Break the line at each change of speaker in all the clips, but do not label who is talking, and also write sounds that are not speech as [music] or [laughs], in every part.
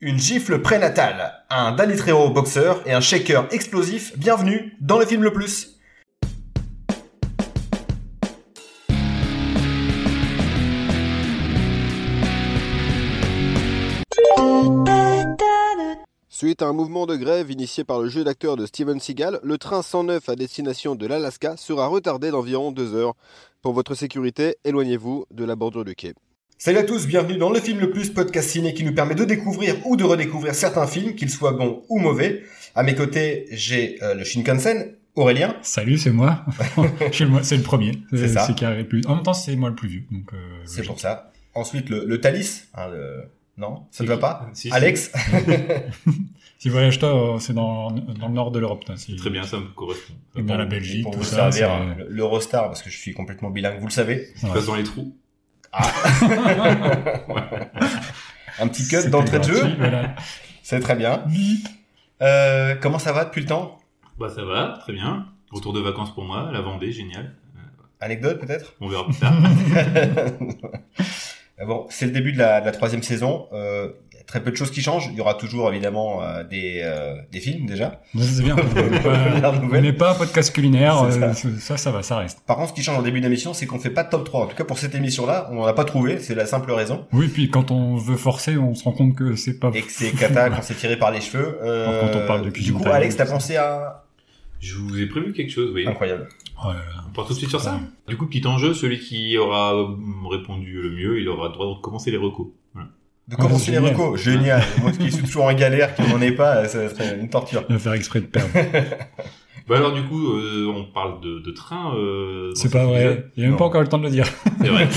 Une gifle prénatale, un dalitréo boxeur et un shaker explosif, bienvenue dans le film le plus.
Suite à un mouvement de grève initié par le jeu d'acteur de Steven Seagal, le train 109 à destination de l'Alaska sera retardé d'environ deux heures. Pour votre sécurité, éloignez-vous de la bordure du quai.
Salut à tous, bienvenue dans le film le plus podcast ciné qui nous permet de découvrir ou de redécouvrir certains films, qu'ils soient bons ou mauvais. À mes côtés, j'ai euh, le Shinkansen, Aurélien.
Salut,
[laughs]
c'est moi. Je suis le moi- c'est le premier.
C'est ça.
carré le plus. En même temps, c'est moi le plus vieux. Donc, euh,
C'est
logique.
pour ça. Ensuite, le, le Thalys. hein, le- Non, ça te va pas
Ah, Si, si.
Alex
Si voyage toi, euh, c'est dans, dans le nord de l'Europe. toi, si-
Très bien, ça me correspond.
Et dans la
belle.
Belgique,
Pour
tout
vous servir
ça. c'est-
hein, le- l'Eurostar, parce que je suis complètement bilingue, vous le savez.
Tu passes dans les trous.
Un petit cut
C'était
d'entrée de jeu,
gentil, voilà.
c'est très bien. Euh, comment ça va depuis le temps
Bah ça va, très bien. Retour de vacances pour moi, la Vendée, génial.
Anecdote peut-être
On verra
[laughs]
plus tard.
Ah Bon, c'est le début de la, de la troisième saison. Euh, il y a très peu de choses qui changent. Il y aura toujours évidemment euh, des, euh, des films déjà. [laughs]
C'est bien. On n'est
Première
pas-
nouvelle.
on n'est pas un podcast culinaire.
C'est
euh, Ça. ça, va, ça reste.
Par contre, ce qui change en début d'émission, c'est qu'on fait pas de top 3. En tout cas, pour cette émission-là, on n'en a pas trouvé. C'est la simple raison.
Oui, puis quand on veut forcer, on se rend compte que c'est pas.
Et que c'est
[laughs]
cata quand c'est tiré par les cheveux. Euh,
Quand on parle de
du
cuisine
coup,
italienne,
Alex, t'as
c'est-
pensé à
Je vous ai prévu quelque chose, oui.
incroyable.
Oh là là.
On part tout de suite sur ça. Du coup, petit enjeu, celui qui aura euh, répondu le mieux, il aura le droit de commencer les recos. Voilà.
De
Ah,
commencer les
génial.
recos,
[laughs]
génial. Moi, qui suis toujours en galère, qui n'en est pas, ça serait une torture.
On va faire exprès
[laughs]
de perdre.
Bah alors du coup, euh, on parle de, de train. euh, dans
C'est
cet
pas
épisode.
vrai. Il n'y a même
Non.
pas encore eu le temps de le dire. [laughs]
C'est vrai.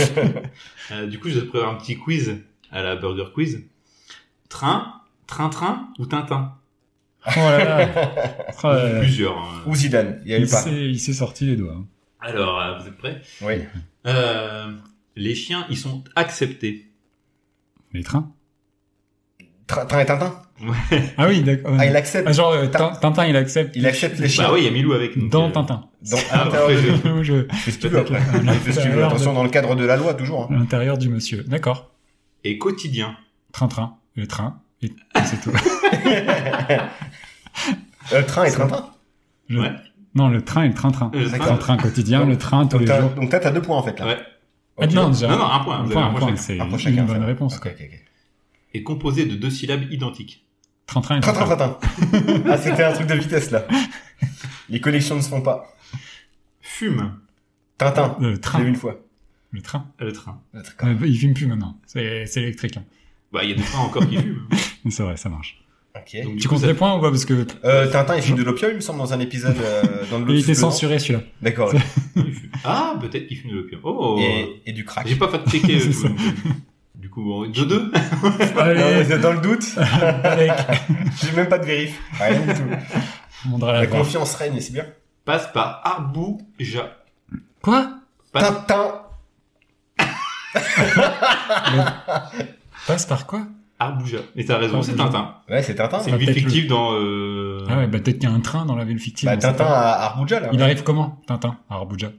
Euh, du coup, je vais te préparer un petit quiz à la Burger Quiz. Train, train-train ou Tintin
Oh là
[laughs]
là. Oh là là.
Plusieurs. hein.
Ou Zidane, il y a eu
Il
pas.
s'est il s'est sorti les doigts. hein.
Alors, euh, vous êtes prêts
Oui.
Euh, les chiens, ils sont acceptés.
Les trains.
Tra- Train et Tintin.
Ah oui, d'accord.
Ah, il accepte.
Ah, genre, euh, Tin- Tintin, il accepte.
Il accepte les chiens.
Bah oui, il y a Milou avec nous.
Dans
Euh,
Tintin. [laughs]
Donc, à
Ah,
l'intérieur de-
oui.
Où je-
Il fait ce qu'il veut
Ah,
après. Il fait ce qu'il veut. Attention, dans le cadre de la loi, toujours. hein.
à l'intérieur du monsieur. D'accord.
Et quotidien.
Train-train. Le train. Et c'est tout. [laughs]
Euh, train et train-train.
Je-
Ouais.
Non, le train et le train-train.
Le
D'accord.
Le
train.
train quotidien, le train tous
Donc
les
t'as-
jours.
donc t'as t'as deux points en fait là.
Euh, Ouais.
Ah,
Ok.
non, déjà.
Non, non, un point.
un
vous
point,
avez
un
un
point,
point
c'est
Un point
une
chacun,
bonne
ça.
réponse.
Ok,
quoi.
ok, ok.
Est composé de deux syllabes identiques.
Train-train et
Train, train,
train-train.
train, train. Ah, c'était un truc de vitesse là. Les connexions ne se font pas.
Fume
Tintin,
Le
j'ai vu
train.
une fois.
Le train.
le train.
Ah, d'accord.
Euh, Il fume plus maintenant. C'est c'est électrique. hein.
Bah, il y a des
[laughs]
trains encore qui fument.
C'est vrai, ça marche.
Ok.
Donc, du
Tu
coup,
comptes
ça-
les points ou pas Parce que
Euh, Tintin, il fume de l'opium, il me semble, dans un épisode euh, dans le
il
Lotus
était
Blanc. [laughs]
censuré celui-là.
D'accord.
il fume. Ah, peut-être qu'ils fument de l'opium. Oh
Et, et du crack.
J'ai pas
[laughs]
fact-checké.
C'est
euh,
ça.
tout. du coup, bon, 2-2.
Non,
Allez,
mais dans le doute,
avec.
j'ai même pas de vérif. Rien du tout.
Ah,
On voudra la
La
voir.
confiance règne, et c'est bien.
Passe par Arbouja.
Quoi
Pas-
Tintin,
Passe par quoi
Arbouja. Et t'as raison, c'est
Arbouja.
Tintin.
ouais, c'est Tintin.
C'est une ville
Ah, peut-être le-
fictive dans. euh,
Ah ouais, bah peut-être qu'il y a un train dans la ville fictive.
Bah,
on sait
Tintin
pas.
à Arbuja là,
Il arrive comment, Tintin, à Arbuja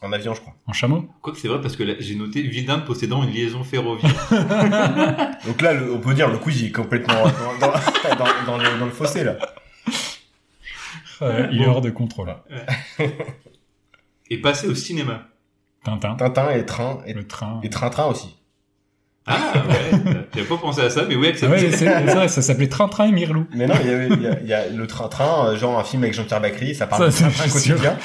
en avion, je crois.
En chameau
Quoique c'est vrai, parce que là, j'ai noté ville d'Inde possédant une liaison ferroviaire.
Donc là, le- on peut dire le quiz il est complètement dans, dans, dans- dans le, dans le fossé là.
Euh, Il est
Bon.
hors de contrôle.
Et passer au cinéma.
Tintin,
Tintin et train et,
le train.
et train train aussi.
Ah ouais, j'avais pas pensé à ça, mais oui,
Ah
accepté.
ouais, c'est c'est vrai, ça s'appelait Train Train et Mirlou.
Mais non, il y, avait, il y a, il y a le train train, genre un film avec Jean-Pierre Bacry, ça parle
Ça,
de
c'est
train train
sûr.
quotidien.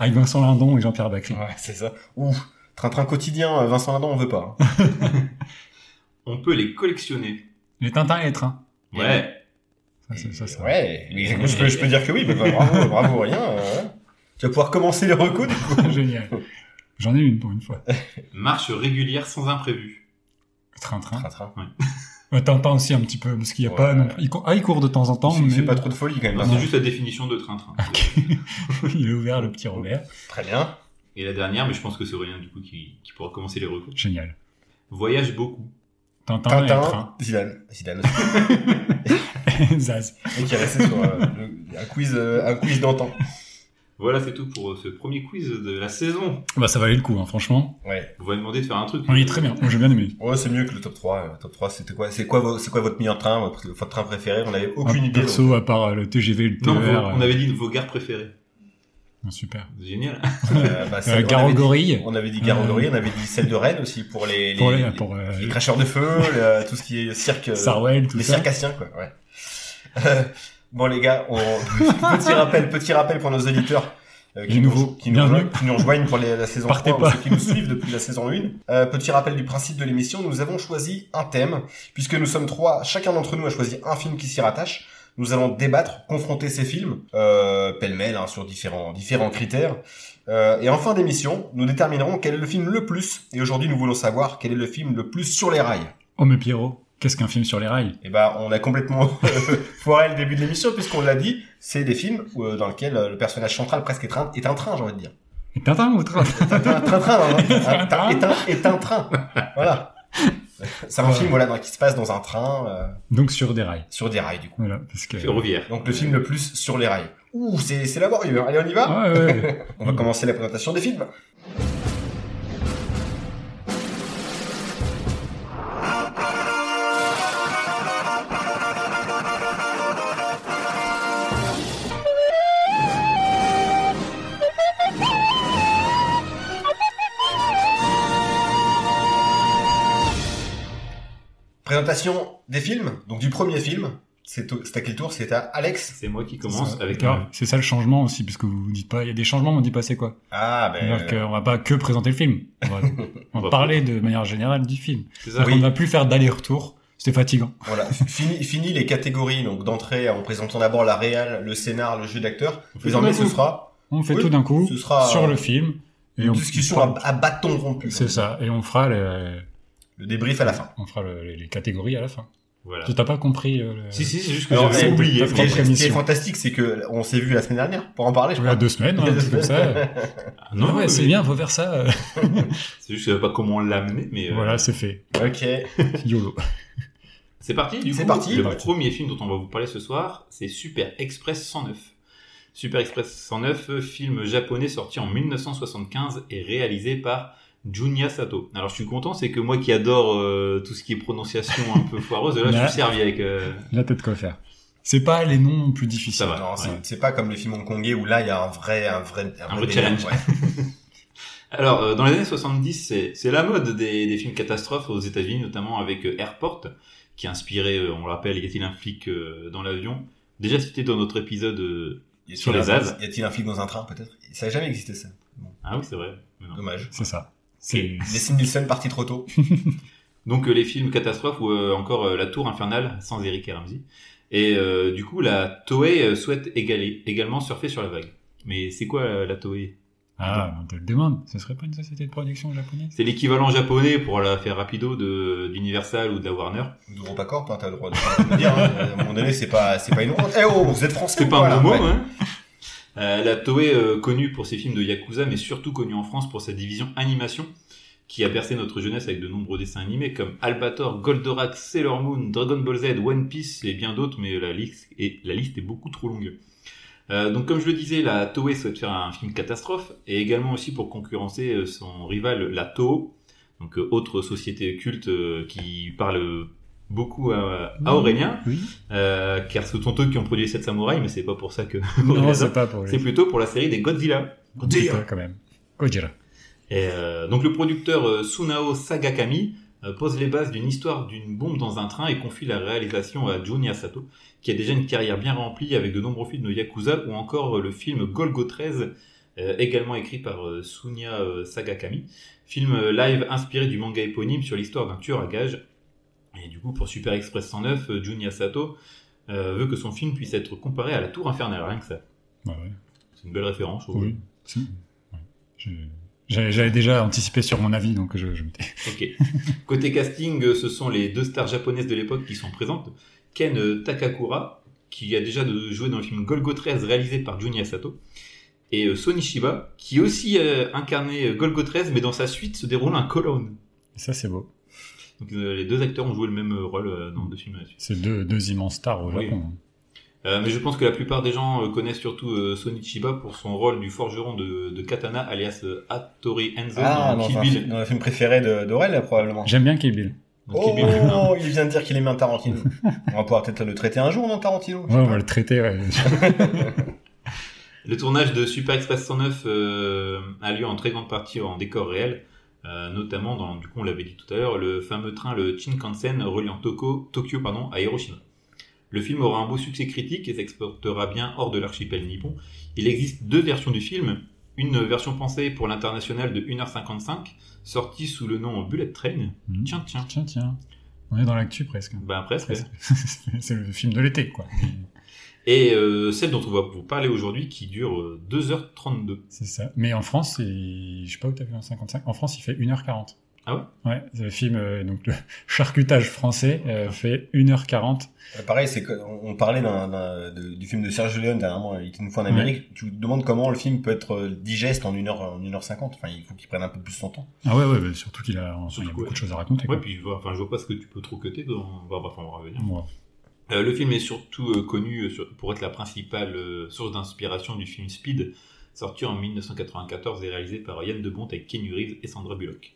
Avec Vincent Lindon et Jean-Pierre Bacry.
Ouais, c'est ça. Ouh, train train quotidien, euh, Vincent Lindon, on veut pas. hein.
On peut les collectionner.
Les Tintins et les trains.
Ouais.
Ça, c'est- ça, ça.
Ouais, mais je peux, je peux dire que oui, bah, bah, bravo, [laughs] bravo, rien. euh, ouais. Tu vas pouvoir commencer les recos du coup.
[laughs] Génial. J'en ai une pour une fois.
Marche régulière sans imprévu.
Le Train Train.
Train train.
Ouais, Euh, Tintin aussi un petit peu, parce qu'il n'y a
Ouais.
pas non plus. il court- Ah, il court de temps en temps,
Il
mais
fait pas trop de folie quand même.
Non,
Vincent.
c'est juste la définition de train-train.
[laughs] il est ouvert, le petit Robert.
Très bien.
Et la dernière, mais je pense que c'est Aurélien du coup qui, qui pourra commencer les recours.
Génial.
Voyage beaucoup.
Tintin, et le train.
Tintin, Zidane, Zidane aussi.
Zaz. [laughs]
Et qui est resté sur euh, le- un quiz, euh, un quiz d'antan.
Voilà, c'est tout pour ce premier quiz de la saison.
Bah, ça valait le coup, hein, franchement.
Ouais.
Vous m'avez demandé de faire un truc.
Oui, très bien. Moi, J'ai bien aimé.
Ouais, c'est mieux que le top 3. Le top 3, c'était quoi C'est quoi, vo- c'est quoi votre meilleur train, votre, votre train préféré On n'avait aucune
Un
idée. donc.
Ah, perso, à part euh, le TGV, le TER.
Non, vos- on
euh,
avait dit vos gares préférées.
Super.
Génial.
Euh, bah,
[laughs] Euh,
celle- on, avait dit,
Garogorille.
on avait dit Garogori, on avait dit celle de Rennes aussi pour les, les,
Pour,
les,
les- pour euh,
les cracheurs de feu, le- tout ce qui est cirque. euh,
Sarwell, tout
les
ça.
circassiens, quoi. Ouais. Euh, bon, les gars, on... [laughs] petit rappel, petit rappel pour nos auditeurs. euh,
Les
nous,
nouveaux.
qui, nous
Bienvenue.
rejoignent, qui nous rejoignent pour les- la saison
Partez
3, ou
pas.
ceux qui nous suivent depuis la saison 1. Euh, petit rappel du principe de l'émission, nous avons choisi un thème, puisque nous sommes trois, chacun d'entre nous a choisi un film qui s'y rattache. Nous allons débattre, confronter ces films, euh, pêle-mêle, hein, sur différents, différents critères. Euh, et en fin d'émission, nous déterminerons quel est le film le plus, et aujourd'hui nous voulons savoir quel est le film le plus sur les rails.
Oh, mais Pierrot, qu'est-ce qu'un film sur les rails
Eh ben, on a complètement euh, [laughs] foiré le début de l'émission puisqu'on l'a dit, c'est des films où, euh, dans lesquels euh, le personnage central presque est un, est un train, j'ai envie de dire.
Et Tintin ou Tintin
Est un train, train, train, hein, [laughs] un-
train.
est un- est un train. [laughs] Voilà. C'est un
Ouais.
film voilà dans- qui se passe dans un train euh,
Donc sur des rails.
sur des rails du coup.
Voilà, parce que...
Ferroviaire.
Donc le film le plus sur les rails. Ouh, c'est c'est laborieux. hein. Allez, on y va.
Ah, Ouais, ouais, ouais.
On va commencer la présentation des films. Présentation des films, donc du premier film, c'est au- c'est à quel tour C'est à Alex.
C'est moi qui commence
Ça-
avec
ouais,
un.
C'est ça le changement aussi, puisque vous vous dites pas, il y a des changements, mais on dit pas c'est quoi.
Ah
C'est-à-dire
ben,
qu'on va pas que présenter le film. On va, on va parler de manière générale du film.
C'est ça.
Donc on ne va plus faire d'aller-retour. C'était fatigant.
Voilà, fini, fini les catégories donc d'entrée en présentant d'abord la réal, le scénar, le jeu d'acteur.
On fait
Désormais,
tout d'un
ce
coup.
sera
On fait
Oui,
tout d'un coup
ce sera,
sur
euh,
le film. Et
une
on
discussion
parle-
à, à bâton rompu.
C'est ça. Et on fera, le-
Le débrief à la fin.
on fera le- les, les catégories à la fin.
Voilà.
Tu t'as pas compris euh, le-
Si, si, c'est juste que
Alors,
j'avais
c'est-
oublié.
Ce qui est-
propre
ce qui est
émission.
fantastique, c'est que on s'est vu la semaine dernière pour en parler. Je
Il y a
crois.
deux semaines,
Il y a
hein,
deux
un truc comme ça.
Ah, Non,
ouais,
mais
c'est bien, faut faire ça. euh.
C'est juste que je savais pas comment l'amener, mais. euh,
voilà, c'est fait.
Ok.
YOLO.
C'est parti, du coup.
C'est parti.
Le
Ouais.
premier film dont on va vous parler ce soir, c'est Super Express 109. Super Express 109, euh, film japonais sorti en 1975 et réalisé par Junya Sato. Alors je suis content, c'est que moi qui adore euh, tout ce qui est prononciation un peu foireuse, là je
Ouais.
suis servi avec. euh,
Là, t'as de quoi faire. C'est pas les noms plus difficiles.
Ça va.
Non, c'est
ouais.
c'est pas comme le film hongkongais où là il y a un vrai, un vrai,
Un vrai
délire,
challenge. [laughs]
ouais.
Alors, euh, dans les années 70, c'est c'est la mode des, des films catastrophes aux États-Unis, notamment avec euh, Airport, qui a inspiré, euh, on le rappelle, Y a-t-il un flic euh, dans l'avion Déjà cité dans notre épisode. euh,
Y a-t-il
Sur les
un-
As.
Y a-t-il un flic dans un train peut-être Ça a jamais existé ça.
Ah oui, c'est vrai. Mais non.
Dommage.
C'est ça. C'est
Les Nielsen parti trop tôt.
Donc euh, les films catastrophes ou euh, encore euh, La Tour Infernale sans Eric et Ramsey. Et euh, du coup, la Toei euh, souhaite égaler- également surfer sur la vague. Mais c'est quoi euh, la Toei
Ah, on te le demande. Ce serait pas une société de production japonaise
C'est l'équivalent japonais, pour la faire rapido, de- d'Universal ou de la Warner.
D'Europacorp, hein, t'as le droit de de le dire. hein. À un moment donné, c'est pas, c'est pas une honte. Eh oh, vous êtes français.
C'est pas
voilà,
un bon mot,
ouais.
hein Euh, La Toei, euh, connue pour ses films de Yakuza, mais surtout connue en France pour sa division animation, qui a bercé notre jeunesse avec de nombreux dessins animés comme Albator, Goldorak, Sailor Moon, Dragon Ball Z, One Piece et bien d'autres, mais la liste est, la liste est beaucoup trop longue. Euh, donc comme je le disais, la Toei souhaite faire un film catastrophe, et également aussi pour concurrencer euh, son rival, la Toho, donc euh, autre société culte euh, qui parle euh, beaucoup à,
Mm.
à Ah, Aurélien,
Oui.
[laughs] euh, car ce sont eux qui ont produit 7 samouraïs, mais c'est pas pour ça que.
Non, c'est pas pour
c'est
les.
plutôt pour la série des Godzilla.
Godzilla quand même. Godzilla.
Et euh, donc le producteur euh, Sunao Sagakami euh, pose les bases d'une histoire d'une bombe dans un train et confie la réalisation à Juniya Sato, qui a déjà une carrière bien remplie avec de nombreux films de Yakuza ou encore euh, le film Golgo 13, euh, également écrit par euh, Sunya euh, Sagakami, film euh, live inspiré du manga éponyme sur l'histoire d'un tueur à gages. Et du coup, pour Super Express 109, euh, Juniya Sato euh, veut que son film puisse être comparé à la Tour Infernale, rien que ça.
Bah ouais.
C'est une belle référence. je trouve.
Oui. Si. Ouais. Je- J'avais j'avais déjà anticipé sur mon avis, donc je, je m'étais.
Ok. Côté casting, euh, ce sont les deux stars japonaises de l'époque qui sont présentes. Ken euh, Takakura, qui a déjà de- joué dans le film Golgo 13 réalisé par Juniya Sato. Et euh, Sonishiba, qui aussi euh, incarnait euh, Golgo 13, mais dans sa suite se déroule un cologne.
[laughs] Ça, c'est beau.
Donc euh, les deux acteurs ont joué le même euh, rôle euh, dans deux films. à la suite.
C'est deux, deux immenses stars au
Oui.
Japon. hein.
Euh, mais je pense que la plupart des gens euh, connaissent surtout euh, Sonichiba pour son rôle du forgeron de, de katana alias euh, Hattori Enzo
Ah,
dans
dans
Kill
un
Bill.
film- dans le film préféré de- d'Aurel, probablement.
J'aime bien Kill Bill.
Dans Kill Bill,
Oh, il vient de dire qu'il aimait un Tarantino.
[laughs]
on va pouvoir peut-être le traiter un jour, non, Tarantino
Ouais, on va le traiter.
[laughs]
ouais.
Le tournage de Super Express 109 euh, a lieu en très grande partie en décor réel, euh, notamment dans, du coup, on l'avait dit tout à l'heure, le fameux train, le Shinkansen, reliant Toko, Tokyo pardon, à Hiroshima. Le film aura un beau succès critique et s'exportera bien hors de l'archipel nippon. Il existe deux versions du film, une version pensée pour l'international de 1h55, sortie sous le nom Bullet Train.
Mhm.
Tiens, tiens.
Tiens, tiens. On est dans l'actu presque.
Bah presque.
Presque. [laughs] C'est le film de l'été, quoi.
Et euh, celle dont on va vous parler aujourd'hui qui dure euh, 2h32.
C'est ça. Mais en France, il- je sais pas où t'as vu en 55. En France, il fait 1h40.
Ah ouais
Ouais, c'est le film, euh, donc le [laughs] charcutage français euh,
Ah.
fait 1h40.
Euh, Pareil, c'est que- on on parlait d'un- d'un- de- du film de Serge Leone dernièrement, Il était une fois en Amérique. Tu te demandes comment le film peut être euh, digeste en 1h50. Enfin, il faut qu'il prenne un peu plus son temps.
Ah ouais, ouais, bah, surtout qu'il a, enfin, il y a
Surtout,
beaucoup
ouais.
de choses à raconter.
Ouais,
quoi.
puis je vois, enfin, je vois pas ce que tu peux trop cutter dans. Bah, bref, on va revenir.
Ouais.
Euh, le film est surtout euh, connu euh, sur- pour être la principale euh, source d'inspiration du film Speed, sorti en 1994 et réalisé par Yann DeBont avec Keanu Reeves et Sandra Bullock.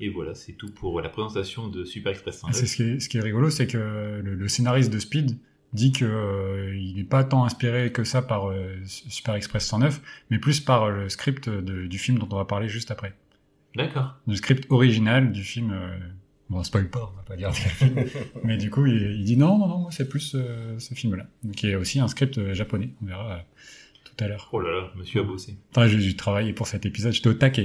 Et voilà, c'est tout pour la présentation de Super Express
Ah,
109.
C'est ce, qui est- ce qui est rigolo, c'est que le, le scénariste de Speed dit que euh, il n'est pas tant inspiré que ça par euh, Super Express 109, mais plus par euh, le script de- du film dont on va parler juste après.
D'accord.
Le script original du film. euh, Bon, on spoil pas, on va pas dire.
[laughs]
quel film. mais du coup, il, il dit non, non, non, moi c'est plus euh, ce film-là. Donc il y a aussi un script euh, japonais, on verra euh, tout à l'heure.
Oh là là, monsieur a bossé.
Enfin, j'ai j'ai travaillé pour cet épisode, j'étais au taquet.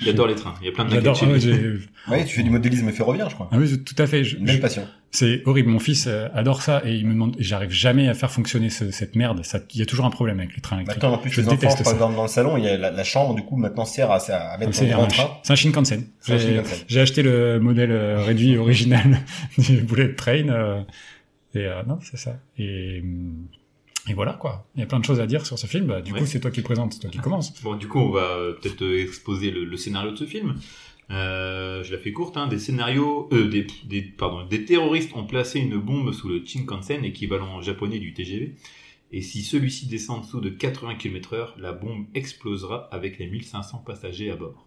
Il adore les trains, il y a plein de
J'adore.
maquettes
ah ouais,
chez lui.
j'ai-
Ouais, tu fais du modélisme ferroviaire, je crois.
ah oui, tout à fait. je-
Une
je-
belle passion.
C'est horrible, mon fils euh, adore ça et il me demande, et j'arrive jamais à faire fonctionner ce- cette merde. Ça- Il y a toujours un problème avec les trains électriques.
Maintenant, en plus,
je
les enfants,
déteste
par
ça.
exemple, dans le salon, il y a la, la chambre, du coup, maintenant, sert à, à mettre
C'est
dans
un,
le train.
c'est un Shinkansen.
C'est un
J'ai-
Shinkansen.
J'ai acheté le modèle euh, réduit original [laughs] du Bullet Train. euh, et euh, non, c'est ça. Et, hum, et voilà quoi. Il y a plein de choses à dire sur ce film. Bah, du
Ouais. Ah.
coup, c'est toi qui le présente, c'est toi qui commence.
Bon, du coup, on va euh, peut-être euh, exposer le, le scénario de ce film. Euh, je la fais courte. Hein. Des scénarios, euh, des, des- pardon, des terroristes ont placé une bombe sous le Shinkansen, équivalent japonais du TGV. Et si celui-ci descend en dessous de 80 km/h, la bombe explosera avec les 1500 passagers à bord.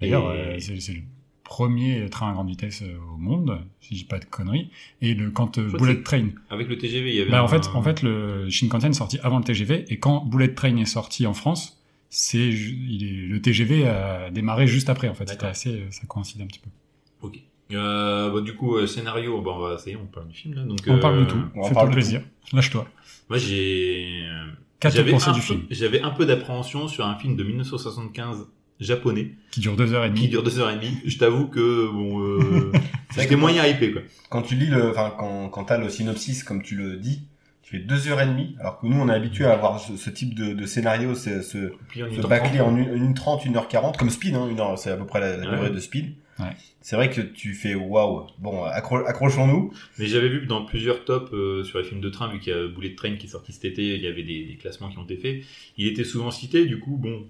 D'ailleurs,
Et-
euh, c'est c'est le premier train à grande vitesse euh, au monde, si je dis pas de conneries. Et le, quand euh,
crois que
Bullet
c'est-
Train
Avec le TGV, il y avait.
Bah,
un-
en fait, en fait, le Shinkansen est sorti avant le TGV et quand Bullet Train est sorti en France, c'est ju- il est- le TGV a démarré juste après en fait. C'était
D'accord.
assez, euh, ça coïncide un petit peu.
Ok. Euh, bah, du coup, euh, scénario, bah, on va, ça y est, on parle du film là. Donc,
On parle
euh,
de tout.
on
Fais-toi
parle de
plaisir. Lâche-toi.
Moi, j'ai. euh,
Quatre
J'avais un,
conseils du film
peu- j'avais un peu d'appréhension sur un film de 1975 japonais
qui dure deux heures et
qui
demie.
dure 2h30. Je t'avoue que bon, euh,
[laughs] C'est vrai que
j'étais moyen hypé quoi.
quand tu lis le, enfin, quand, quand t'as le synopsis, comme tu le dis, tu fais deux heures et demie, alors que nous, on est habitué à avoir ce, ce type de, de scénario, ce, ce,
Puis en
ce
une heure
bâclé
trente,
en 1h30, 1h40, comme Speed, hein, une heure, c'est à peu près la, la
Ouais.
durée de Speed.
Ouais.
C'est vrai que tu fais waouh. Bon, accro- accrochons-nous.
Mais j'avais vu que dans plusieurs tops euh, sur les films de train, vu qu'il y a Bullet Train qui est sorti cet été, il y avait des, des classements qui ont été faits. Il était souvent cité, du coup, bon,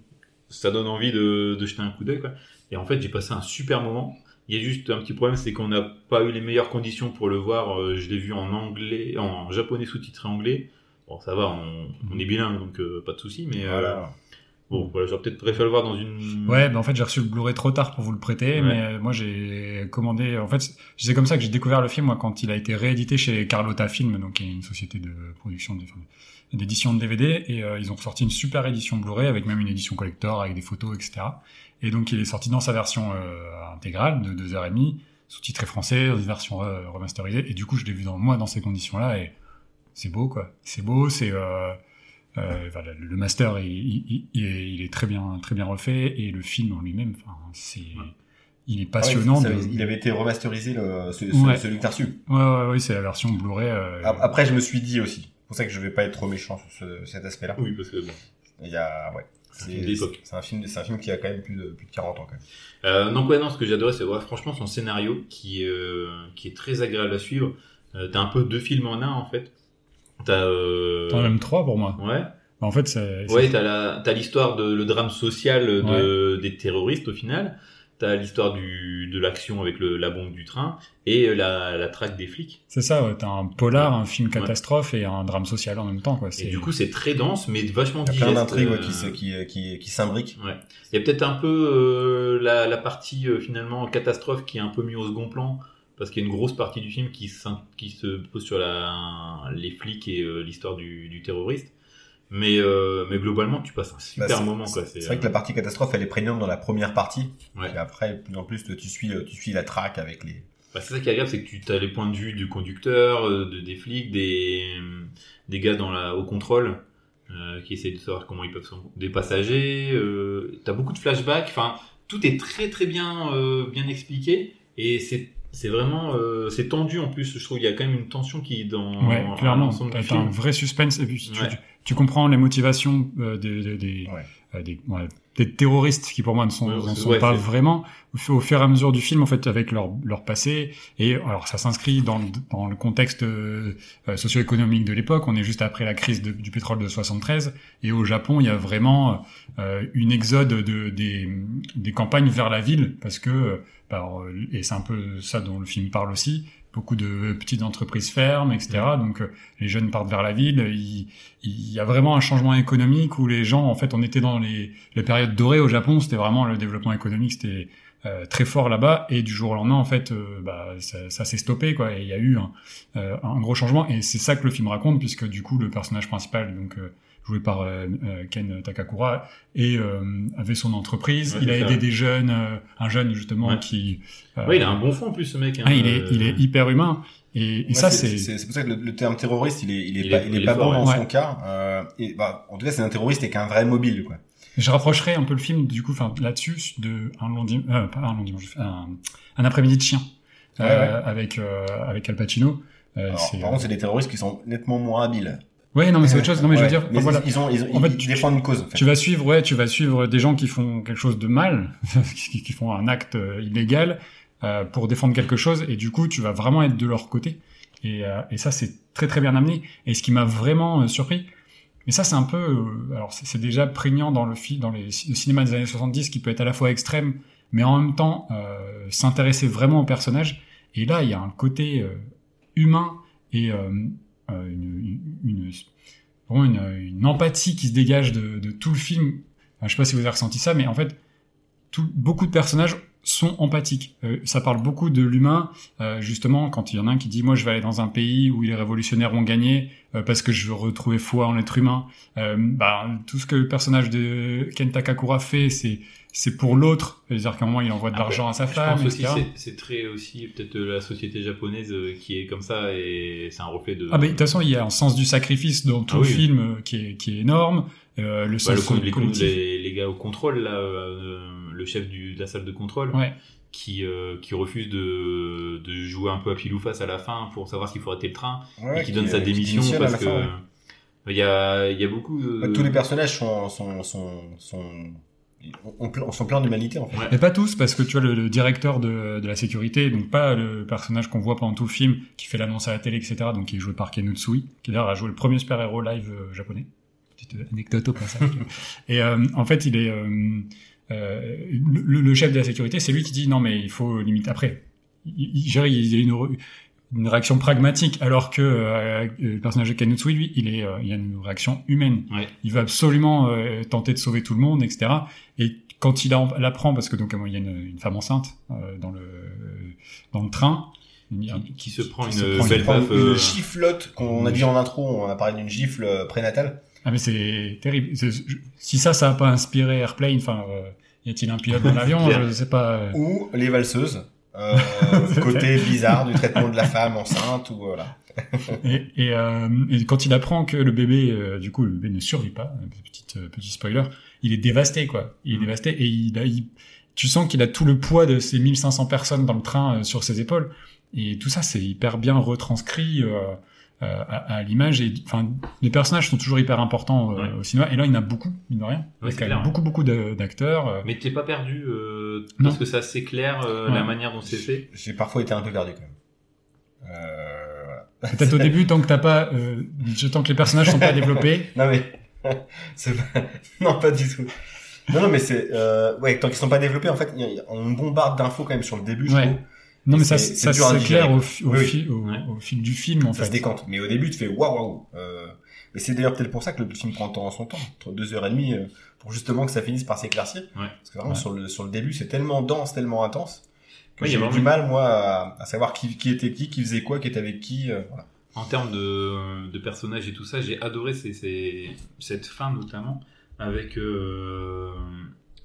ça donne envie de, de jeter un coup d'œil. quoi. Et en fait, j'ai passé un super moment. Il y a juste un petit problème, c'est qu'on n'a pas eu les meilleures conditions pour le voir. Euh, je l'ai vu en anglais, en japonais sous-titré anglais. Bon, ça va, on, on est bilingue, donc euh, pas de souci. Mais euh,
Voilà.
bon, voilà, j'aurais peut-être préféré le voir dans une.
Ouais, bah en fait j'ai reçu le Blu-ray trop tard pour vous le prêter,
Ouais.
mais euh, moi j'ai commandé. En fait, c'est- c'est comme ça que j'ai découvert le film moi quand il a été réédité chez Carlotta Film, donc qui est une société de production de- enfin, d'édition de DVD, et euh, ils ont sorti une super édition Blu-ray avec même une édition collector avec des photos, etc. Et donc il est sorti dans sa version euh, intégrale de 2h30, sous-titré français, version euh, remasterisée, et du coup je l'ai vu dans moi dans ces conditions-là et c'est beau quoi. C'est beau, c'est euh, euh, voilà, le master, il, il- il est, il est très bien, très bien refait et le film en lui-même, enfin, c'est, il est
Ah ouais,
passionnant.
ça-
de-
Il avait été remasterisé le, ce- ce-
Ouais.
celui que t'as reçu.
Ouais, ouais, ouais, c'est la version Blu-ray. euh,
A- Après, je me suis dit aussi. C'est pour ça que je vais pas être trop méchant sur ce- cet aspect-là.
Oui, parce que bon.
Il y a, ouais.
C'est un film d'époque.
C'est un film, c'est un film qui a quand même plus de, plus de 40 ans, quand même.
Euh, donc ouais, non, ce que j'adorais, c'est ouais, franchement son scénario qui, euh, qui est très agréable à suivre. Euh, t'as un peu deux films en un en fait. T'as euh,
T'en as même trois pour moi.
ouais,
En fait, c'est, c'est-
ouais, t'as la t'as l'histoire de le drame social de des terroristes au final. t'as l'histoire du de l'action avec le, la bombe du train et la, la traque des flics.
C'est ça, ouais, t'as un polar, un film catastrophe et un drame social en même temps. Quoi.
Et
C'est-
du coup, c'est très dense, mais vachement
Il y a
digeste.
plein d'intrigues ouais,
euh,
qui, se- qui, euh, qui, qui s'imbriquent.
Ouais. Il y a peut-être un peu euh, la, la partie euh, finalement catastrophe qui est un peu mise au second plan parce qu'il y a une grosse partie du film qui, s'in- qui se pose sur la, les flics et euh, l'histoire du, du terroriste. Mais, euh, mais globalement, tu passes un
Bah,
super
c'est-
moment. quoi. euh,
C'est vrai que la partie catastrophe, elle est prégnante dans la première partie.
Ouais.
Et après, de plus en plus, tu suis, euh, tu suis la traque avec les.
Bah, c'est ça qui est agréable, c'est que tu as les points de vue du conducteur, euh, de, des flics, des, des gars dans la, au contrôle euh, qui essayent de savoir comment ils peuvent s'en- des passagers. Euh, tu as beaucoup de flashbacks. Enfin, tout est très très bien euh, bien expliqué et c'est c'est vraiment euh, c'est tendu en plus. Je trouve qu'il y a quand même une tension qui est dans
Ouais,
dans
clairement,
l'ensemble
t'as
du
t'as un
film.
vrai suspense et puis tu,
Ouais.
tu, tu comprends les motivations euh, des, des, des,
Ouais.
euh, des, ouais, des terroristes qui pour moi ne sont,
Ouais,
n'en
c'est-
sont
ouais,
pas
c'est-
vraiment au, fu- au fur et à mesure du film en fait avec leur, leur passé et alors ça s'inscrit dans le, dans le contexte euh, euh, socio-économique de l'époque on est juste après la crise de- du pétrole de 73 et au Japon il y a vraiment euh, une exode de, des, des campagnes vers la ville parce que euh, par- et c'est un peu ça dont le film parle aussi beaucoup de euh, petites entreprises ferment etc donc euh, les jeunes partent vers la ville ils, il y a vraiment un changement économique où les gens, en fait, on était dans les, les périodes dorées au Japon, c'était vraiment le développement économique, c'était euh, très fort là-bas, et du jour au lendemain, en fait, euh, bah, ça, ça s'est stoppé, quoi, et il y a eu un, euh, un gros changement, et c'est ça que le film raconte, puisque du coup, le personnage principal, donc euh, joué par euh, euh, Ken Takakura, et, euh, avait son entreprise,
Ouais,
il a
c'est
aidé
ça.
des jeunes, euh, un jeune justement
Ouais.
qui... euh,
Ouais, il a un bon fond en plus ce mec. hein.
ah, il, est,
Euh,
il est hyper humain, et, et
Ouais,
ça, c'est...
c'est pour ça que le, le terme terroriste, il est, il est
Il
pas,
est-
il est
il est
pas
fort,
bon dans
ouais.
son cas. Euh, et, bah, en tout cas, c'est un terroriste et qu'un vrai mobile, quoi.
Je rapprocherai un peu le film, du coup, enfin, là-dessus, de un long dimanche, pas un long dimanche, un, un après-midi de chien,
Ouais,
euh, avec euh, avec Al Pacino. Euh,
Alors,
c'est-
par contre, c'est des terroristes qui sont nettement moins habiles.
ouais, non, mais c'est autre chose. Non, mais je veux
Ouais,
dire,
mais
voilà.
ils, ils ont, ils, ont-
En fait,
ils
tu-
défendent une cause. en fait.
Tu vas suivre, ouais, tu vas suivre des gens qui font quelque chose de mal, [laughs] qui qui font un acte euh, illégal euh, pour défendre quelque chose, et du coup, tu vas vraiment être de leur côté. Et, euh, et ça, c'est très très bien amené. Et ce qui m'a vraiment euh, surpris, mais ça, c'est un peu, euh, alors c'est c'est déjà prégnant dans le film, dans les, ci- le cinéma des années 70, qui peut être à la fois extrême, mais en même temps euh, s'intéresser vraiment au personnage. Et là, il y a un côté euh, humain et euh, euh, une, une, une- vraiment une, une empathie qui se dégage de, de tout le film. Enfin, je sais pas si vous avez ressenti ça, mais en fait, tout, beaucoup de personnages sont empathiques. Euh, ça parle beaucoup de l'humain, euh, justement, quand il y en a un qui dit, moi, je vais aller dans un pays où les révolutionnaires ont gagné euh, parce que je veux retrouver foi en l'être humain. Euh, bah, tout ce que le personnage de Ken Takakura fait, c'est c'est pour l'autre. C'est-à-dire qu'à un moment, il envoie de
Après,
l'argent à sa
Ah, Je
femme,
pense aussi
etc.
c'est- c'est très aussi peut-être euh, la société japonaise euh, qui est comme ça et c'est un reflet de.
Ah ben de toute façon il y a un sens du sacrifice dans tout
Euh, Ah
le
oui.
film euh, qui est, qui est énorme. Euh, le
Bah,
sens
le con- les, con-
collectif.
les- les gars au contrôle, là, euh, le chef du- de la salle de contrôle,
Ouais.
qui, euh, qui refuse de, de jouer un peu à pile ou face à la fin pour savoir s'il faut arrêter le train,
Ouais,
et qui donne sa
euh, qui
démission
démissionne à
parce
la
que
fin, ouais.
euh, il y, a, il y a beaucoup. euh,
Bah, Tous les personnages sont, sont, sont, sont, ont pla- sont pleins d'humanité, en fait.
Mais pas tous, parce que tu vois, le, le directeur de, de la sécurité, donc pas le personnage qu'on voit pendant tout le film, qui fait l'annonce à la télé, etc., donc qui est joué par Ken Utsui, qui d'ailleurs a joué le premier super-héros live euh, japonais. Petite euh, anecdote au passage. [laughs] Et euh, en fait, il est... euh, euh, le, le chef de la sécurité, c'est lui qui dit non, mais il faut limite après. Il, il, je dirais, il y a une, re- une réaction pragmatique, alors que euh, le personnage de Ken Utsui, lui, il, est, euh, il y a une réaction humaine.
Ouais.
Il veut absolument euh, tenter de sauver tout le monde, etc. Et quand il en- l'apprend, parce que donc il y a une, une femme enceinte euh, dans le dans le train, il y a-
Qui- qui se prend une
Ils se
belle
prennent
baffe,
une
euh,
giflotte qu'on a dit en intro, on a parlé d'une gifle euh, prénatale.
ah mais c'est terrible. C'est- je- Si ça, ça a pas inspiré Airplane, enfin, euh, y a-t-il un pilote dans l'avion Je sais pas. euh.
Ou les valseuses. Euh, côté bizarre du traitement de la femme enceinte ou euh, voilà.
Et, et, euh, et quand il apprend que le bébé, euh, du coup, le bébé ne survit pas, euh, petite, euh, petit spoiler, il est dévasté, quoi. Il est
Mhm.
dévasté et il a, il- tu sens qu'il a tout le poids de ces 1500 personnes dans le train euh, sur ses épaules. Et tout ça, c'est hyper bien retranscrit euh, euh, à, à l'image. Et enfin, les personnages sont toujours hyper importants euh,
Ouais.
au cinéma. Et là, il y en a beaucoup, mine de rien.
Ouais,
il y a
c'est
quand
clair,
même beaucoup, beaucoup de- d'acteurs. euh.
Mais t'es pas perdu euh,
Non.
parce que c'est assez clair euh,
Ouais.
la manière dont c'est fait.
J'ai parfois été un peu perdu quand même. Euh, voilà.
Peut-être au début, tant que t'as pas, euh,
[laughs]
tant que les personnages sont pas développés,
Non mais c'est pas... non pas du tout. Non, non, mais c'est, euh, ouais, tant qu'ils sont pas développés, en fait, y a- y a- on bombarde d'infos quand même sur le début, je
Ouais.
trouve.
Non, mais
C'est- c'est
ça, ça
dur à
s'éclaire
digérer.
au, fi- au,
Oui, oui.
fi- au-
Ouais.
au fil du film, en
Ça se
fait.
décante. Mais au début, tu fais waouh, waouh. Euh, Mais c'est d'ailleurs peut-être pour ça que le film prend tant son temps, entre deux heures et demie, euh, pour justement que ça finisse par s'éclaircir.
Ouais.
Parce que vraiment,
Ouais.
sur, le, sur le début, c'est tellement dense, tellement intense, que
Ouais, il y
j'ai
a
eu du mal, moi, à, à savoir qui, qui était qui, qui faisait quoi, qui était avec qui. euh, voilà.
En termes de, de personnages et tout ça, j'ai adoré ces- ces- cette fin notamment avec euh,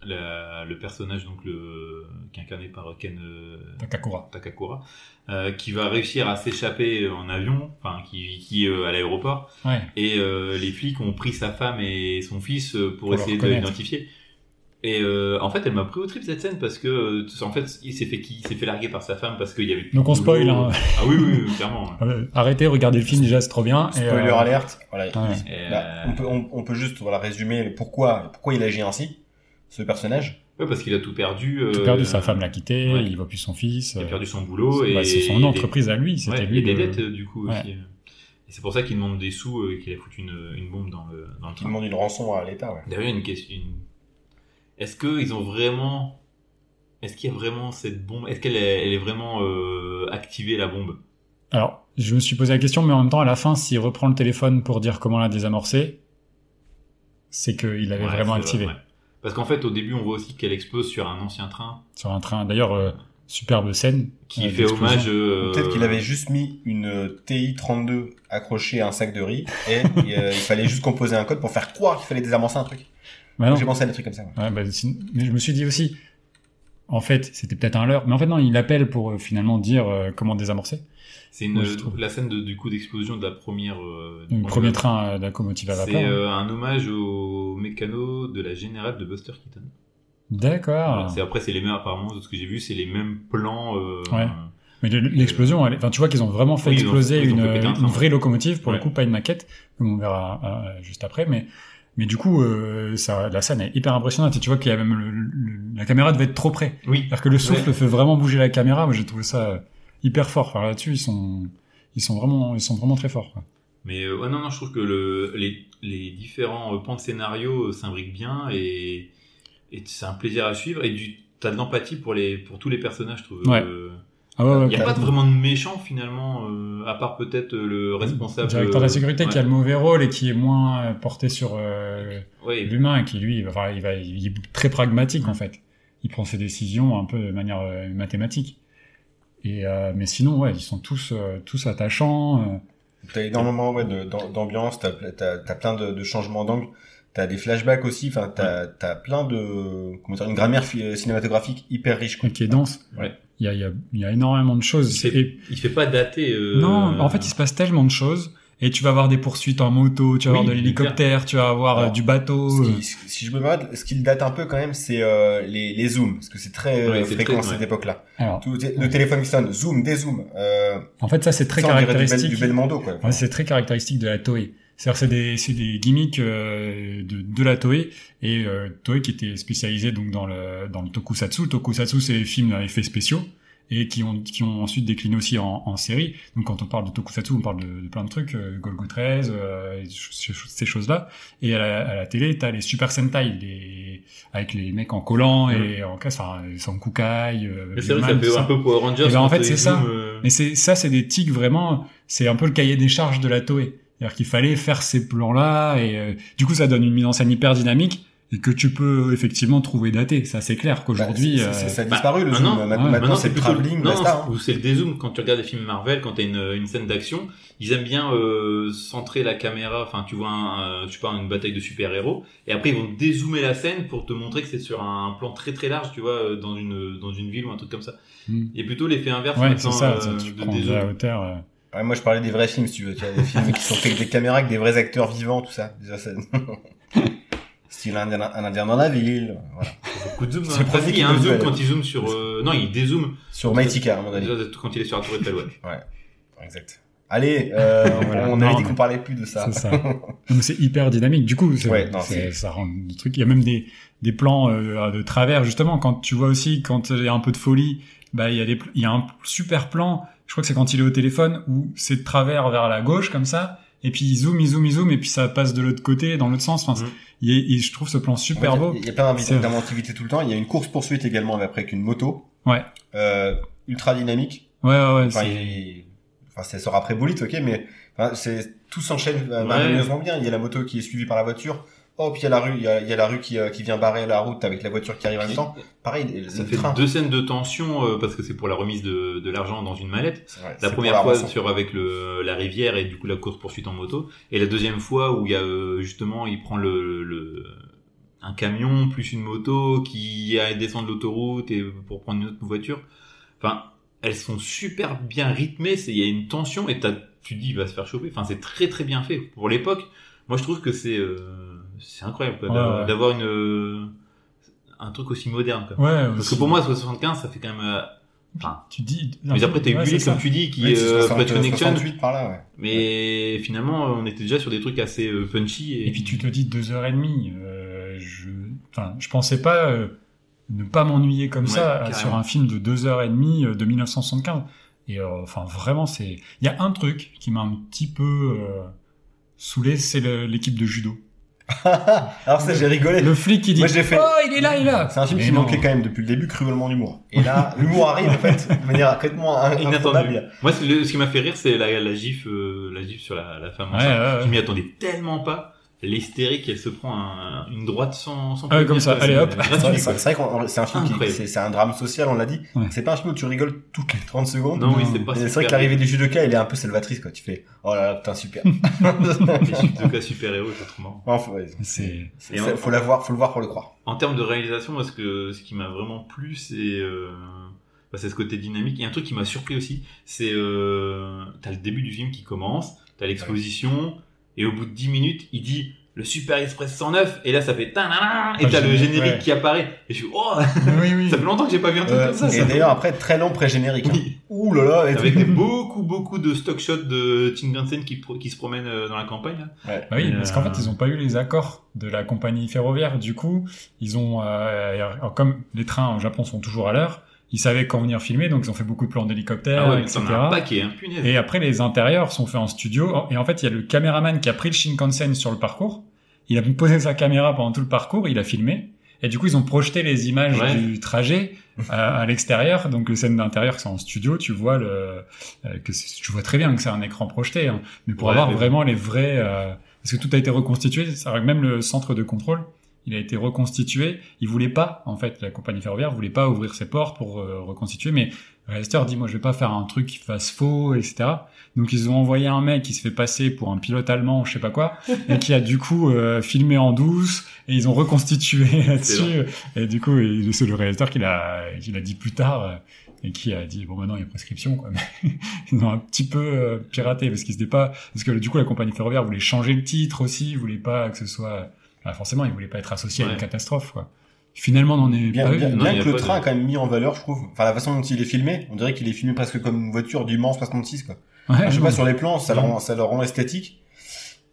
la- le personnage donc le qui est incarné par Ken euh,
Takakura.
Takakura euh, qui va réussir à s'échapper en avion, enfin qui, qui est euh, à l'aéroport
Ouais.
et euh, les flics ont pris sa femme et son fils euh, pour,
Pour
essayer
leur
de
connaître.
l'identifier. Et euh, en fait, elle m'a pris au trip cette scène parce que euh, en fait, il s'est fait qui s'est fait larguer par sa femme parce qu'il y avait plus
Donc on
de
spoil,
boulot.
hein.
Ah oui, oui, oui, clairement.
[laughs]
ouais.
Euh, Arrêtez, regardez le film, déjà, c'est trop bien. et, euh,
Spoiler alerte. Voilà.
ouais.
Là,
Et,
Bah,
euh,
on, peut, on, on peut juste voilà, résumer pourquoi, pourquoi il agit ainsi, ce personnage.
euh, Ouais, parce qu'il a tout perdu.
Il
euh,
a perdu sa femme l'a quitté,
ouais.
il voit plus son fils.
Il a
euh,
perdu son boulot. et
bah, c'est son
et
entreprise à lui,
des-
c'était
ouais,
lui.
et des
le-
dettes, euh, du coup,
Ouais.
aussi. euh. Et c'est pour ça qu'il demande des sous euh, et qu'il a foutu une, une bombe dans le, dans le
Qui
train.
demande une rançon à l'État. Ouais.
D'ailleurs, il y a une question. une- Est-ce qu'ils ont vraiment. Est-ce qu'il y a vraiment cette bombe Est-ce qu'elle est, elle est vraiment euh, activée, la bombe
Alors, je me suis posé la question, mais en même temps, à la fin, s'il reprend le téléphone pour dire comment la désamorcer, c'est qu'il l'avait
Ouais,
vraiment
c'est
activée
vrai, ouais. Parce qu'en fait, au début, on voit aussi qu'elle explose sur un ancien train
sur un train. D'ailleurs, euh, superbe scène.
qui
euh,
fait
d'explosion.
hommage. euh,
Peut-être qu'il avait juste mis une euh, TI-32 accrochée à un sac de riz et euh, il fallait juste composer un code pour faire croire qu'il fallait désamorcer un truc.
Bah non.
J'ai pensé à des trucs comme ça. ouais.
Ouais, bah, si- mais je me suis dit aussi, en fait, c'était peut-être un leurre. Mais en fait, non, il appelle pour euh, finalement dire euh, comment désamorcer.
C'est une-
Moi, je trouve.
la scène de- du coup d'explosion de la première. euh,
Le
bombe.
premier train euh, de locomotive à vapeur.
C'est euh, un hommage au mécano de la générale de Buster Keaton. Voilà,
D'accord.
c'est après c'est les mêmes apparemment de ce que j'ai vu, c'est les mêmes plans. euh,
Ouais. Mais le- l'explosion, elle est- enfin, tu vois qu'ils ont vraiment fait
Oui, ils ont-
exploser
ils ont
une,
fait péter un
une
train.
vraie locomotive, pour
Ouais.
le coup, pas une maquette, comme on verra euh, juste après. Mais, mais du coup, euh, ça, la scène est hyper impressionnante. Et tu vois qu'il y a même le- le- la caméra devait être trop près.
Oui.
C'est-à-dire que le souffle fait vraiment bouger la caméra. Moi, j'ai trouvé ça euh, hyper fort. Enfin, là-dessus, ils sont, ils sont vraiment, ils sont vraiment très forts. quoi.
Mais euh, ouais, non non, je trouve que le, les, les différents euh, pans de scénario euh, s'imbriquent bien et, et c'est un plaisir à suivre et du t'as de l'empathie pour les pour tous les personnages, je trouve.
Ouais. Ah ouais, ouais,
Il n'y a pas
complètement.
vraiment de méchant finalement, euh, à part peut-être euh, le responsable.
directeur de la
euh,
sécurité
ouais.
qui a le mauvais rôle et qui est moins euh, porté sur euh,
Ouais, et-
l'humain et qui lui il va, il va il est très pragmatique en fait il prend ses décisions un peu de manière euh, mathématique et euh, mais sinon ouais ils sont tous euh, tous attachants euh.
T'as énormément ouais, de- d'am- d'ambiance, t'as ple- t'as t'as plein de, de changements d'angle, t'as des flashbacks aussi, enfin t'as t'as plein de comment dire, une grammaire fi- euh, cinématographique hyper riche. quoi.
Et qui est dense
Ouais.
il y a il y a, il y a énormément de
il,
choses
fait,
Et-
il fait pas dater. euh,
non en fait il se passe tellement de choses et tu vas avoir des poursuites en moto tu vas
Oui,
avoir de l'hélicoptère tu vas avoir euh,
Alors,
du bateau
Ce
euh.
qui- ce- si je me demande, ce qu'il date un peu quand même, c'est euh, les, les zooms, parce que c'est très euh,
Ouais, c'est
fréquent
très,
à cette
ouais.
époque-là.
alors
Tout- Le téléphone qui sonne, zoom, dézoom. Euh,
en fait ça c'est très
ça, on dirait du, bel,
caractéristique
du Belmondo, quoi.
Ouais, c'est très caractéristique de la Toei. C'est-à-dire que c'est des, c'est des gimmicks euh, de, de la Toei et euh, Toei qui était spécialisée donc dans le dans le tokusatsu. Tokusatsu c'est les films à effets spéciaux et qui ont qui ont ensuite décliné aussi en, en série. Donc quand on parle de tokusatsu, on parle de, de plein de trucs, euh, Golgo 13, euh, et ch- ch- ces choses-là. Et à la, à la télé, t'as les Super Sentai, les avec les mecs en collant et en casse, enfin Sankukai, euh,
Mais c'est vrai que
Bioman, tout
ça fait un
ça.
peu Power Rangers.
Eh ben, en
quand,
fait,
euh,
c'est
ils
ça.
zooment, euh,
Mais c'est ça, c'est des tics vraiment. C'est un peu le cahier des charges de la Toei. C'est-à-dire qu'il fallait faire ces plans-là et euh, du coup ça donne une mise en scène hyper dynamique et que tu peux effectivement trouver daté. Ça c'est clair qu'aujourd'hui.
Bah, c'est- c'est-
euh,
ça a
bah,
disparu, le
ah
zoom.
non,
Maintenant,
ouais.
maintenant, c'est le
plutôt
travelling,
non,
basta. hein.
ou c'est le dézoom quand tu regardes les films Marvel quand t'as une, une scène d'action ils aiment bien euh, centrer la caméra enfin tu vois un, un- je sais pas une bataille de super héros et après ils vont dézoomer la scène pour te montrer que c'est sur un plan très très large tu vois euh, dans une dans une ville ou un truc comme ça
hmm.
il y a plutôt l'effet inverse
Ouais,
maintenant
c'est ça.
euh,
ça, tu
de
prends de
dézoom
la hauteur. euh.
Ouais, moi, je parlais des vrais films, si tu veux. Tu vois, des films qui sont faits avec des caméras, avec des vrais acteurs vivants, tout ça. Déjà, ça- [laughs] Style un, un indien dans la ville. Voilà.
beaucoup de zoom
C'est
hein.
le premier
Parce qu'il y
qui
a un
me
zoom
fait.
quand il zoom sur euh, non il dézoome
Sur Maïtika, à mon avis.
déjà, quand il est sur la tour Eiffel ouais.
Exact. Allez, euh,
Voilà.
on avait
Non,
dit
mais-
qu'on parlait plus de ça.
C'est
[laughs]
ça. Non, mais c'est hyper dynamique. Du coup, c'est-
Ouais, non,
c'est- ça rend le truc. Il y a même des, des plans euh, de travers, justement, quand tu vois aussi, quand il y a un peu de folie, bah, il y a des, pl- il y a un super plan. Je crois que c'est quand il est au téléphone où c'est de travers vers la gauche, comme ça. et puis il zoom, il zoom, il zoom, et puis ça passe de l'autre côté, dans l'autre sens.
Mm.
Enfin,
Mhm.
il est- il- je trouve ce plan super
Ouais,
beau.
Il y a plein d'invi-
C'est-
d'inventivité tout le temps. Il y a une course poursuite également mais après avec une moto.
Ouais.
Euh, ultra dynamique.
Ouais, ouais, ouais.
Enfin,
c'est-
il- enfin, ça sera après Bullet, ok, mais enfin, c'est tout s'enchaîne euh,
Ouais.
merveilleusement bien. Il y a la moto qui est suivie par la voiture. Hop, il y a la rue, il y a, il y a la rue qui, euh, qui vient barrer la route avec la voiture qui arrive en même temps. Pareil, le
Ça
le
fait
train.
deux scènes de tension euh, parce que c'est pour la remise de, de l'argent dans une mallette.
C'est vrai, c'est
La
pour
première fois
rançon.
sur avec le, la rivière et du coup la course poursuite en moto. Et la deuxième fois où il y a euh, justement il prend le, le un camion plus une moto qui a- descend de l'autoroute et pour prendre une autre voiture. Enfin, elles sont super bien rythmées. c'est- Il y a une tension et t'as- tu te dis il va se faire choper. Enfin, c'est très très bien fait pour l'époque. Moi, je trouve que c'est euh, c'est incroyable quoi,
Ouais,
d'avoir-
ouais.
d'avoir une euh, un truc aussi moderne. Quoi.
Ouais,
Parce que
aussi.
pour moi, 75, ça fait quand même. euh, Enfin,
tu te dis.
mais après, t'as eu
Ouais,
Bullet,
c'est
comme
ça.
tu dis, qui
Oui,
est
c'est
euh,
60,
Bad Connection.
68 par là, ouais. [laughs]
Mais finalement, euh, on était déjà sur des trucs assez euh, punchy. Et,
Et puis tu te dis deux heures et demie. euh, je, enfin, je pensais pas euh, ne pas m'ennuyer comme
Ouais,
ça euh,
carrément.
sur un film de deux heures et demie euh, de 1975. Et euh, enfin, vraiment, c'est. Il y a un truc qui m'a un petit peu euh, saoulé, c'est le- l'équipe
[laughs]
de judo.
Alors ça, j'ai rigolé.
Le flic qui dit.
Moi, je l'ai fait.
Oh, il est là, il est
[laughs]
là.
C'est un film
Mais
qui
non.
manquait quand même depuis le début cruellement d'humour. Et là, l'humour arrive en fait de manière complètement in-
[laughs] inattendu. Ah,
improbable.
Moi, c'est le- ce qui m'a fait rire, c'est la, la gif, euh, la gif sur la, la femme
Ouais,
enceinte.
ouais,
Je
ouais.
m'y attendais tellement pas. L'hystérique, elle se prend un- une droite sans. sans
Ah ouais, comme ça,
prévenir,
allez, hop.
c'est
Ouais, [laughs]
gratuit,
C'est
quoi.
c'est vrai qu'on c'est un film qui
Incroyable.
c'est c'est un drame social, on l'a dit.
Ouais.
C'est pas un film où tu rigoles toutes les 30 secondes.
Non, oui,
Non,
c'est pas
Et C'est vrai
super-
que l'arrivée du judoka, elle est un peu salvatrice quoi. Tu fais oh là là putain super.
[laughs] c'est surtout qu'un super-héros, je trouve marrant.
Enfin, ouais,
C'est. [laughs]
c'est-
Et
c'est-
en-
faut la voir, faut le voir pour le
[laughs]
croire.
En termes de réalisation, moi, ce, que, ce qui m'a vraiment plu, c'est euh, bah, c'est ce côté dynamique. Et un truc qui m'a surpris aussi, c'est euh, t'as le début du film qui commence, t'as l'exposition, et au bout de 10 minutes, il dit le Super Express 109, et là ça fait tanana, et
Ah,
t'as le
génial,
générique
ouais.
qui apparaît. Et je suis oh, [laughs]
oui, oui.
ça fait longtemps que j'ai pas vu un truc
Euh,
comme ça.
et
ça.
d'ailleurs après très long pré générique.
[laughs] Oui.
Ouh là là. et
Avec
tout.
des, beaucoup, beaucoup de stock shots de Tingansen qui, pro- qui se promène euh, dans la campagne. là.
Bah oui,
Mais,
parce qu'en
euh,
fait, ils n'ont pas eu les accords de la compagnie ferroviaire. Du coup, ils ont, euh, alors, comme les trains au Japon sont toujours à l'heure, ils savaient quand venir filmer, donc ils ont fait beaucoup de plans d'hélicoptères,
Ah ouais, mais
etc.
t'en as un paquet, hein, punaise.
Et après, les intérieurs sont faits en studio. Et en fait, il y a le caméraman qui a pris le Shinkansen sur le parcours. Il a posé sa caméra pendant tout le parcours, il a filmé. Et du coup, ils ont projeté les images
Ouais.
du trajet euh, à, à l'extérieur. Donc, les scènes d'intérieur qui sont en studio, tu vois le, euh, que c'est- tu vois très bien que c'est un écran projeté. hein. Mais pour
Ouais,
avoir
mais-
vraiment les vrais, euh, parce que tout a été reconstitué, c'est vrai que même le centre de contrôle, il a été reconstitué. Il voulait pas, en fait, la compagnie ferroviaire voulait pas ouvrir ses ports pour euh, reconstituer. Mais le réalisateur dit, moi, je vais pas faire un truc qui fasse faux, etc. Donc ils ont envoyé un mec qui se fait passer pour un pilote allemand, je sais pas
[laughs]
quoi, et qui a du coup euh, filmé en douce, et ils ont reconstitué là-dessus. Et du coup, et c'est le réalisateur qui l'a qui l'a dit plus tard, euh, et qui a dit, bon maintenant il y a prescription, quoi. Mais ils ont un petit peu euh, piraté, parce qu'ils étaient pas... Parce que du coup, la compagnie ferroviaire voulait changer le titre aussi, ils voulaient pas que ce soit... bah, forcément, ils voulaient pas être associés à
Ouais.
une catastrophe, quoi. Finalement, on n'en est
Bien,
pas eu.
bien,
Ah non,
bien
il y a
que le
pas de-
train a quand même mis en valeur, je trouve. Enfin, la façon dont il est filmé, on dirait qu'il est filmé presque comme une voiture du Mans 66, quoi.
Ouais,
Ah, je sais
non,
pas, sur les plans, ça le
Ouais.
rend, ça le rend esthétique.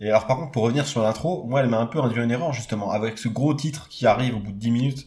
Et alors, par contre, pour revenir sur l'intro, moi, elle m'a un peu induit en erreur, justement, avec ce gros titre qui arrive au bout de 10 minutes.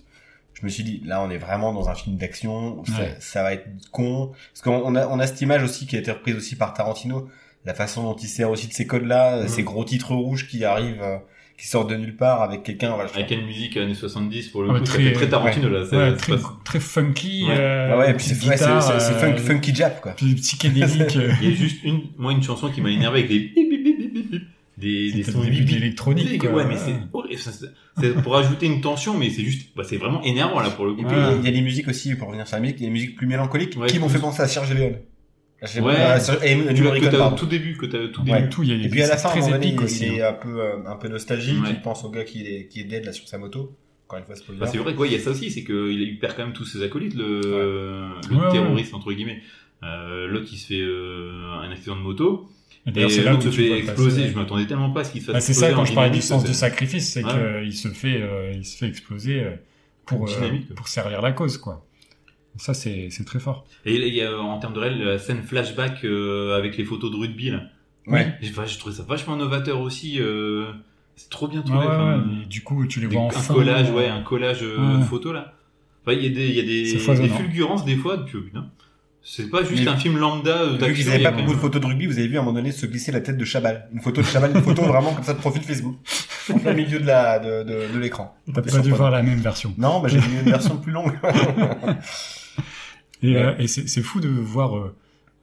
Je me suis dit, là, on est vraiment dans un film d'action, ça-
Ouais.
ça va être con. Parce qu'on on a, on a cette image aussi qui a été reprise aussi par Tarantino, la façon dont il sert aussi de ces codes-là,
Mm.
Mhm.
ces gros titres rouges qui arrivent, euh, qui sortent de nulle part avec quelqu'un, voilà, je
Avec une musique euh, années 70 pour le
Ah,
coup,
mais
ça
très-
fait très Tarantino là. ça-
Ouais,
ça
très,
passe-
très funky.
Ouais.
euh,
Ah ouais, et puis c'est
petite
ouais, c'est-
guitare,
c'est- c'est funk-
euh,
funky jap, quoi. [laughs]
plus psychédélique, euh,
Il y a juste une, moi, une chanson qui m'a énervé avec des bip, bip, bip, bip, bip, bip, des, des
c'était
sons
le début de
bip, bip.
l'électronique. euh, quoi.
Ouais, mais c'est horrible. Ça, ça- C'est pour ajouter une tension, mais c'est juste, bah, c'est vraiment énervant là pour le
Et
coup.
puis, il y a- il y a des musiques aussi, pour revenir sur la musique, il y a des musiques plus mélancoliques
Ah. Ouais,
qui m'ont
plus-
fait penser à Serge Léon. et,
Ouais. Tu l'as que
Morricone,
t'as au
pardon.
tout début, que t'as au tout
Ouais,
début.
tout, il y a des
Et puis à la fin, à un
très
moment donné,
épique
il,
aussi. hein.
il est un peu, euh, un peu nostalgique,
hein. Ouais.
il pense au gars qui est, qui est dead là sur sa moto. Encore une fois, spoiler.
Enfin, Bah, c'est vrai, quoi, il y a ça aussi, c'est qu'il il perd quand même tous ses acolytes, le, le
Ouais, ouais.
terroriste, entre guillemets. Euh, L'autre, il se fait euh, un accident de moto,
Et
et
D'ailleurs, c'est là où
l'autre
tu
se
vois
fait
passer-
exploser. Je m'attendais tellement pas à ce qu'il se fasse
Bah, c'est ça
exploser en
quand je parlais du
dynamite,
sens du
c'est-
sacrifice, c'est
Ouais.
qu'il se fait, euh, il se fait exploser euh, pour euh,
Dynamique, quoi.
pour servir la cause, quoi. Ça, c'est c'est très fort.
Et il y a, euh, en termes de réel, la scène flashback euh, avec les photos de rugby, là.
Ouais.
Et, enfin, je trouve ça vachement novateur aussi. euh, c'est trop bien
Ouais,
trouvé.
ouais,
enfin,
ouais. Et Du coup, tu les
des-
vois en
un
fond,
collage,
euh,
ouais, un collage euh,
Ouais.
photo là. Enfin, il y a des, il y a
C'est
des,
foisonnant.
des fulgurances des fois. Tu vois, putain. C'est pas juste
Mais-
un film lambda euh,
Vu qu'ils
d'action,
n'avaient pas
mais-
beaucoup de photos de rugby, vous avez vu à un moment donné se glisser la tête de Chabal. Une photo de Chabal, une photo vraiment comme ça de profil Facebook. En plein milieu de la, de, de, de l'écran.
T'as
C'est
pas dû
surprenant.
voir la même version.
Non, bah, j'ai vu une version plus longue. [laughs]
Et,
Ouais.
euh, et c'est c'est fou de voir. euh,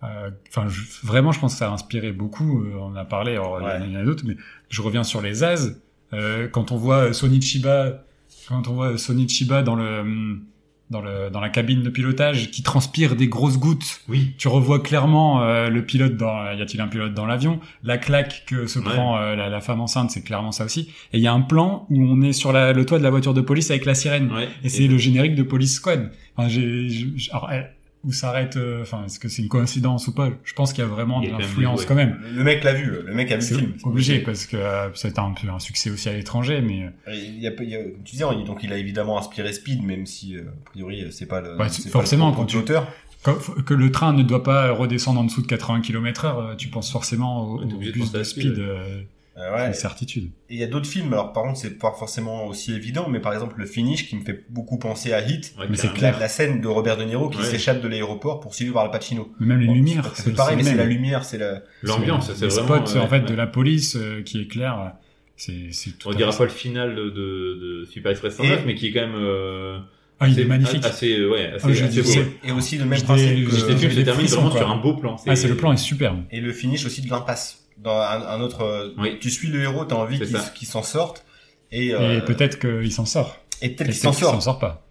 euh, Enfin, je- vraiment, je pense que ça a inspiré beaucoup. euh, on en a parlé, alors, il y en a-
Ouais.
il y en a d'autres, mais je reviens sur les As. Euh, quand on voit euh, Sonny Chiba, quand on voit euh, Sonny Chiba dans le hum, dans le dans la cabine de pilotage qui transpire des grosses gouttes,
Oui.
tu revois clairement euh, le pilote. Dans, y a-t-il un pilote dans l'avion La claque que se
Ouais.
prend euh, la, la femme enceinte, c'est clairement ça aussi. Et il y a un plan où on est sur la- le toit de la voiture de police avec la sirène.
Ouais.
Et c'est le générique de Police Squad. Enfin, j'ai, j'ai- j'ai- alors, elle- où s'arrête euh, Enfin, est-ce que c'est une coïncidence ou pas Je pense qu'il y a vraiment
Il y
de
a quand même
l'influence
des-
quand même.
Le mec l'a vu, euh, le mec a vu
C'est
le film.
obligé parce que euh, c'est un peu un succès aussi à l'étranger, mais euh,
Et Il y a, il y a- comme tu disais, il- donc il a évidemment inspiré Speed, même si euh, a priori c'est pas le.
Ouais, c'est-
c'est
Bah, forcément,
pas le
quand tu-
auteur.
quand- faut- que le train ne doit pas redescendre en dessous de 80 km/h, euh, tu penses forcément au,
Ouais, t'es
au
obligé de
bus
penser à
de
la
speed,
speed, ouais.
euh,
Euh, ouais.
une certitude.
Et il y a d'autres films. Alors par contre, c'est pas forcément aussi évident, mais par exemple le finish qui me fait beaucoup penser à Hit.
Ouais,
mais c'est
carrément.
clair.
La, la scène de Robert De Niro qui
Ouais.
s'échappe de l'aéroport poursuivi par Al Pacino.
Mais même les
Bon,
lumières,
Oh, c'est pareil, mais
le
c'est la
même.
lumière, c'est la.
L'ambiance, c'est
les spots
vraiment. euh,
en fait
ouais.
de la police euh, qui éclairent. C'est, c'est tout
On
à
dira
fait-
pas le final de, de, de Super Express 109,
Et-
mais qui est quand même. euh,
Ah, il
assez-
est magnifique.
Assez, euh, ouais, assez,
Ah, je
assez
dis-
beau.
c'est-
ouais.
Et aussi le même
Je
principe.
l'ai- je
que-
Le
l'ai
film
j'ai
se
des
termine
frissons,
vraiment
quoi.
sur un beau plan.
Ah, c'est le plan est superbe.
Et le finish aussi de l'impasse. Dans un, un autre, euh,
Oui.
tu suis le héros, t'as envie
C'est
qu'il
ça.
qu'il s'en sorte. Et, euh,
Et peut-être qu'il s'en sort.
et peut-être
Peut-être
qu'il s'en
qu'il s'en
sort.
sort pas.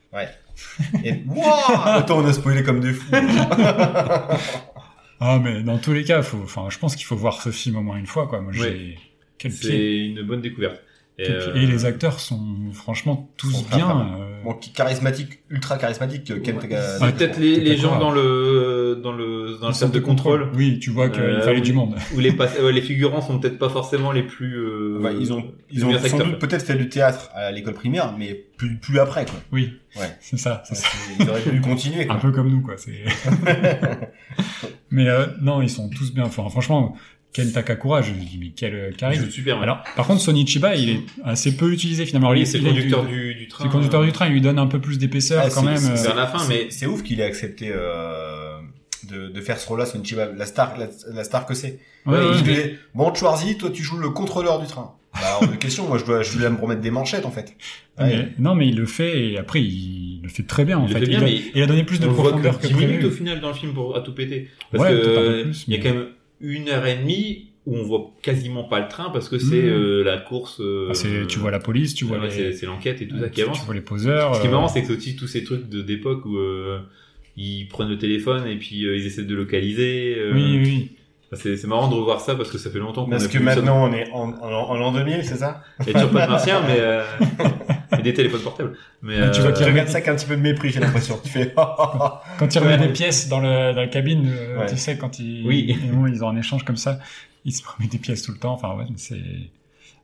Et [laughs] Wouah Autant on a spoilé comme des fous.
Ah, mais dans tous les cas, faut, enfin, je pense qu'il faut voir ce film au moins une fois, quoi. Moi, j'ai. Quel pied.
C'est une bonne découverte. Et,
Quel pied.
euh,
Et les acteurs sont franchement tous
sont pas
bien.
mal.
euh,
Bon, qui- charismatique, ultra charismatique, euh, Kent.
ouais.
euh,
C'est Ah, peut-être les,
Peut-être
les gens
pas.
dans le dans le dans le centre de contrôle
Oui, tu vois qu'il
Euh,
fallait
oui.
du monde. [laughs]
où les passe- euh, les figurants sont peut-être pas forcément les plus. euh,
bah, ils ont, ils
les
ont
meilleurs
sans
acteurs.
doute peut-être fait du théâtre à l'école primaire, mais plus, plus après, quoi.
Oui.
Ouais.
C'est ça. c'est ça.
Ils auraient dû continuer,
Un
quoi.
peu comme nous, quoi.
[laughs]
c'est- mais euh, non, ils sont tous bien. Enfin, franchement, Ken Takakura, je me dis, mais quel euh,
ils
charisme.
jouent super. ouais.
Alors, par contre, Sonichiba, il est assez peu utilisé finalement.
oui,
Il-
c'est
il
le
est
conducteur du, du train.
C'est le conducteur
euh,
du train, il lui donne un peu plus d'épaisseur
Ah,
quand
c'est-
même.
c'est-
euh,
Vers la fin, mais
C'est ouf qu'il ait accepté euh, de, de faire ce rôle-là, c'est une chiba, la star, la, la star que c'est.
ouais, ouais,
Parce
ouais.
que, bon, Schwarzy, toi, tu joues le contrôleur du train. Bah, hors de question, moi, je dois, je suis là à me remettre des manchettes, en fait. Ouais.
Mais- non, mais il le fait et après, il le fait très bien, en
Il le
fait.
fait bien,
il, a,
mais
il a donné plus de
on le voit
profondeur
que
que
10 minutes au
prévu.
final dans le film pour à tout péter. Parce
Ouais,
que
peut-être un peu
euh,
plus,
il y
mais-
a quand même une heure et demie où on voit quasiment pas le train parce que c'est
Mm.
euh, la course. euh,
Ah, c'est- tu vois la police, tu vois
ouais,
les,
c'est- c'est l'enquête et tout
euh,
ça qui
tu,
avance.
tu vois les poseurs.
Ce qui est
euh,
marrant, c'est que c'est aussi tous ces trucs de- d'époque où euh, ils prennent le téléphone et puis euh, ils essaient de le localiser. euh,
Oui, oui.
C'est c'est marrant de revoir ça parce que ça fait longtemps qu'on a
Parce que
plus ça.
maintenant, on est en, en, en l'an 2000, c'est ça?
Il y a toujours pas de martiens, mais
[laughs]
euh, et des téléphones portables. Mais euh,
Mais tu vois
Je
qu'il
regarde ça avec un petit peu de mépris, j'ai l'impression. Tu fais, [laughs] oh,
Quand il remet
Ouais.
des pièces dans, le, dans la cabine, euh,
Ouais.
tu sais, quand ils,
Oui.
ils ont- ils ont un échange comme ça, ils se remettent des pièces tout le temps. Enfin, ouais, mais c'est.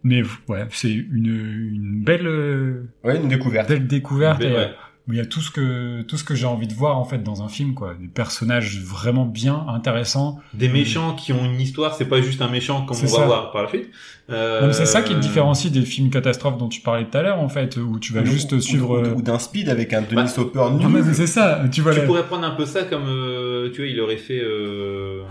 Mais ouais, c'est une, une belle, euh,
ouais, une découverte.
belle découverte.
mais
et,
ouais.
Mais Il y a tout ce que tout ce que j'ai envie de voir en fait dans un film quoi, des personnages vraiment bien intéressants.
Des méchants qui ont une histoire, c'est pas juste un méchant comme on
C'est
va
ça.
voir par la suite. Euh,
Non, mais C'est ça qui te différencie des films catastrophes dont tu parlais tout à l'heure en fait, où tu vas juste
Ou- ou-
suivre. euh,
Ou, ou d'un speed avec un Denis
Bah,
Hopper
Ah, mais
nul.
c'est ça, tu vois.
Tu
la-
pourrais prendre un peu ça comme euh, tu vois, il aurait fait euh,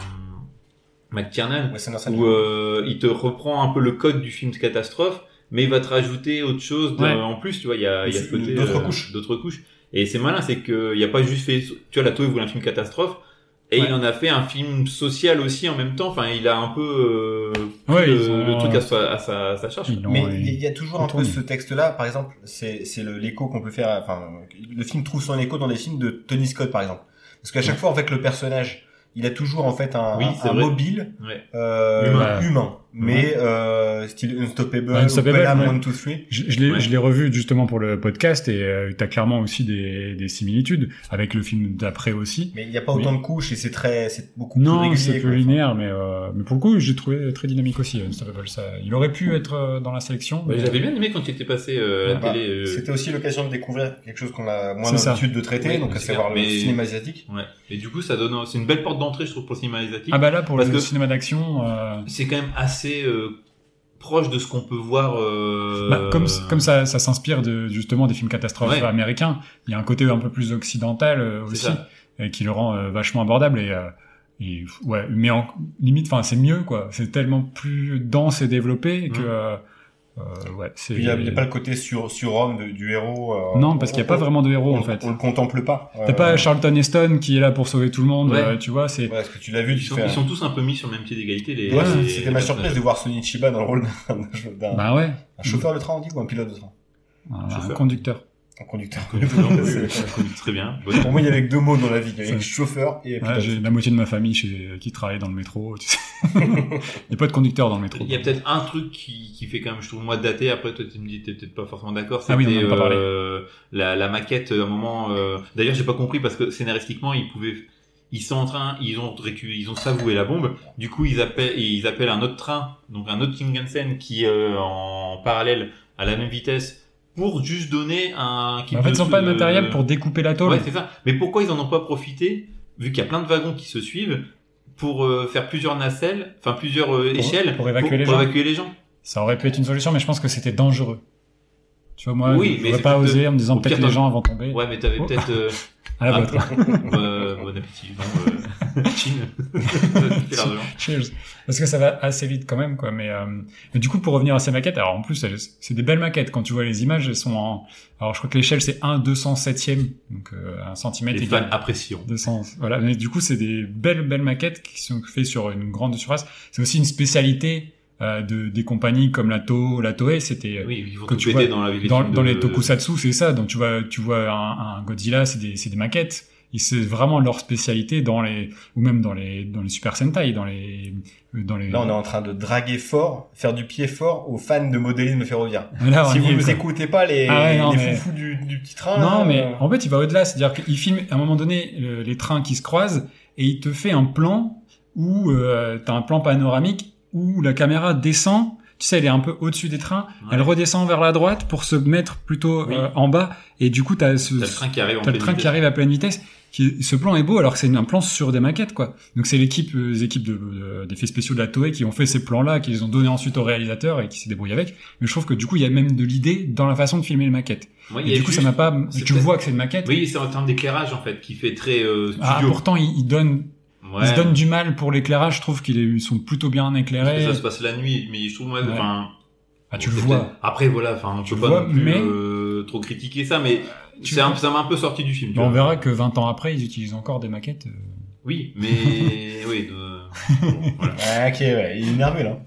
McTiernan.
Wes Anderson.
où euh, il te reprend un peu le code du film de catastrophe, mais il va te rajouter autre chose de-
Ouais.
en plus, tu vois, il y a, il y a ce côté,
D'autres
euh,
couches.
d'autres couches. Et c'est malin, c'est qu'il n'y a pas juste fait, tu vois, la Toei voulait un film catastrophe, et
Ouais.
il en a fait un film social aussi en même temps. Enfin, il a un peu euh,
Ouais,
le,
ils ont-
le truc à, sa- à sa, à sa charge.
Ils l'ont-
Mais
ouais.
il y a- il y a toujours un peu
Retourne.
ce texte-là. Par exemple, c'est c'est le- l'écho qu'on peut faire. à- Enfin, le film trouve son écho dans les films de Tony Scott, par exemple. Parce qu'à chaque fois, en fait, le personnage, il a toujours en fait un,
Oui, c'est
un
vrai.
mobile
Mm.
Ouais.
euh, humain.
Humain.
mais euh, style Unstoppable,
Ouais, Unstoppable,
ou Pelham
ouais.
1, 2, 3.
Je, je l'ai
Ouais.
je l'ai revu justement pour le podcast et euh, t'as clairement aussi des, des similitudes avec le film d'après aussi.
Mais il n'y a pas autant de couches et c'est très, c'est beaucoup plus
Non,
régulier.
c'est
quoi.
peu linéaire, mais euh, mais pour le coup, j'ai trouvé très dynamique aussi. euh, Unstoppable, ça. Il aurait pu être euh, dans la sélection. mais-
Ouais, Bah, J'avais bien aimé quand il était passé euh, à la
Bah,
télé. euh,
C'était aussi l'occasion de découvrir quelque chose qu'on a moins
C'est ça.
l'habitude de traiter,
Oui,
donc à
c'est
savoir
clair,
le
mais-
cinéma asiatique.
ouais. Et du coup, ça donne, un- c'est une belle porte d'entrée, je trouve, pour le cinéma asiatique.
Ah bah là ah bah pour
Parce
le
que-
cinéma d'action. euh,
c'est quand même assez euh, proche de ce qu'on peut voir. euh,
Bah, comme, comme ça, ça s'inspire de, justement des films catastrophes
Ouais.
américains. Il y a un côté un peu plus occidental euh,
C'est
aussi,
ça.
euh, qui le rend euh, vachement abordable et, euh, et, ouais, mais en limite, enfin, c'est mieux quoi. C'est tellement plus dense et développé que
Mhm.
euh, euh, ouais, c'est.
Mmh. Puis Il n'y a, il y a pas le côté sur, surhomme de- du héros. euh,
Non, parce qu'il n'y a
on-
pas vraiment de héros
on-
en fait.
On le contemple pas. Euh,
T'as pas Charlton Heston qui est là pour sauver tout le monde,
Ouais.
euh, tu vois. C'est
Parce que tu l'as vu,
Ils
tu
sont,
fais un-
ils sont tous un peu mis sur le même pied d'égalité. Les,
Ouais,
les-
C'était ma
les
surprise
personnages.
de voir Sonny Chiba dans le rôle d'un- [laughs] d'un d'un-
bah ouais,
un chauffeur de train, on dit, ou un pilote de train
un, un
Chauffeur.
conducteur.
Un conducteur.
[laughs]
[laughs]
Je connais Très bien. Bonne-
Pour moi, il y avait que deux mots dans la vie. Il y avait
Ça-
que chauffeur et
Ouais,
pilote.
J'ai la moitié de ma famille chez, qui travaille dans le métro.
[laughs]
Tu sais. Il n'y a pas de conducteur dans le métro.
Il y a peut-être un truc qui, qui fait quand même, je trouve, moi, daté. Après, toi, tu me dis, t'es peut-être pas forcément d'accord.
Ah oui, on en a
C'était,
pas parlé.
euh, la, la maquette, à un moment. euh, D'ailleurs, j'ai pas compris parce que scénaristiquement, ils pouvaient. Ils sont en train, ils ont récu, ils ont savoué la bombe. Du coup, ils appellent, ils appellent un autre train, donc un autre Kingansen qui est euh, en parallèle à la même vitesse pour juste donner un. qui
Mais en fait,
peut
ils n'ont pas de
se-
matériel pour découper la tôle.
euh, Ouais, c'est ça. Mais pourquoi ils en ont pas profité, vu qu'il y a plein de wagons qui se suivent, pour euh, faire plusieurs nacelles, enfin plusieurs euh, échelles,
pour évacuer les gens.
évacuer les gens.
Ça aurait pu être une solution, mais je pense que c'était dangereux. Tu vois, moi,
Oui,
je
mais
n'aurais
c'est
pas
peut-être-
osé en me disant
au pire,
peut-être les
t'as-
gens vont tomber
Ouais, mais t'avais
Oh.
peut-être euh,
à [laughs] la
ah.
vôtre.
euh, bon appétit. Non,
[laughs]
euh, Chine. [laughs] C'est largement.
Cheers. Parce que ça va assez vite quand même, quoi. Mais, euh, mais du coup, pour revenir à ces maquettes, alors en plus, elles- c'est des belles maquettes. Quand tu vois les images, elles sont en. Alors, je crois que l'échelle, c'est 1 207e, donc euh, un centimètre
les fans
égale
apprécieront.
200. Voilà. Mais du coup, c'est des belles, belles maquettes qui sont faites sur une grande surface. C'est aussi une spécialité euh, de, des compagnies comme la To, la Toei. C'était euh,
Oui, ils vont
Que
tout
tu
péter
vois
dans la ville.
dans, dans les tokusatsu, c'est ça. Donc tu vois, tu vois un, un Godzilla, c'est des, c'est des maquettes. Et c'est vraiment leur spécialité dans les ou même dans les dans les Super Sentai, dans les dans les.
Là, on est en train de draguer fort, faire du pied fort aux fans de modélisme ferroviaire.
[laughs] Là, Ah, on
si
y
vous
est,
ne
quoi.
écoutez pas les,
Ah ouais, non,
les
mais-
foufous du, du petit train.
Non,
là,
mais
euh,
en fait, il va au-delà. C'est-à-dire qu'il filme à un moment donné euh, les trains qui se croisent et il te fait un plan où euh, t'as un plan panoramique où la caméra descend. Tu sais, elle est un peu au-dessus des trains.
Ouais.
Elle redescend vers la droite pour se mettre plutôt
Oui.
euh, en bas. Et du coup, t'as ce,
T'as le train qui arrive en
T'as le
pleine
train qui
vitesse.
arrive à pleine vitesse. Qui, ce plan est beau alors que c'est un plan sur des maquettes quoi. Donc c'est l'équipe, euh, les équipes de- de- d'effets spéciaux de la Toei qui ont fait ces plans-là, qui les ont donnés ensuite au réalisateur et qui s'est débrouillé avec. Mais je trouve que du coup il y a même de l'idée dans la façon de filmer les maquettes.
Ouais, il y
Et
a
du coup
juste-
ça n'a pas,
c'est
tu
peut-être-
vois que c'est une maquette.
Oui, c'est en termes d'éclairage en fait qui fait très euh, studio.
Ah, pourtant ils, ils donnent,
Ouais.
ils se donnent du mal pour l'éclairage. Je trouve qu'ils ils sont plutôt bien
Parce
éclairés.
que Ça se passe la nuit, mais je trouve moi,
Ouais.
enfin,
Ah tu
Bon,
le
c'est
vois.
peut-être- Après, voilà, enfin, on
Tu
peut
le
pas
vois,
non plus
mais-
euh, trop critiquer ça, mais
Tu
c'est un-
vois.
ça m'a un peu sorti du film. tu
Mais on
vois.
verra que 20 ans après ils utilisent encore des maquettes. euh.
Oui, mais [laughs] oui. euh, bon, voilà.
ouais, ok, ouais, il est nerveux là.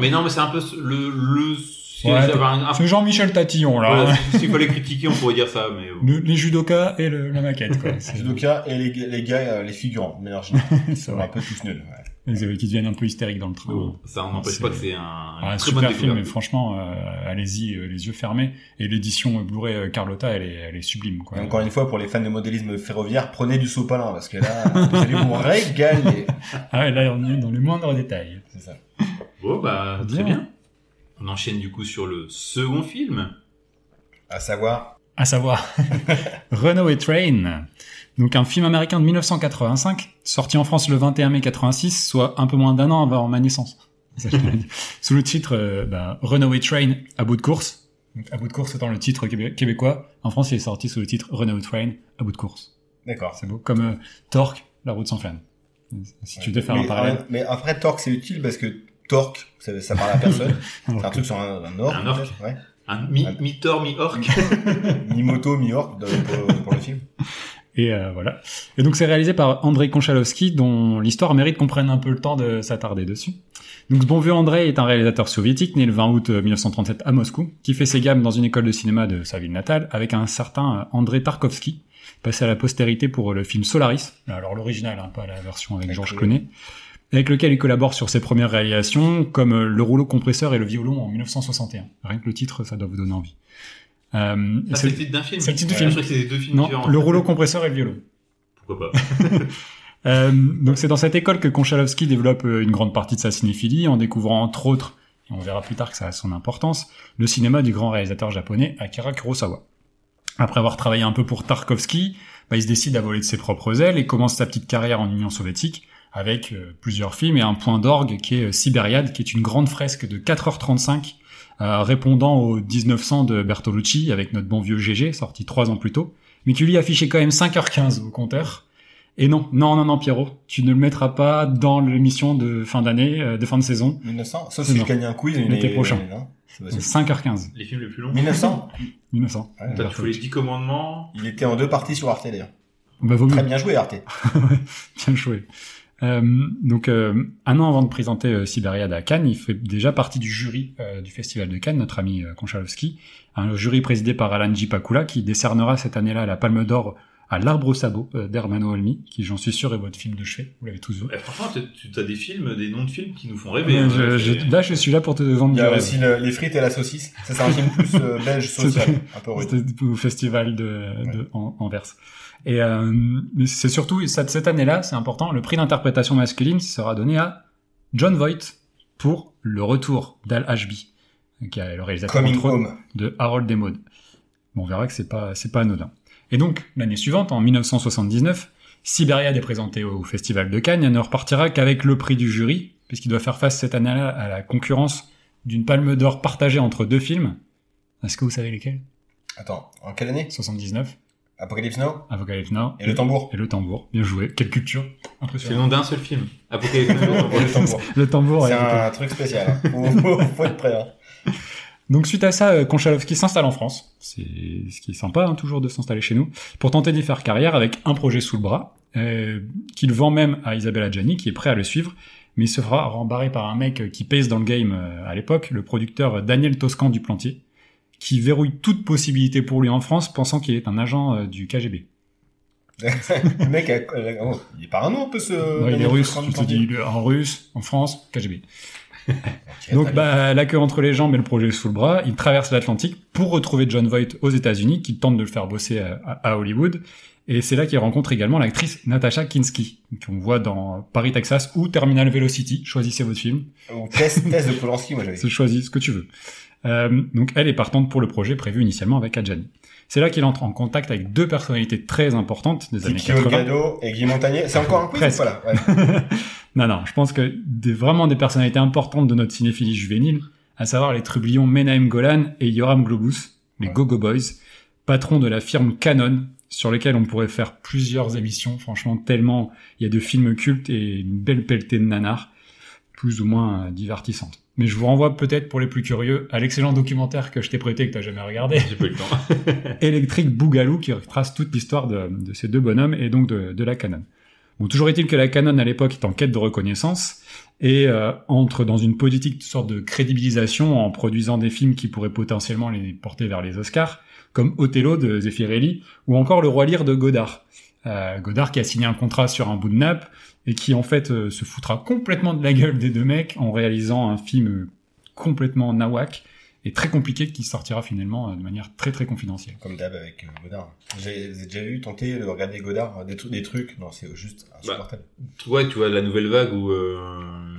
Mais non, mais c'est un peu le le. si
Ouais,
j'avais
[laughs]
un- un-
Ce Jean-Michel Tatillon là.
voilà, si- S'il fallait critiquer, on pourrait dire ça, mais euh, bon.
Le- les judokas et le- la maquette
[laughs]
quoi. C'est- [laughs]
Judoka et les, les gars, euh, les figurants, de manière générale.
c'est
Ils sont
vrai.
un peu tous nuls. ouais.
Ils avaient- euh, qui deviennent un peu hystériques dans le train.
Mais bon, ça on n'empêche
C'est-
pas que c'est un,
Ah,
une
un
très bonne
super film, mais
découverte.
franchement, euh, allez-y, euh, les yeux fermés. Et l'édition euh, Blu-ray euh, Carlotta, elle est, elle est sublime. Quoi.
Et encore une fois, pour les fans de modélisme ferroviaire, prenez du sopalin parce que là, [laughs] vous allez vous régaler.
Ah ouais, là, on est dans les moindres détails.
C'est ça.
Bon, bah très
Bien.
bien. On enchaîne du coup sur le second film.
À savoir,
À savoir, [laughs] Runaway Train. Donc un film américain de 1985, sorti en France le 21 mai 86, soit un peu moins d'un an avant ma naissance. Ça, je te
[laughs]
l'ai dit. Sous le titre euh, bah, Runaway Train à bout de course. Donc, à bout de course étant le titre québé- québécois. En France, il est sorti sous le titre Runaway Train à bout de course.
d'accord.
C'est beau. Comme euh, Torque, la route sans flamme. Si tu devais faire un
mais,
parallèle.
mais après, torque, c'est utile parce que torque, ça, ça parle à
[laughs]
personne. c'est un truc sur un, un orc.
Un orc.
peut-être, ouais.
Un mi,
Ouais.
mi Thor, mi Orc.
Mi-moto, mi-orc de- pour, pour le film.
Et euh, voilà. Et donc c'est réalisé par Andrei Konchalovsky, dont l'histoire mérite qu'on prenne un peu le temps de s'attarder dessus. Donc ce bon vieux Andrei est un réalisateur soviétique né le 20 août euh, 1937 à Moscou, qui fait ses gammes dans une école de cinéma de sa ville natale avec un certain euh, Andrei Tarkovsky, passé à la postérité pour euh, le film Solaris. Alors l'original, hein, pas la version avec
Avec
Georges
Clooney.
Clooney. Avec lequel il collabore sur ses premières réalisations, comme euh, Le rouleau compresseur et le violon en 1961. Rien que le titre, ça doit vous donner envie. Euh,
Ah,
c'est-
c'est le titre d'un film.
c'est le titre du
Ouais,
film.
Je crois que c'est deux films
non,
différents.
le rouleau compresseur et le violon. [laughs]
Pourquoi pas
Euh, donc c'est dans cette école que Konchalovsky développe euh, une grande partie de sa cinéphilie en découvrant entre autres, et on verra plus tard que ça a son importance, le cinéma du grand réalisateur japonais Akira Kurosawa. Après avoir travaillé un peu pour Tarkovsky, bah, il se décide à voler de ses propres ailes et commence sa petite carrière en Union soviétique avec euh, plusieurs films et un point d'orgue qui est euh, Sibériade, qui est une grande fresque de 4h35 euh, répondant au 1900 de Bertolucci avec notre bon vieux GG, sorti trois ans plus tôt, mais qui lui affichait quand même 5h15 au compteur. Et non, non, non, non, Pierrot, tu ne le mettras pas dans l'émission de fin d'année, euh, de fin de saison.
1900 Sauf si
Non.
je gagne un quiz.
L'été
mais-
prochain.
non, c'est pas
C'est
possible.
5h15,
Les films les plus longs.
1900
1900.
Ouais,
Attends, tu fais les 10 commandements.
Il était en deux parties sur Arte d'ailleurs.
Bah, vaut mieux.
Très bien joué Arte.
Bien joué. Euh, donc, euh, un an avant de présenter euh, Sibériade à Cannes, il fait déjà partie du jury euh, du Festival de Cannes, notre ami euh, Konchalovsky, un jury présidé par Alan J. Pakula, qui décernera cette année-là la Palme d'Or à L'Arbre au Sabot euh, d'Hermano Olmi, qui, j'en suis sûr, est votre film de chevet. Vous l'avez tous vu.
Eh, franchement, t'as- tu as des films, des noms de films qui nous font
Eh
rêver.
Mais
hein.
je-
C'est-
je- là, je suis là pour te vendre
Il y
du
a
rêve.
aussi le- les frites et la saucisse. Ça c'est un film plus euh,
[laughs]
belge social, un peu rude.
C'était au festival de, de en- Anvers. Et euh, mais c'est surtout et ça- cette année-là, c'est important. Le prix d'interprétation masculine sera donné à John Voight pour Le Retour d'Al Ashby, qui est le réalisateur
Coming
entre autres,
Home.
de Harold Desmaudes. Bon, on verra que c'est pas c'est pas anodin. Et donc l'année suivante, en 1979, Sibériade est présenté au Festival de Cannes et ne repartira qu'avec le prix du jury, puisqu'il doit faire face cette année-là à la concurrence d'une palme d'or partagée entre deux films. Est-ce que vous savez lesquels
Attends, en quelle année
79,
Apocalypse
[laughs]
Now
Apocalypse Now.
et le tambour.
Et le tambour. Bien joué. Quelle culture.
C'est le
Impressionnant.
nom d'un seul film.
[laughs]
Apocalypse Now.
Et le tambour.
Le tambour.
C'est
est-
un truc spécial. hein. Faut, faut- faut être prêt. hein.
Donc suite à ça, euh, Konchalovsky s'installe en France. C'est ce qui est sympa, hein, toujours de s'installer chez nous, pour tenter d'y faire carrière avec un projet sous le bras, euh, qu'il vend même à Isabella Gianni, qui est prêt à le suivre, mais il se fera rembarrer par un mec qui pèse dans le game euh, à l'époque, le producteur euh, Daniel Toscan du Plantier, qui verrouille toute possibilité pour lui en France, pensant qu'il est un agent euh, du KGB.
le mec, a- euh, il est parano un peu ce.
Ouais, il est
Euh, Daniel
russe,
Toscan
tu
du
te dis, en russe, en France, KGB.
Plantier.
Donc, bah, la queue entre les jambes et le projet sous le bras, il traverse l'Atlantique pour retrouver John Voight aux États-Unis, qui tente de le faire bosser à, à- à Hollywood. Et c'est là qu'il rencontre également l'actrice Natasha Kinski, qu'on voit dans Paris, Texas ou Terminal Velocity. Choisissez votre film.
Ou test, test de Polanski, moi j'avais.
C'est choisis ce que tu veux. Euh, donc elle est partante pour le projet prévu initialement avec Adjani. C'est là qu'il entre en contact avec deux personnalités très importantes des années
Kikio
80.
Gado et Guy Montagnier. C'est encore un quiz
Presque.
ou pas là Ouais.
Non, non, je pense que des, vraiment des personnalités importantes de notre cinéphilie juvénile, à savoir les trublions Menahem Golan et Yoram Globus, les
Ouais.
Gogo Boys, patrons de la firme Canon, sur lesquels on pourrait faire plusieurs émissions, franchement, tellement il y a de films cultes et une belle pelletée de nanars, plus ou moins euh, divertissantes. Mais je vous renvoie peut-être, pour les plus curieux, à l'excellent documentaire que je t'ai prêté et que t'as jamais regardé,
J'ai pas eu le temps.
électrique Bougalou qui retrace toute l'histoire de, de ces deux bonhommes et donc de, de la Canon. Bon, toujours est-il que la Canon à l'époque est en quête de reconnaissance et euh, entre dans une politique de sorte de crédibilisation en produisant des films qui pourraient potentiellement les porter vers les Oscars, comme Othello de Zeffirelli ou encore Le Roi Lear de Godard. Euh, Godard qui a signé un contrat sur un bout de nappe et qui en fait euh, se foutra complètement de la gueule des deux mecs en réalisant un film euh, complètement nawak et très compliqué qui sortira finalement euh, de manière très très confidentielle.
Comme d'hab avec euh, Godard. J'ai- Vous avez déjà eu tenter de regarder Godard, euh, des, tru- des trucs Non, c'est juste
Bah,
insupportable.
Ouais, tu vois, la nouvelle vague où euh,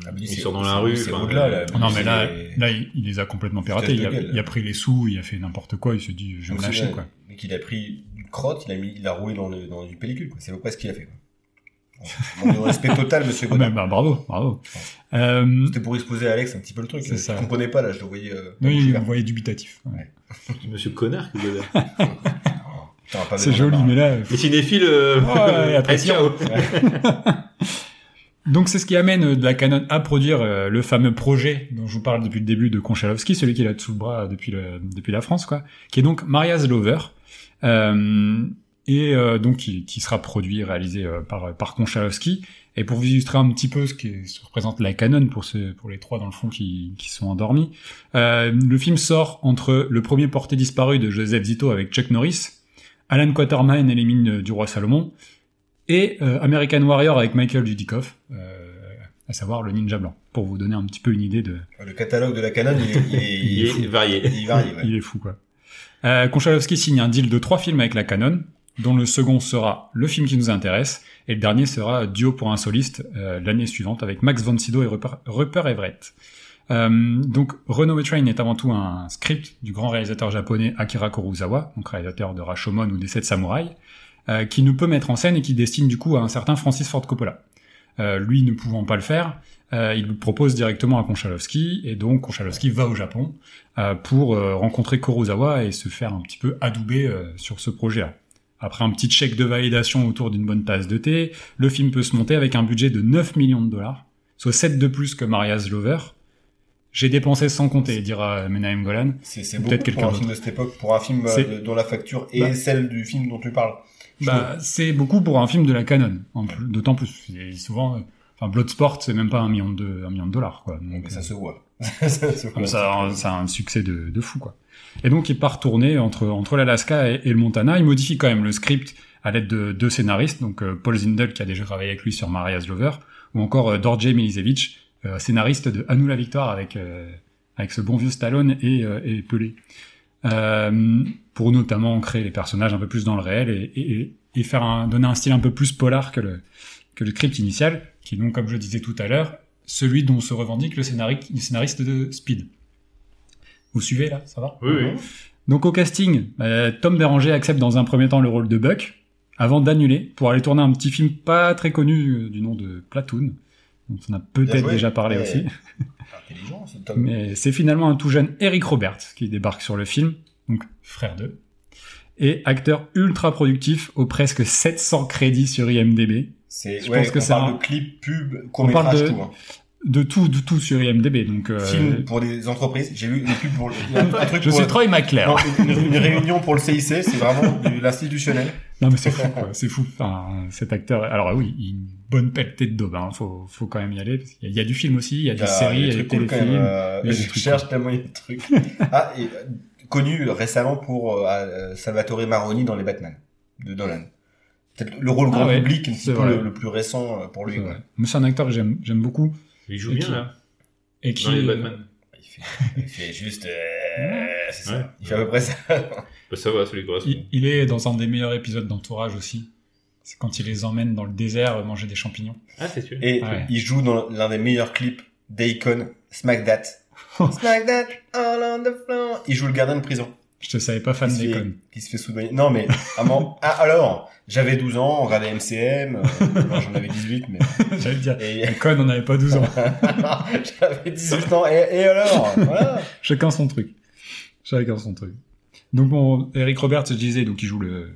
Ah, mais
il
c'est-
sort dans la
c'est-
rue.
c'est
enfin, euh,
au-delà, là.
Non mais là,
C'est-
là il, il les a complètement piratés.
Espèce
Il
de
a,
gueule.
il a pris les sous, il a fait n'importe quoi, il se dit je vais me
Donc,
lâcher
c'est-
quoi.
Mais qu'il a pris une crotte, il a, mis, il a roué dans, le, dans une pellicule. quoi. C'est à peu près ce qu'il a fait. quoi. Bon, Mon respect total, monsieur
[laughs] Ah, bah,
Godard.
bah, bravo, bravo. Euh,
C'était pour exposer à Alex un petit peu le truc.
C'est ça.
Je comprenais pas là, je le voyais. Euh, dans le
oui,
jeu
il me
vert.
voyait dubitatif. ouais.
[laughs] Monsieur Connard, que vous avez.
Putain, pas
C'est
besoin
joli,
d'en
mais là,
Les cinéphiles. euh, [laughs]
Ouais, et après,
eh, ciao.
Donc c'est ce qui amène euh, de la Canon à produire euh, le fameux projet dont je vous parle depuis le début de Konchalovsky, celui qu'il a sous le bras euh, depuis, le- depuis la France, quoi, qui est donc Maria's Lover, euh, et euh, donc qui, qui sera produit et réalisé euh, par, par Konchalovsky. Et pour vous illustrer un petit peu ce que ce que représente la Canon pour, ce, pour les trois dans le fond qui, qui sont endormis, euh, le film sort entre le premier porté disparu de Joseph Zito avec Chuck Norris, Alan Quatermain et les mines euh, du roi Salomon, et euh, American Warrior avec Michael Dudikoff, euh, à savoir le ninja blanc, pour vous donner un petit peu une idée de...
parler. Le catalogue de la canon, il est, il est, il
Il
est fou.
est varié.
Il varie. ouais.
Il est fou, quoi. Euh, Konchalovsky signe un deal de trois films avec la Canon, dont le second sera le film qui nous intéresse, et le dernier sera Duo pour un soliste euh, l'année suivante avec Max von Sydow et Rupert, Rupert Everett. Euh, donc, Runaway Train est avant tout un script du grand réalisateur japonais Akira Kurosawa, donc réalisateur de Rashomon ou des Sept Samouraïs, euh, qui ne peut mettre en scène et qui destine du coup à un certain Francis Ford Coppola. euh, lui ne pouvant pas le faire, euh, il propose directement à Konchalovsky, et donc Konchalovsky va au Japon euh, pour euh, rencontrer Kurosawa et se faire un petit peu adouber euh, sur ce projet-là. Après un petit chèque de validation autour d'une bonne tasse de thé, le film peut se monter avec un budget de 9 millions de dollars, soit 7 de plus que Maria's Lover. J'ai dépensé sans compter, dira Menahem Golan.
C'est c'est beaucoup pour un film de cette époque, pour un film euh,
C'est-
de- dont la facture est
Bah.
celle du film dont tu parles. Je
Bah, c'est beaucoup pour un film de la canon, en plus- d'autant plus. Et souvent, euh, enfin, Bloodsport, c'est même pas un million de, un million de dollars, quoi.
trouve.
Donc,
Mais ça
euh,
se voit. [laughs] ça se
Comme
voit.
ça, un- ça a un succès de, de fou, quoi. Et donc, il part tourner entre, entre l'Alaska et, et le Montana. Il modifie quand même le script à l'aide de deux scénaristes, donc euh, Paul Zindel, qui a déjà travaillé avec lui sur Maria's Lover, ou encore euh, Dorje Milicevic, euh, scénariste de À nous la victoire avec, euh, avec ce bon vieux Stallone et, euh, et Pelé. Euh, pour notamment créer les personnages un peu plus dans le réel et, et- et- et faire un, donner un style un peu plus polar que le, que le script initial, qui est donc, comme je le disais tout à l'heure, celui dont se revendique le scénariste, le scénariste de Speed. Vous suivez là, ça va
Oui, oui.
Donc au casting, euh, Tom Béranger accepte dans un premier temps le rôle de Buck, avant d'annuler pour aller tourner un petit film pas très connu euh, du nom de Platoon, dont on a peut-être
joué.
déjà parlé
Ouais.
aussi.
Intelligent, ce Tom.
Mais c'est finalement un tout jeune Eric Roberts qui débarque sur le film, donc frère d'eux, et acteur ultra productif aux presque 700 crédits sur IMDb,
C'est,
Je
ouais,
pense que
on
c'est
parle
un-
de clip, pub,
On parle
court-métrage,
de-
tout. hein.
de tout, de tout sur IMDb. Donc euh,
Film pour des entreprises. J'ai vu une pub pour
[laughs]
le... un truc
je
pour
suis Troy McClare.
Non, une, une réunion pour le CIC, c'est vraiment de l'institutionnel.
Non mais c'est fou, quoi. c'est fou. Enfin, cet acteur. Alors oui, il a une bonne pelletée de daube. Hein. Faut, faut quand même y aller. parce qu'il y a- Il y a du film aussi, il y
Ah, Bah,
a des séries, il y a des
trucs cool quand même.
téléfilms.
euh,
il y a des
je
trucs
cherche tellement il y a des trucs. [laughs] Ah, et euh, connu récemment pour euh, euh, Salvatore Maroni dans les Batman de Nolan. Peut-être le rôle
Ah
grand
ouais,
public, un
c'est
petit peu
vrai.
le, le plus récent euh, pour lui.
C'est
quoi.
vrai. Mais c'est un acteur que j'aime, j'aime beaucoup
Il joue
Et
bien
qui-
là,
et qui.
dans les Batman.
Il, fait, il fait juste. euh, c'est ça.
Ouais.
Il fait à peu près ça.
Bah, ça va, ça lui correspond.
Il, il est dans un des meilleurs épisodes d'Entourage aussi. C'est quand il les emmène dans le désert manger des champignons.
Ah, c'est sûr.
Et
Ouais.
il joue dans l'un des meilleurs clips d'Akon, Smack
[laughs]
That. Smack That, all on the floor. Il joue le gardien de prison.
Je te savais pas
qui
fan
se
des
fait-
connes. [laughs]
qui se fait soudoyer. Non, mais à mon- ah, alors, j'avais 12 ans, on regardait MCM, euh, non, j'en avais 18, mais.
J'allais dire.
Et...
Les connes, on n'avait pas 12 ans.
[laughs] j'avais 18 ans, et, et alors voilà.
Chacun son truc. Chacun son truc. Donc bon, Eric Roberts, je disais, donc il joue le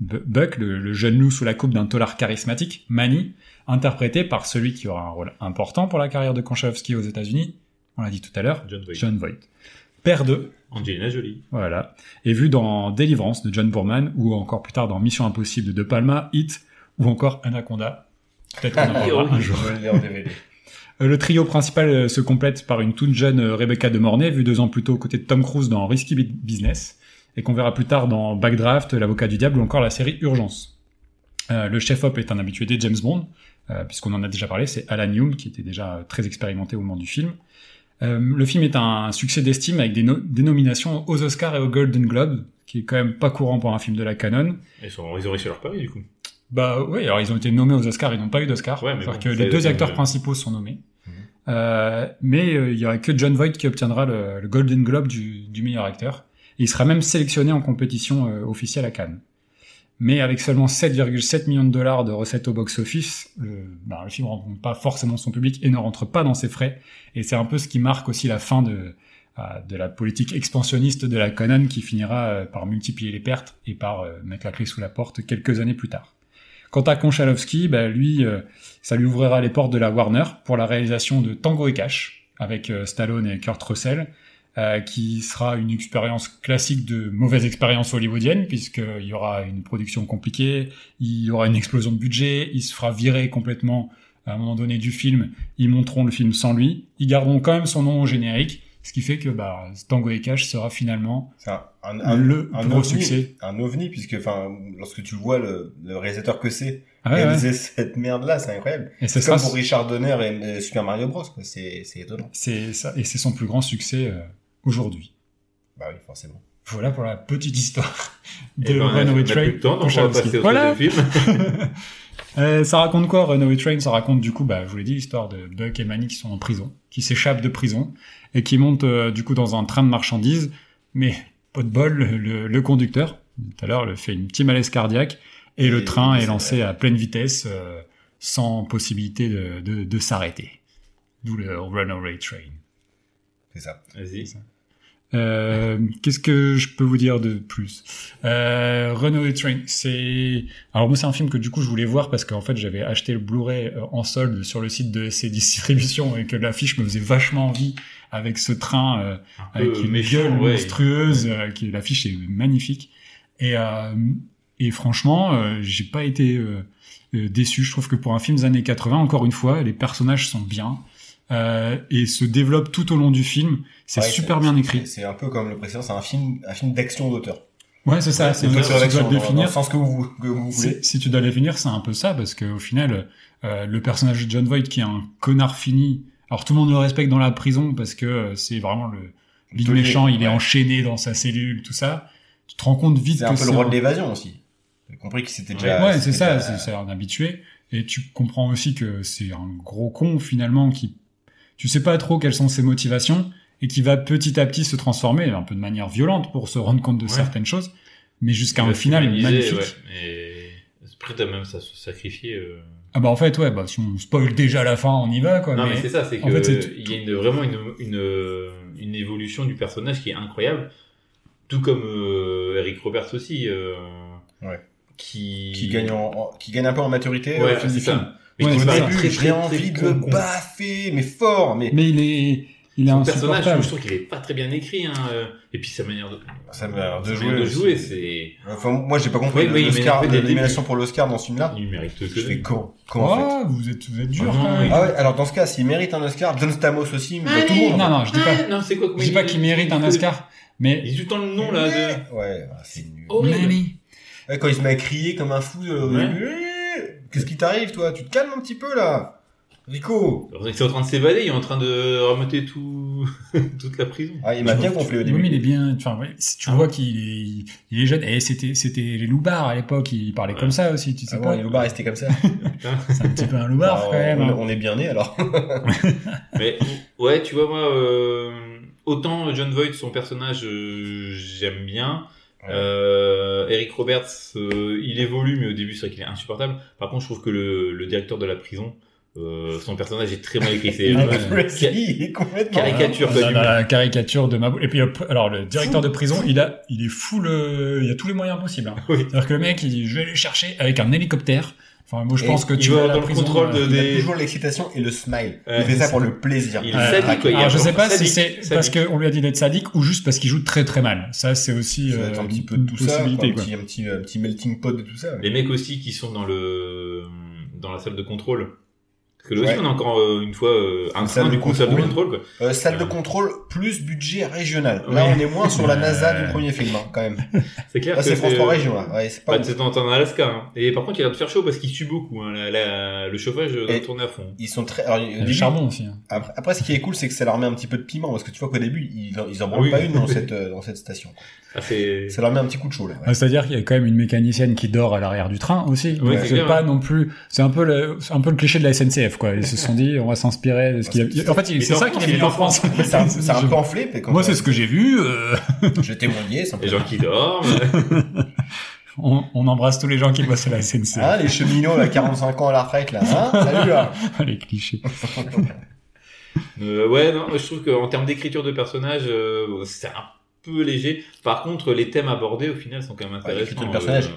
Bu- Buck, le, le jeune loup sous la coupe d'un tolard charismatique, Manny, interprété par celui qui aura un rôle important pour la carrière de Konchowski aux États-Unis. On l'a dit tout à l'heure,
John Boy.
John Voight. Père de,
Angelina Jolie.
voilà, est vu dans Délivrance de John Boorman, ou encore plus tard dans Mission Impossible de De Palma, Hit, ou encore Anaconda. Peut-être qu'on en
oh
parlera un
Je
jour.
l'ai en DVD.
Euh, Le trio principal euh, se complète par une toute jeune euh, Rebecca de Mornay, vue deux ans plus tôt aux côtés de Tom Cruise dans Risky Bu- Business, et qu'on verra plus tard dans Backdraft, euh, L'avocat du diable ou encore la série Urgence. Euh, le chef-op est un habitué des James Bond, euh, puisqu'on en a déjà parlé, c'est Alan Hume qui était déjà euh, très expérimenté au moment du film. Euh, le film est un succès d'estime avec des, no- des nominations aux Oscars et aux Golden Globes, qui est quand même pas courant pour un film de la canon.
Ils, sont, ils ont réussi leur pari du coup.
Bah oui, alors ils ont été nommés aux Oscars, ils n'ont pas eu d'Oscar.
Ouais, mais
C'est-à-dire
bon,
que
ça,
les deux
ça,
acteurs
euh,
principaux sont nommés.
Mhm.
Euh, mais euh, il y aura que John Voight qui obtiendra le, le Golden Globe du, du meilleur acteur. Et il sera même sélectionné en compétition euh, officielle à Cannes. Mais avec seulement 7,7 millions de dollars de recettes au box-office, euh, bah, le film ne rencontre pas forcément son public et ne rentre pas dans ses frais. Et c'est un peu ce qui marque aussi la fin de, euh, de la politique expansionniste de la Canon qui finira euh, par multiplier les pertes et par euh, mettre la clé sous la porte quelques années plus tard. Quant à Konchalovsky, bah, lui, euh, ça lui ouvrira les portes de la Warner pour la réalisation de Tango et Cash avec euh, Stallone et Kurt Russell, euh, qui sera une expérience classique de mauvaise expérience hollywoodienne puisqu'il y aura une production compliquée, il y aura une explosion de budget, il se fera virer complètement à un moment donné du film, ils monteront le film sans lui, ils garderont quand même son nom au générique, ce qui fait que bah, Tango et Cash sera finalement
C'est un, un, un-
le
un
gros
ovni.
succès.
Un ovni, puisque enfin, lorsque tu vois le, le réalisateur que c'est,
Ah ouais, ouais.
réaliser cette merde-là, c'est incroyable.
Et ce
C'est comme
sera
pour Richard Donner et, euh, Super Mario Bros. quoi. C'est c'est étonnant.
C'est ça, et c'est son plus grand succès euh, aujourd'hui.
Bah oui, forcément.
Voilà pour la petite histoire de
Et ben, on a- on
Runaway
a
Train.
plus le temps, donc
pour
on va
Chalowski.
passer au
Voilà.
troisième film.
Euh, ça raconte quoi Runaway Train Ça raconte du coup, bah, je vous l'ai dit, l'histoire de Buck et Manny qui sont en prison, qui s'échappent de prison et qui montent euh, du coup dans un train de marchandises. Mais pas de bol, le, le- le conducteur tout à l'heure le fait une petite malaise cardiaque et
Et
le train
c'est
est lancé à pleine vitesse euh, sans possibilité de, de, de s'arrêter. D'où le Runaway Train.
C'est ça.
Vas-y.
Euh, Qu'est-ce que je peux vous dire de plus euh, Runaway Train, c'est alors moi c'est un film que du coup je voulais voir parce qu'en fait j'avais acheté le Blu-ray euh, en solde sur le site de SC Distribution et que l'affiche me faisait vachement envie avec ce train euh, avec une
méchant,
gueule
ouais.
monstrueuse. euh, qui l'affiche est magnifique et euh, et franchement euh, j'ai pas été euh, euh, déçu. Je trouve que pour un film des années 80, encore une fois, les personnages sont bien. euh, et se développent tout au long du film, c'est
Ouais,
super bien écrit.
C'est un peu comme le précédent, c'est un film, un film d'action d'auteur.
Ouais, c'est ça. c'est
une
si
photo
tu dois
d'action
le
dans, dans le
définir.
sens que vous, que vous voulez.
Si, si tu dois le définir, c'est un peu ça, parce qu'au final, euh, le personnage de John Voight, qui est un connard fini, alors tout le monde le respecte dans la prison, parce que euh, c'est vraiment le big
Taulier,
méchant, il est
ouais.
enchaîné dans sa cellule, tout ça. Tu te rends compte vite
C'est
que
un peu le
un-
rôle de l'évasion aussi. J'ai compris que c'était déjà.
Ouais, c'est
c'était
ça,
déjà-
c'est c'est un habitué. Et tu comprends aussi que c'est un gros con, finalement, qui. Tu sais pas trop quelles sont ses motivations, et qui va petit à petit se transformer, un peu de manière violente, pour se rendre compte de
Ouais.
certaines choses, mais jusqu'à un final magnifique.
Et après, t'as même ça se sacrifier. euh.
Ah bah en fait ouais bah si on spoil déjà la fin on y va quoi.
non,
mais-
mais, c'est ça, c'est
en fait, c'est tout-
que il y a une, vraiment une, une, une évolution du personnage qui est incroyable. Tout comme euh, Eric Roberts aussi. euh,
Ouais.
Qui...
Qui gagne, en, en- qui gagne un peu en maturité.
Ouais,
au fil
c'est
du film.
ça. Mais
Ouais,
qui
Au
c'est
parle
ça.
début,
très, très,
j'ai envie de
très
le
con, con.
baffer, mais fort, mais.
mais il est il est
Son personnage,
insupportable.
je trouve qu'il est pas très bien écrit. Hein. euh, Et puis sa manière de,
Sa manière de
sa
jouer
manière
aussi.
jouer, c'est.
Enfin, moi, j'ai pas compris
Oui,
le-
oui, mais
l'Oscar-
dès le début.
l'élimination pour l'Oscar dans ce film-là.
Il mérite que
Je fais quand, quand en fait
Oh, vous êtes vous êtes dur
Ah
quand
non,
même.
Ah ouais, alors dans ce cas, s'il mérite un Oscar, John Stamos aussi, Ah, mais tout le monde. en
Non non je dis pas
Ah, non, c'est quoi que
je dis pas qu'il mérite un Oscar mais
Il dit tout le temps le nom là de.
fait. Ouais, ah, c'est nul.
Oh. horrible.
Manny.
Ouais, Quand il se met à crier comme un fou, euh,
Ouais.
euh, qu'est-ce qui t'arrive, toi Tu te calmes un petit peu là, Rico.
Alors, Il est en train de s'évader, il est en train de remonter tout... [laughs] toute la prison.
Ah, il m'a
Je
bien
trouve-
gonflé au
Oui, mais il est
début.
bien enfin ouais, si tu
Ah
vois qu'il est il est jeune et c'était c'était les loupards à l'époque ils parlaient
Ouais.
comme ça aussi tu sais
Ah bon,
pas
il est au bar resté
[laughs]
comme ça.
c'est un petit peu un loupard
Bah,
quand même.
on,
hein.
on est bien né alors.
Mais ouais, tu vois, moi, euh, autant John Voight, son personnage, euh, j'aime bien.
Ouais.
Euh, Eric Roberts, euh, il évolue, mais au début, c'est vrai qu'il est insupportable. Par contre, je trouve que le, le directeur de la prison, euh, son personnage est très mal écrit. C'est
[laughs] Ah,
euh,
ouais.
Presley, il est complètement.
Caricature.
Voilà,
quoi, du
dans
coup.
la caricature de Mabou. Et puis après, alors le directeur de prison, il a, il est full, euh, il a tous les moyens possibles. hein.
[laughs] Oui.
C'est-à-dire que le mec, il dit, je vais aller chercher avec un hélicoptère. Enfin, moi, je
Et
pense que
il
tu
va
vas à la
dans le
prison,
contrôle de-
euh,
Il a
Des-
toujours l'excitation et le smile.
Ouais,
il fait
c'est
ça
ça.
pour le plaisir.
il
Ouais.
est sadique, quoi. Il y a
Alors, je
un
sais pas si
sadique,
c'est
sadique.
parce qu'on lui a dit d'être sadique ou juste parce qu'il joue très très mal. Ça, c'est aussi
Ça doit être
euh,
un petit peu
une
de tout ça, quoi, un
possibilité, quoi.
petit, un petit, un petit melting pot de tout ça. ouais.
Les mecs aussi qui sont dans le dans la salle de contrôle. Parce que là aussi,
Ouais.
on a encore euh, une fois euh, un
Salle
train
de
du coup, salle de
contrôle.
contrôle. quoi.
Euh, salle de
Ouais.
contrôle plus budget régional. Là,
Ouais.
on est moins sur la NASA
Ouais.
du premier film, hein, quand même.
C'est clair
Là,
que
c'est France
c'est-
3 Région, là. Ouais, c'est pas
Bah,
ouf.
c'est en, en Alaska. hein. Et par contre, il a l'air de faire chaud parce qu'il sue beaucoup. hein. La- la- le chauffage doit
Et-
tourner à fond.
Ils sont très. alors, au
Il y a
début,
Le charbon aussi. hein.
après, après, ce qui est cool, c'est que ça leur met un petit peu de piment, parce que tu vois qu'au début, ils, en- ils en
Ah
branlent
oui.
pas une dans cette, euh, dans cette station. quoi.
Ah, c'est...
Ça leur met un petit coup de chaud, là. ouais.
Ah, C'est-à-dire qu'il y a quand même une mécanicienne qui dort à l'arrière du train aussi. Donc,
c'est
c'est
clair,
pas
hein.
non plus. C'est un peu le, c'est un peu le cliché de la SNCF, quoi. Ils se sont dit, on va s'inspirer de ce qu'il y a. En fait, il-
Mais
c'est
en
ça
France,
qu'il a
il
mis
est
en
en
France.
[laughs] C'est un, c'est un
Ah, Je-
peu enflé, mais quand
Moi, c'est ce que j'ai vu. euh,
J'étais mouillé, c'est un peu-
Les gens qui dorment.
[laughs]
On, on embrasse tous les gens qui bossent à la SNCF.
Hein, les cheminots, [laughs] là, 45 ans à la retraite, là. Hein Salut, là.
[laughs] les clichés.
Euh, ouais, non, je trouve qu'en termes d'écriture de personnage, euh, c'est un peu léger. Par contre, les thèmes abordés au final sont quand même
Ouais, l'écriture
intéressants. Euh,
de personnage.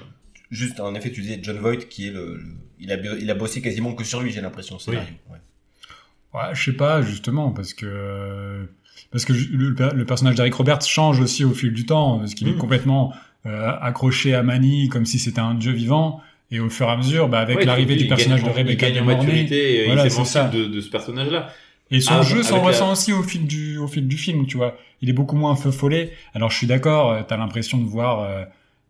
Juste, en effet, tu disais John Voight, qui est le, le- il a, il a bossé quasiment que sur lui, j'ai l'impression, le
Oui.
scénario. Ouais.
Ouais, je sais pas, justement, parce que parce que ju- le, per- le personnage d'Eric Roberts change aussi au fil du temps, parce qu'il est
Mm.
complètement euh, accroché à Manny comme si c'était un dieu vivant, et au fur et à mesure, bah, avec
Ouais,
l'arrivée
il
du
gagne
personnage
en-
de Rebecca
il gagne en
Mornay,
maturité et
Voilà,
il
c'est ça.
s'émancipe de, de ce personnage-là.
et son
Ah,
jeu s'en
avec
ressent
la-
aussi au fil du au fil du film, tu vois. Il est beaucoup moins feu follet. Alors je suis d'accord, euh, t'as l'impression de voir euh,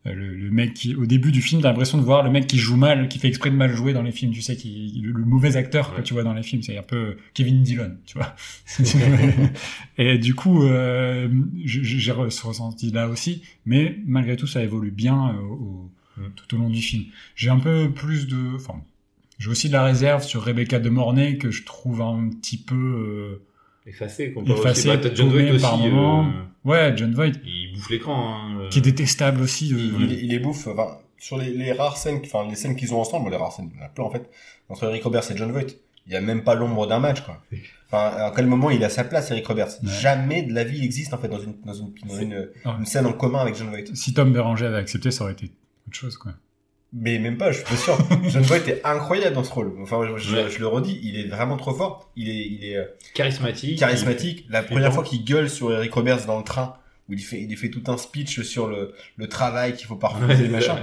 le, le mec qui, au début du film, t'as l'impression de voir le mec qui joue mal, qui fait exprès de mal jouer dans les films, tu sais, qui, le, le mauvais acteur que
Ouais.
tu vois dans les films, c'est un peu Kevin Dillon, tu vois. [laughs] et du coup, euh, je- je- j'ai re- ce ressenti là aussi, mais malgré tout, ça évolue bien euh, au- au-
Mm.
tout au long du film. J'ai un peu plus de, enfin, j'ai aussi de la réserve sur Rebecca de Mornay que je trouve un petit peu, euh,
Effacé, comparé
Effacé,
aussi. Bah, t'as John Voight
paumé
aussi.
par moment.
euh,
ouais, John Voight,
il bouffe l'écran. hein, euh.
qui est détestable aussi. euh,
Il, il est bouffe. Enfin, sur les, les rares scènes, enfin les scènes qu'ils ont ensemble, bon, les rares scènes, il y en a plein en fait, entre Eric Roberts et John Voight, il y a même pas l'ombre d'un match quoi. Enfin, à quel moment il a sa place, Eric Roberts
Ouais.
Jamais de la vie il existe en fait dans une dans une dans
C'est-
une,
Ah ouais.
une scène en commun avec John Voight.
Si Tom Béranger avait accepté, ça aurait été autre chose, quoi.
Mais même pas, je suis pas [laughs] sûr. John Voight est incroyable dans ce rôle. Enfin, je, je-
Ouais.
je le redis, il est vraiment trop fort. Il est il est euh,
Charismatique.
charismatique. La
bon.
première fois qu'il gueule sur Eric Roberts dans le train, où il fait, il fait tout un speech sur le, le travail qu'il faut
Ouais,
parfumer,
c'est
machin.
ça.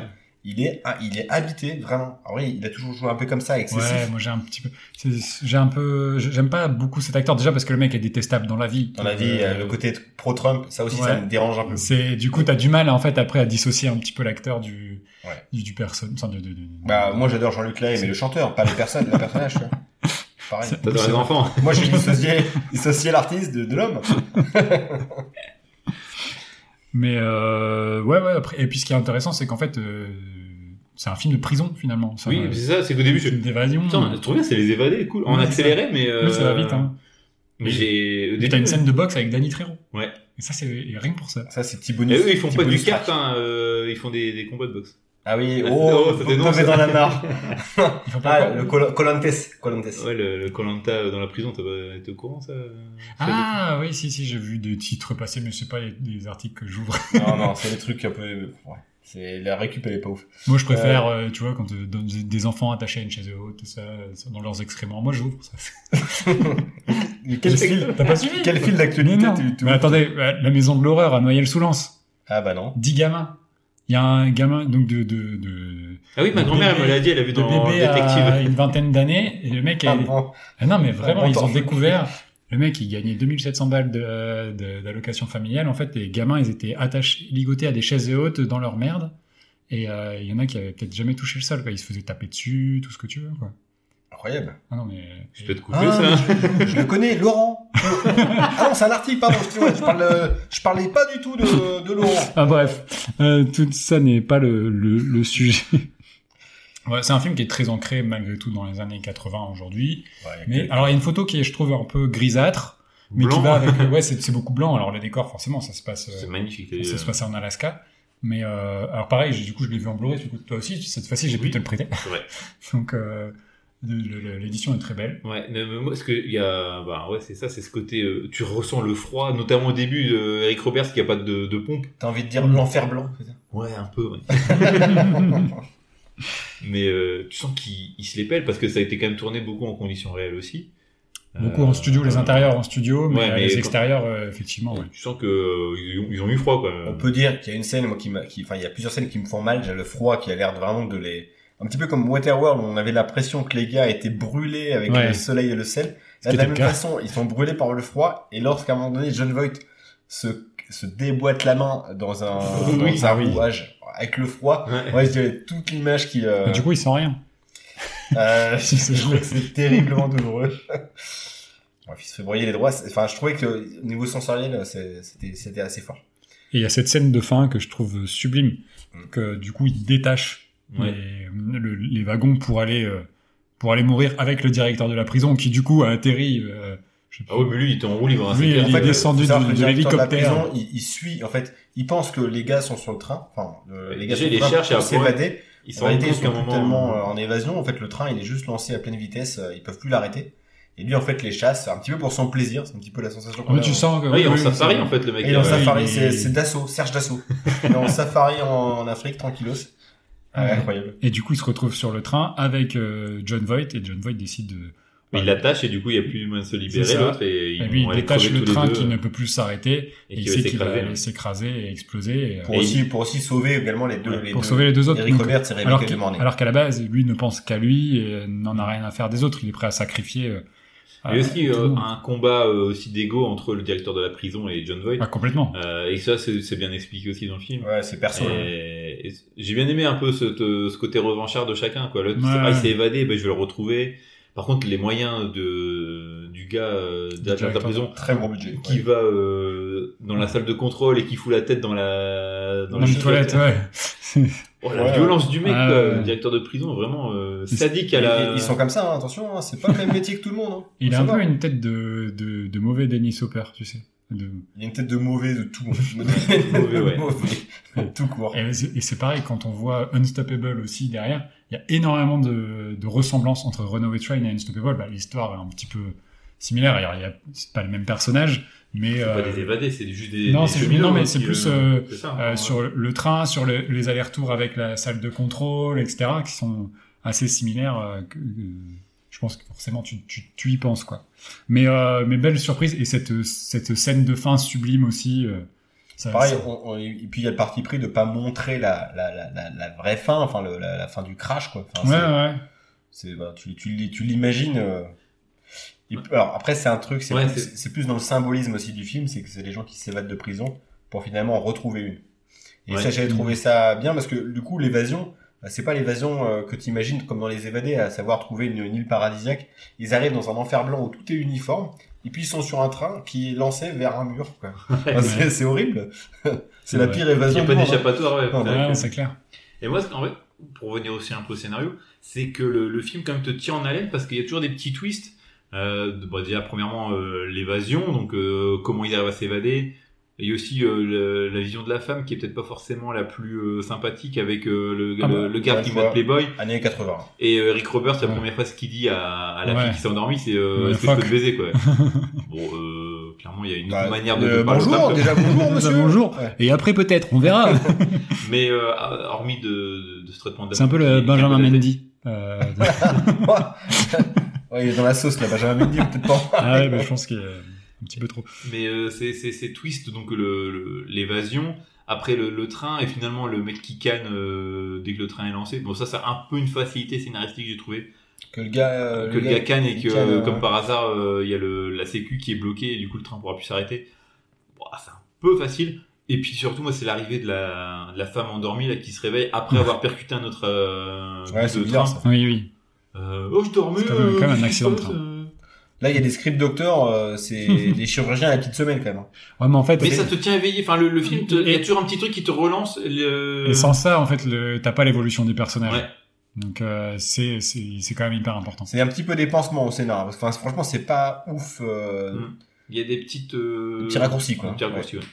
Il est, ah, il est habité, vraiment. Ah oui, il a toujours joué un peu comme ça, excessif.
Ouais, moi j'ai un petit peu, c'est- j'ai un peu, j'aime pas beaucoup cet acteur déjà parce que le mec est détestable dans la vie.
Dans la vie,
Euh,
euh, le côté de- pro-Trump, ça aussi, ça
ouais.
me dérange un peu.
C'est du coup t'as du mal en fait après à dissocier un petit peu l'acteur du
Ouais.
du, du personne. enfin, de- de- de-
Bah, moi, j'adore Jean-Luc Lahaye, mais le chanteur, pas les personnes, le personnage, tu vois. Pareil.
C'est-
T'adores les enfants.
Moi, j'ai dissocié, dissocié l'artiste de, de l'homme.
Mais euh, ouais ouais après et puis ce qui est intéressant c'est qu'en fait euh, c'est un film de prison finalement. C'est
Oui,
un-
mais c'est ça, c'est qu'au début,
c'est
je
une évasion.
Putain, je trouve bien, c'est les évadés, cool. En
Oui,
accéléré, mais. euh,
Oui, Hmm. ça va vite. Hein.
Mais j'ai. au
Et T'as
début-
une scène de boxe avec Danny Trejo.
Ouais.
Et ça c'est et rien que pour ça.
Ça, c'est petit
Et
bonus.
eux, ils font
petit
pas du
bonus
kart,
track.
hein, euh, ils font des, des combats de boxe.
Ah oui,
Ah,
oh,
c'est- [laughs] oh, ça
vous
dénonce.
tombez dans la
[laughs]
mare.
Ils font pas
Ah,
quoi
le Col- Colantes. Colantes.
Ouais, le Colanta euh, dans la prison, t'as pas- t'es au courant, ça
Ah oui, si, si, j'ai vu des titres passer, mais c'est pas les, les articles que j'ouvre. [laughs]
Non, non, c'est des trucs un peu. Ouais. C'est la récup, elle est pas ouf.
Moi, je préfère, euh, tu vois, quand euh, dans- des- des enfants attachés à une chaise haute, tout ça, euh, dans leurs excréments. Moi, j'ouvre ça.
Mais Quel fil,
T'as pas suivi
quel fil
Mais
d'actualité
non.
tu, tu-
Mais attendez, euh, la maison de l'horreur à Noyelles-sous-Lens,
Ah bah non.
10 gamins. Il y a un gamin donc de, de, de,
Ah oui, ma
Le
grand-mère, elle
bébé-
me l'a dit, elle a vu
de
dans
bébé à
Détective.
une vingtaine d'années, et le mec est-
Ah bon.
Ah non, mais vraiment,
Ah,
ils ont
attends.
découvert. Le mec, il gagnait 2700 balles de- de- d'allocation familiale. En fait, les gamins, ils étaient attachés, ligotés à des chaises hautes dans leur merde. Et euh, il y en a qui avaient peut-être jamais touché le sol. Quoi. Ils se faisaient taper dessus, tout ce que tu veux. Quoi.
Incroyable.
Ah non, mais.
Je peux te couper,
Ah,
ça hein.
mais je, je le connais, [laughs] Laurent. ah non, c'est un article, pardon. excuse-moi, Je, parle, euh, je parlais pas du tout de, de Laurent.
Ah bref, Euh, tout ça n'est pas le, le, le
[laughs]
sujet. Ouais, c'est un film qui est très ancré malgré tout dans les années 80 aujourd'hui. Mais alors il y a une photo qui est, je trouve, un peu grisâtre, [laughs] mais qui
Blanc.
va
[laughs]
avec. le- Ouais, c'est c'est beaucoup blanc. Alors le décor, forcément, ça se passe. euh,
C'est magnifique. les-
Ça se passait en Alaska. Mais euh, alors pareil, j'ai- du coup, je l'ai vu en Blu-ray. Du coup, toi aussi, cette fois-ci, j'ai pu
Oui.
te le prêter.
C'est vrai.
[laughs] Donc, euh, le- le- l'édition est très
[laughs]
belle.
Ouais, mais mais moi, ce que il y a, bah ouais, c'est ça, c'est ce côté, euh, tu ressens le froid, notamment au début, euh, Eric Roberts qui a pas de, de pompe.
T'as envie de dire l'enfer blanc. c'est ça
Ouais, un peu. ouais. Mais euh, tu sens qu'il il se les pèle parce que ça a été quand même tourné beaucoup en conditions réelles aussi.
Beaucoup
Euh,
en studio, les
euh,
intérieurs en studio, mais,
ouais,
euh,
mais
les
quand-
extérieurs, euh, effectivement. ouais.
Tu sens que euh, ils, ont, ils ont eu froid quoi.
On peut dire qu'il y a une scène, moi, qui m'a, qui, enfin, il y a plusieurs scènes qui me font mal. J'ai le froid qui a l'air de vraiment de les, un petit peu comme Waterworld, où on avait l'impression que les gars étaient brûlés avec
Ouais.
le soleil et le sel.
Ce
Là, de
qui
la
était le
même
cas.
façon, ils sont brûlés par le froid. Et lorsqu'à un moment donné, John Voight se, se déboîte la main dans
[laughs]
un,
Oui,
dans un
ah oui.
rouage avec le froid,
Ouais.
ouais, je dirais toute l'image qui, euh,
Mais du coup, il sent rien.
euh,
[laughs] Si,
[laughs]
c'est
je trouve que c'est terriblement douloureux. [laughs] Bref, il se fait broyer les droits. C'est- Enfin, je trouvais que au niveau sensoriel, c'est- c'était c'était assez fort.
Et il y a cette scène de fin que je trouve sublime.
Mm.
Que du coup, il détache
Ouais.
les, le- les wagons pour aller, euh, pour aller mourir avec le directeur de la prison qui, du coup, a atterri. euh, je sais
Ah
plus.
oui, mais lui, il était en roue libre. hein,
Lui,
c'est clair.
il est
En fait,
descendu
Faut savoir
du-
que le
de
directeur la
l'hélicoptère.
prison, Il, il suit, en fait, il pense que les gars sont sur le train. Enfin, le-
Ouais,
les gars
déjà,
sont
il les
sur le train
cherche et
pour
après,
s'évader.
Ils se
En réalité,
rendent
Ils
compte qu'à
sont
un moment.
tellement euh, en évasion. En fait, le train, il est juste lancé à pleine vitesse. euh, Ils peuvent plus l'arrêter. Et lui, en fait, les chasse un petit peu pour son plaisir. C'est un petit peu la sensation qu'on
Ah, mais
a. hein.
tu sens que.
euh, Ouais, il est en
oui, oui,
safari
c'est-
en fait, le mec.
euh, Et en
Euh,
ça-
safari,
il-
c'est c'est Dassault, Serge
[laughs]
Dassault. Il est en safari en, en Afrique, tranquillos.
Ah, ouais.
Incroyable.
Et du coup, il se retrouve sur le train avec euh, John Voight et John Voight décide de.
Il l'attache et du coup, il n'y a plus moyen de se libérer
C'est ça.
l'autre et ils
Et lui,
vont
il
aller
détache
crever
le
tous les
train
deux,
qui ne peut plus s'arrêter
et
et il
qui va
sait qu'il va
s'écraser,
aller
hein.
s'écraser et exploser et, euh,
Pour,
Et
aussi, pour aussi sauver également les deux.
Ouais,
les
pour
deux.
sauver les deux autres.
Eric
Donc,
Roberts et Rebecca
alors qu'à
De Mornay.
alors qu'à la base, lui ne pense qu'à lui et n'en a rien à faire des autres. Il est prêt à sacrifier. euh,
Il y
à-
a aussi
tout
euh,
le monde.
un combat euh, aussi d'ego entre le directeur de la prison et John Voight.
Ah, complètement.
Euh, et ça, c'est c'est bien expliqué aussi dans le film.
Ouais, c'est perso. hein.
Et- et J'ai bien aimé un peu cette, euh, ce côté revanchard de chacun. Quoi. L'autre,
Ouais.
ah, il s'est évadé, ben, je vais le retrouver. Par contre, les moyens de, du gars euh, de la- de la
directeur.
prison
Très gros budget.
qui
ouais.
va euh, dans la salle de contrôle et qui fout la tête dans la
Dans,
la
les toilettes, ouais.
Oh, la
Ouais.
violence du mec,
Ah,
quoi.
ouais.
le directeur de prison, vraiment euh,
Ils-
sadique à
Ils-
la.
Ils sont comme ça, hein, attention, hein, c'est pas le même métier que tout le monde. hein.
Il
Faut
a un
savoir.
peu une tête de, de, de mauvais Dennis Hopper, tu sais. de...
Il y a une tête de mauvais de tout. en
[laughs]
fait.
Mauvais, ouais.
Mauvais. Tout court.
Et c'est et c'est pareil, quand on voit Unstoppable aussi derrière, il y a énormément de, de ressemblances entre Runaway Train et Unstoppable. Bah, L'histoire est un petit peu similaire. Alors, il y a- c'est pas le même personnage, mais...
C'est
euh,
pas des évadés, c'est juste des.
non,
des
c'est-
cheminots
non, mais
qui,
c'est plus,
euh,
euh,
c'est ça,
euh,
hein,
sur le- le train, sur le- les allers-retours avec la salle de contrôle, etc., qui sont assez similaires. euh, que- euh, je pense que forcément tu, tu, tu y penses quoi. Mais euh, mais belle surprise et cette cette scène de fin sublime aussi. euh, ça-
Pareil, hein,
ça-
on- on- et puis il y a le parti pris de pas montrer la, la, la, la, la vraie fin, enfin le- la, la fin du crash quoi. Enfin,
ouais
c'est-
ouais.
C'est, bah, tu, tu, l'im- tu l'imagines. euh, et- alors après, c'est un truc, c'est,
Ouais,
plus,
c'est-
c'est plus dans le symbolisme aussi du film, c'est que c'est les gens qui s'évadent de prison pour finalement en retrouver une. Et
Ouais. Mmh.
ça, j'avais trouvé ça bien parce que du coup, l'évasion, bah, c'est pas l'évasion euh, que tu imagines comme dans les évadés, à savoir trouver une, une île paradisiaque. Ils arrivent dans un enfer blanc où tout est uniforme, et puis ils sont sur un train qui est lancé vers un mur.
[laughs]
Quoi. Enfin, c'est, c'est horrible. c'est
C'est
la
vrai.
pire
Il n'y
évasion.
a pas
du monde, hein.
d'échappatoire, ouais.
Non,
C'est
Ouais,
vrai que-
c'est clair.
Et moi, ce- en vrai, pour revenir aussi un peu au scénario, c'est que le, le film quand même te tient en haleine parce qu'il y a toujours des petits twists. Euh, de- bah, déjà, premièrement, euh, l'évasion, donc euh, comment il arrive à s'évader. Il y a aussi euh, le- la vision de la femme qui est peut-être pas forcément la plus euh, sympathique avec euh, le,
Ah
le-
bah,
le gars
ouais,
qui
je
va
vois.
de Playboy.
Années 80.
Et euh, Rick Roberts, la
Ouais.
première phrase qu'il dit à, à la
Ouais.
fille qui s'est endormie, c'est euh,
Ouais,
Est-ce que je peux
fuck.
te baiser
[laughs]
quoi Bon, euh, clairement, il y a une autre
Bah,
manière de,
euh,
de parler aux femmes,
bonjour,
quoi.
déjà
[laughs]
[laughs]
bonjour, monsieur.
Bonjour.
Ouais.
Et après peut-être, on verra.
Mais euh, hormis de, de ce traitement de la
c'est un peu
fille qui
le [laughs]
est- qui est
Benjamin
un peu daté.
Mendy. Euh, de-
ouais, il est dans la sauce là, Benjamin Mendy, peut-être pas.
[laughs] ah ouais, bah, je pense qu'il est un petit peu trop.
Mais euh, c'est- c'est c'est twist, donc le- le- l'évasion, après le, le train, et finalement le mec qui canne euh, dès que le train est lancé. Bon, ça, c'est un peu une facilité scénaristique, j'ai trouvé.
Que le gars. euh,
que le gars canne et
qui
que,
canne,
euh,
euh,
comme par hasard, euh, il y a le, la sécu qui est bloquée et du coup le train pourra plus s'arrêter. Ouah, c'est un peu facile. Et puis surtout, moi, c'est l'arrivée de la, de la femme endormie là, qui se réveille après
[laughs]
avoir percuté un autre euh,
Ouais,
bout
c'est
de
bizarre
train.
ça.
Oui oui.
Euh, oh, je dormais.
C'est quand même-
euh,
quand même un
qu'est-ce qui
accident de
se passe,
train.
euh
Là, il y a des script docteurs, euh,
[laughs]
c'est les chirurgiens à la petite semaine quand même. hein.
Ouais, mais en fait.
Mais ça te tient éveillé. Enfin, le, le film, te- il y a toujours un petit truc qui te relance. Le...
Et euh, sans ça, en fait, le- t'as pas l'évolution du personnage.
euh, Ouais.
Donc euh, c'est c'est c'est quand même hyper important.
C'est un petit peu des pansements au scénar. parce que, Enfin, franchement, c'est pas ouf. euh,
Mm. Il y a des petites. euh,
Des petits raccourcis, quoi.
Des petits raccourcis, ouais.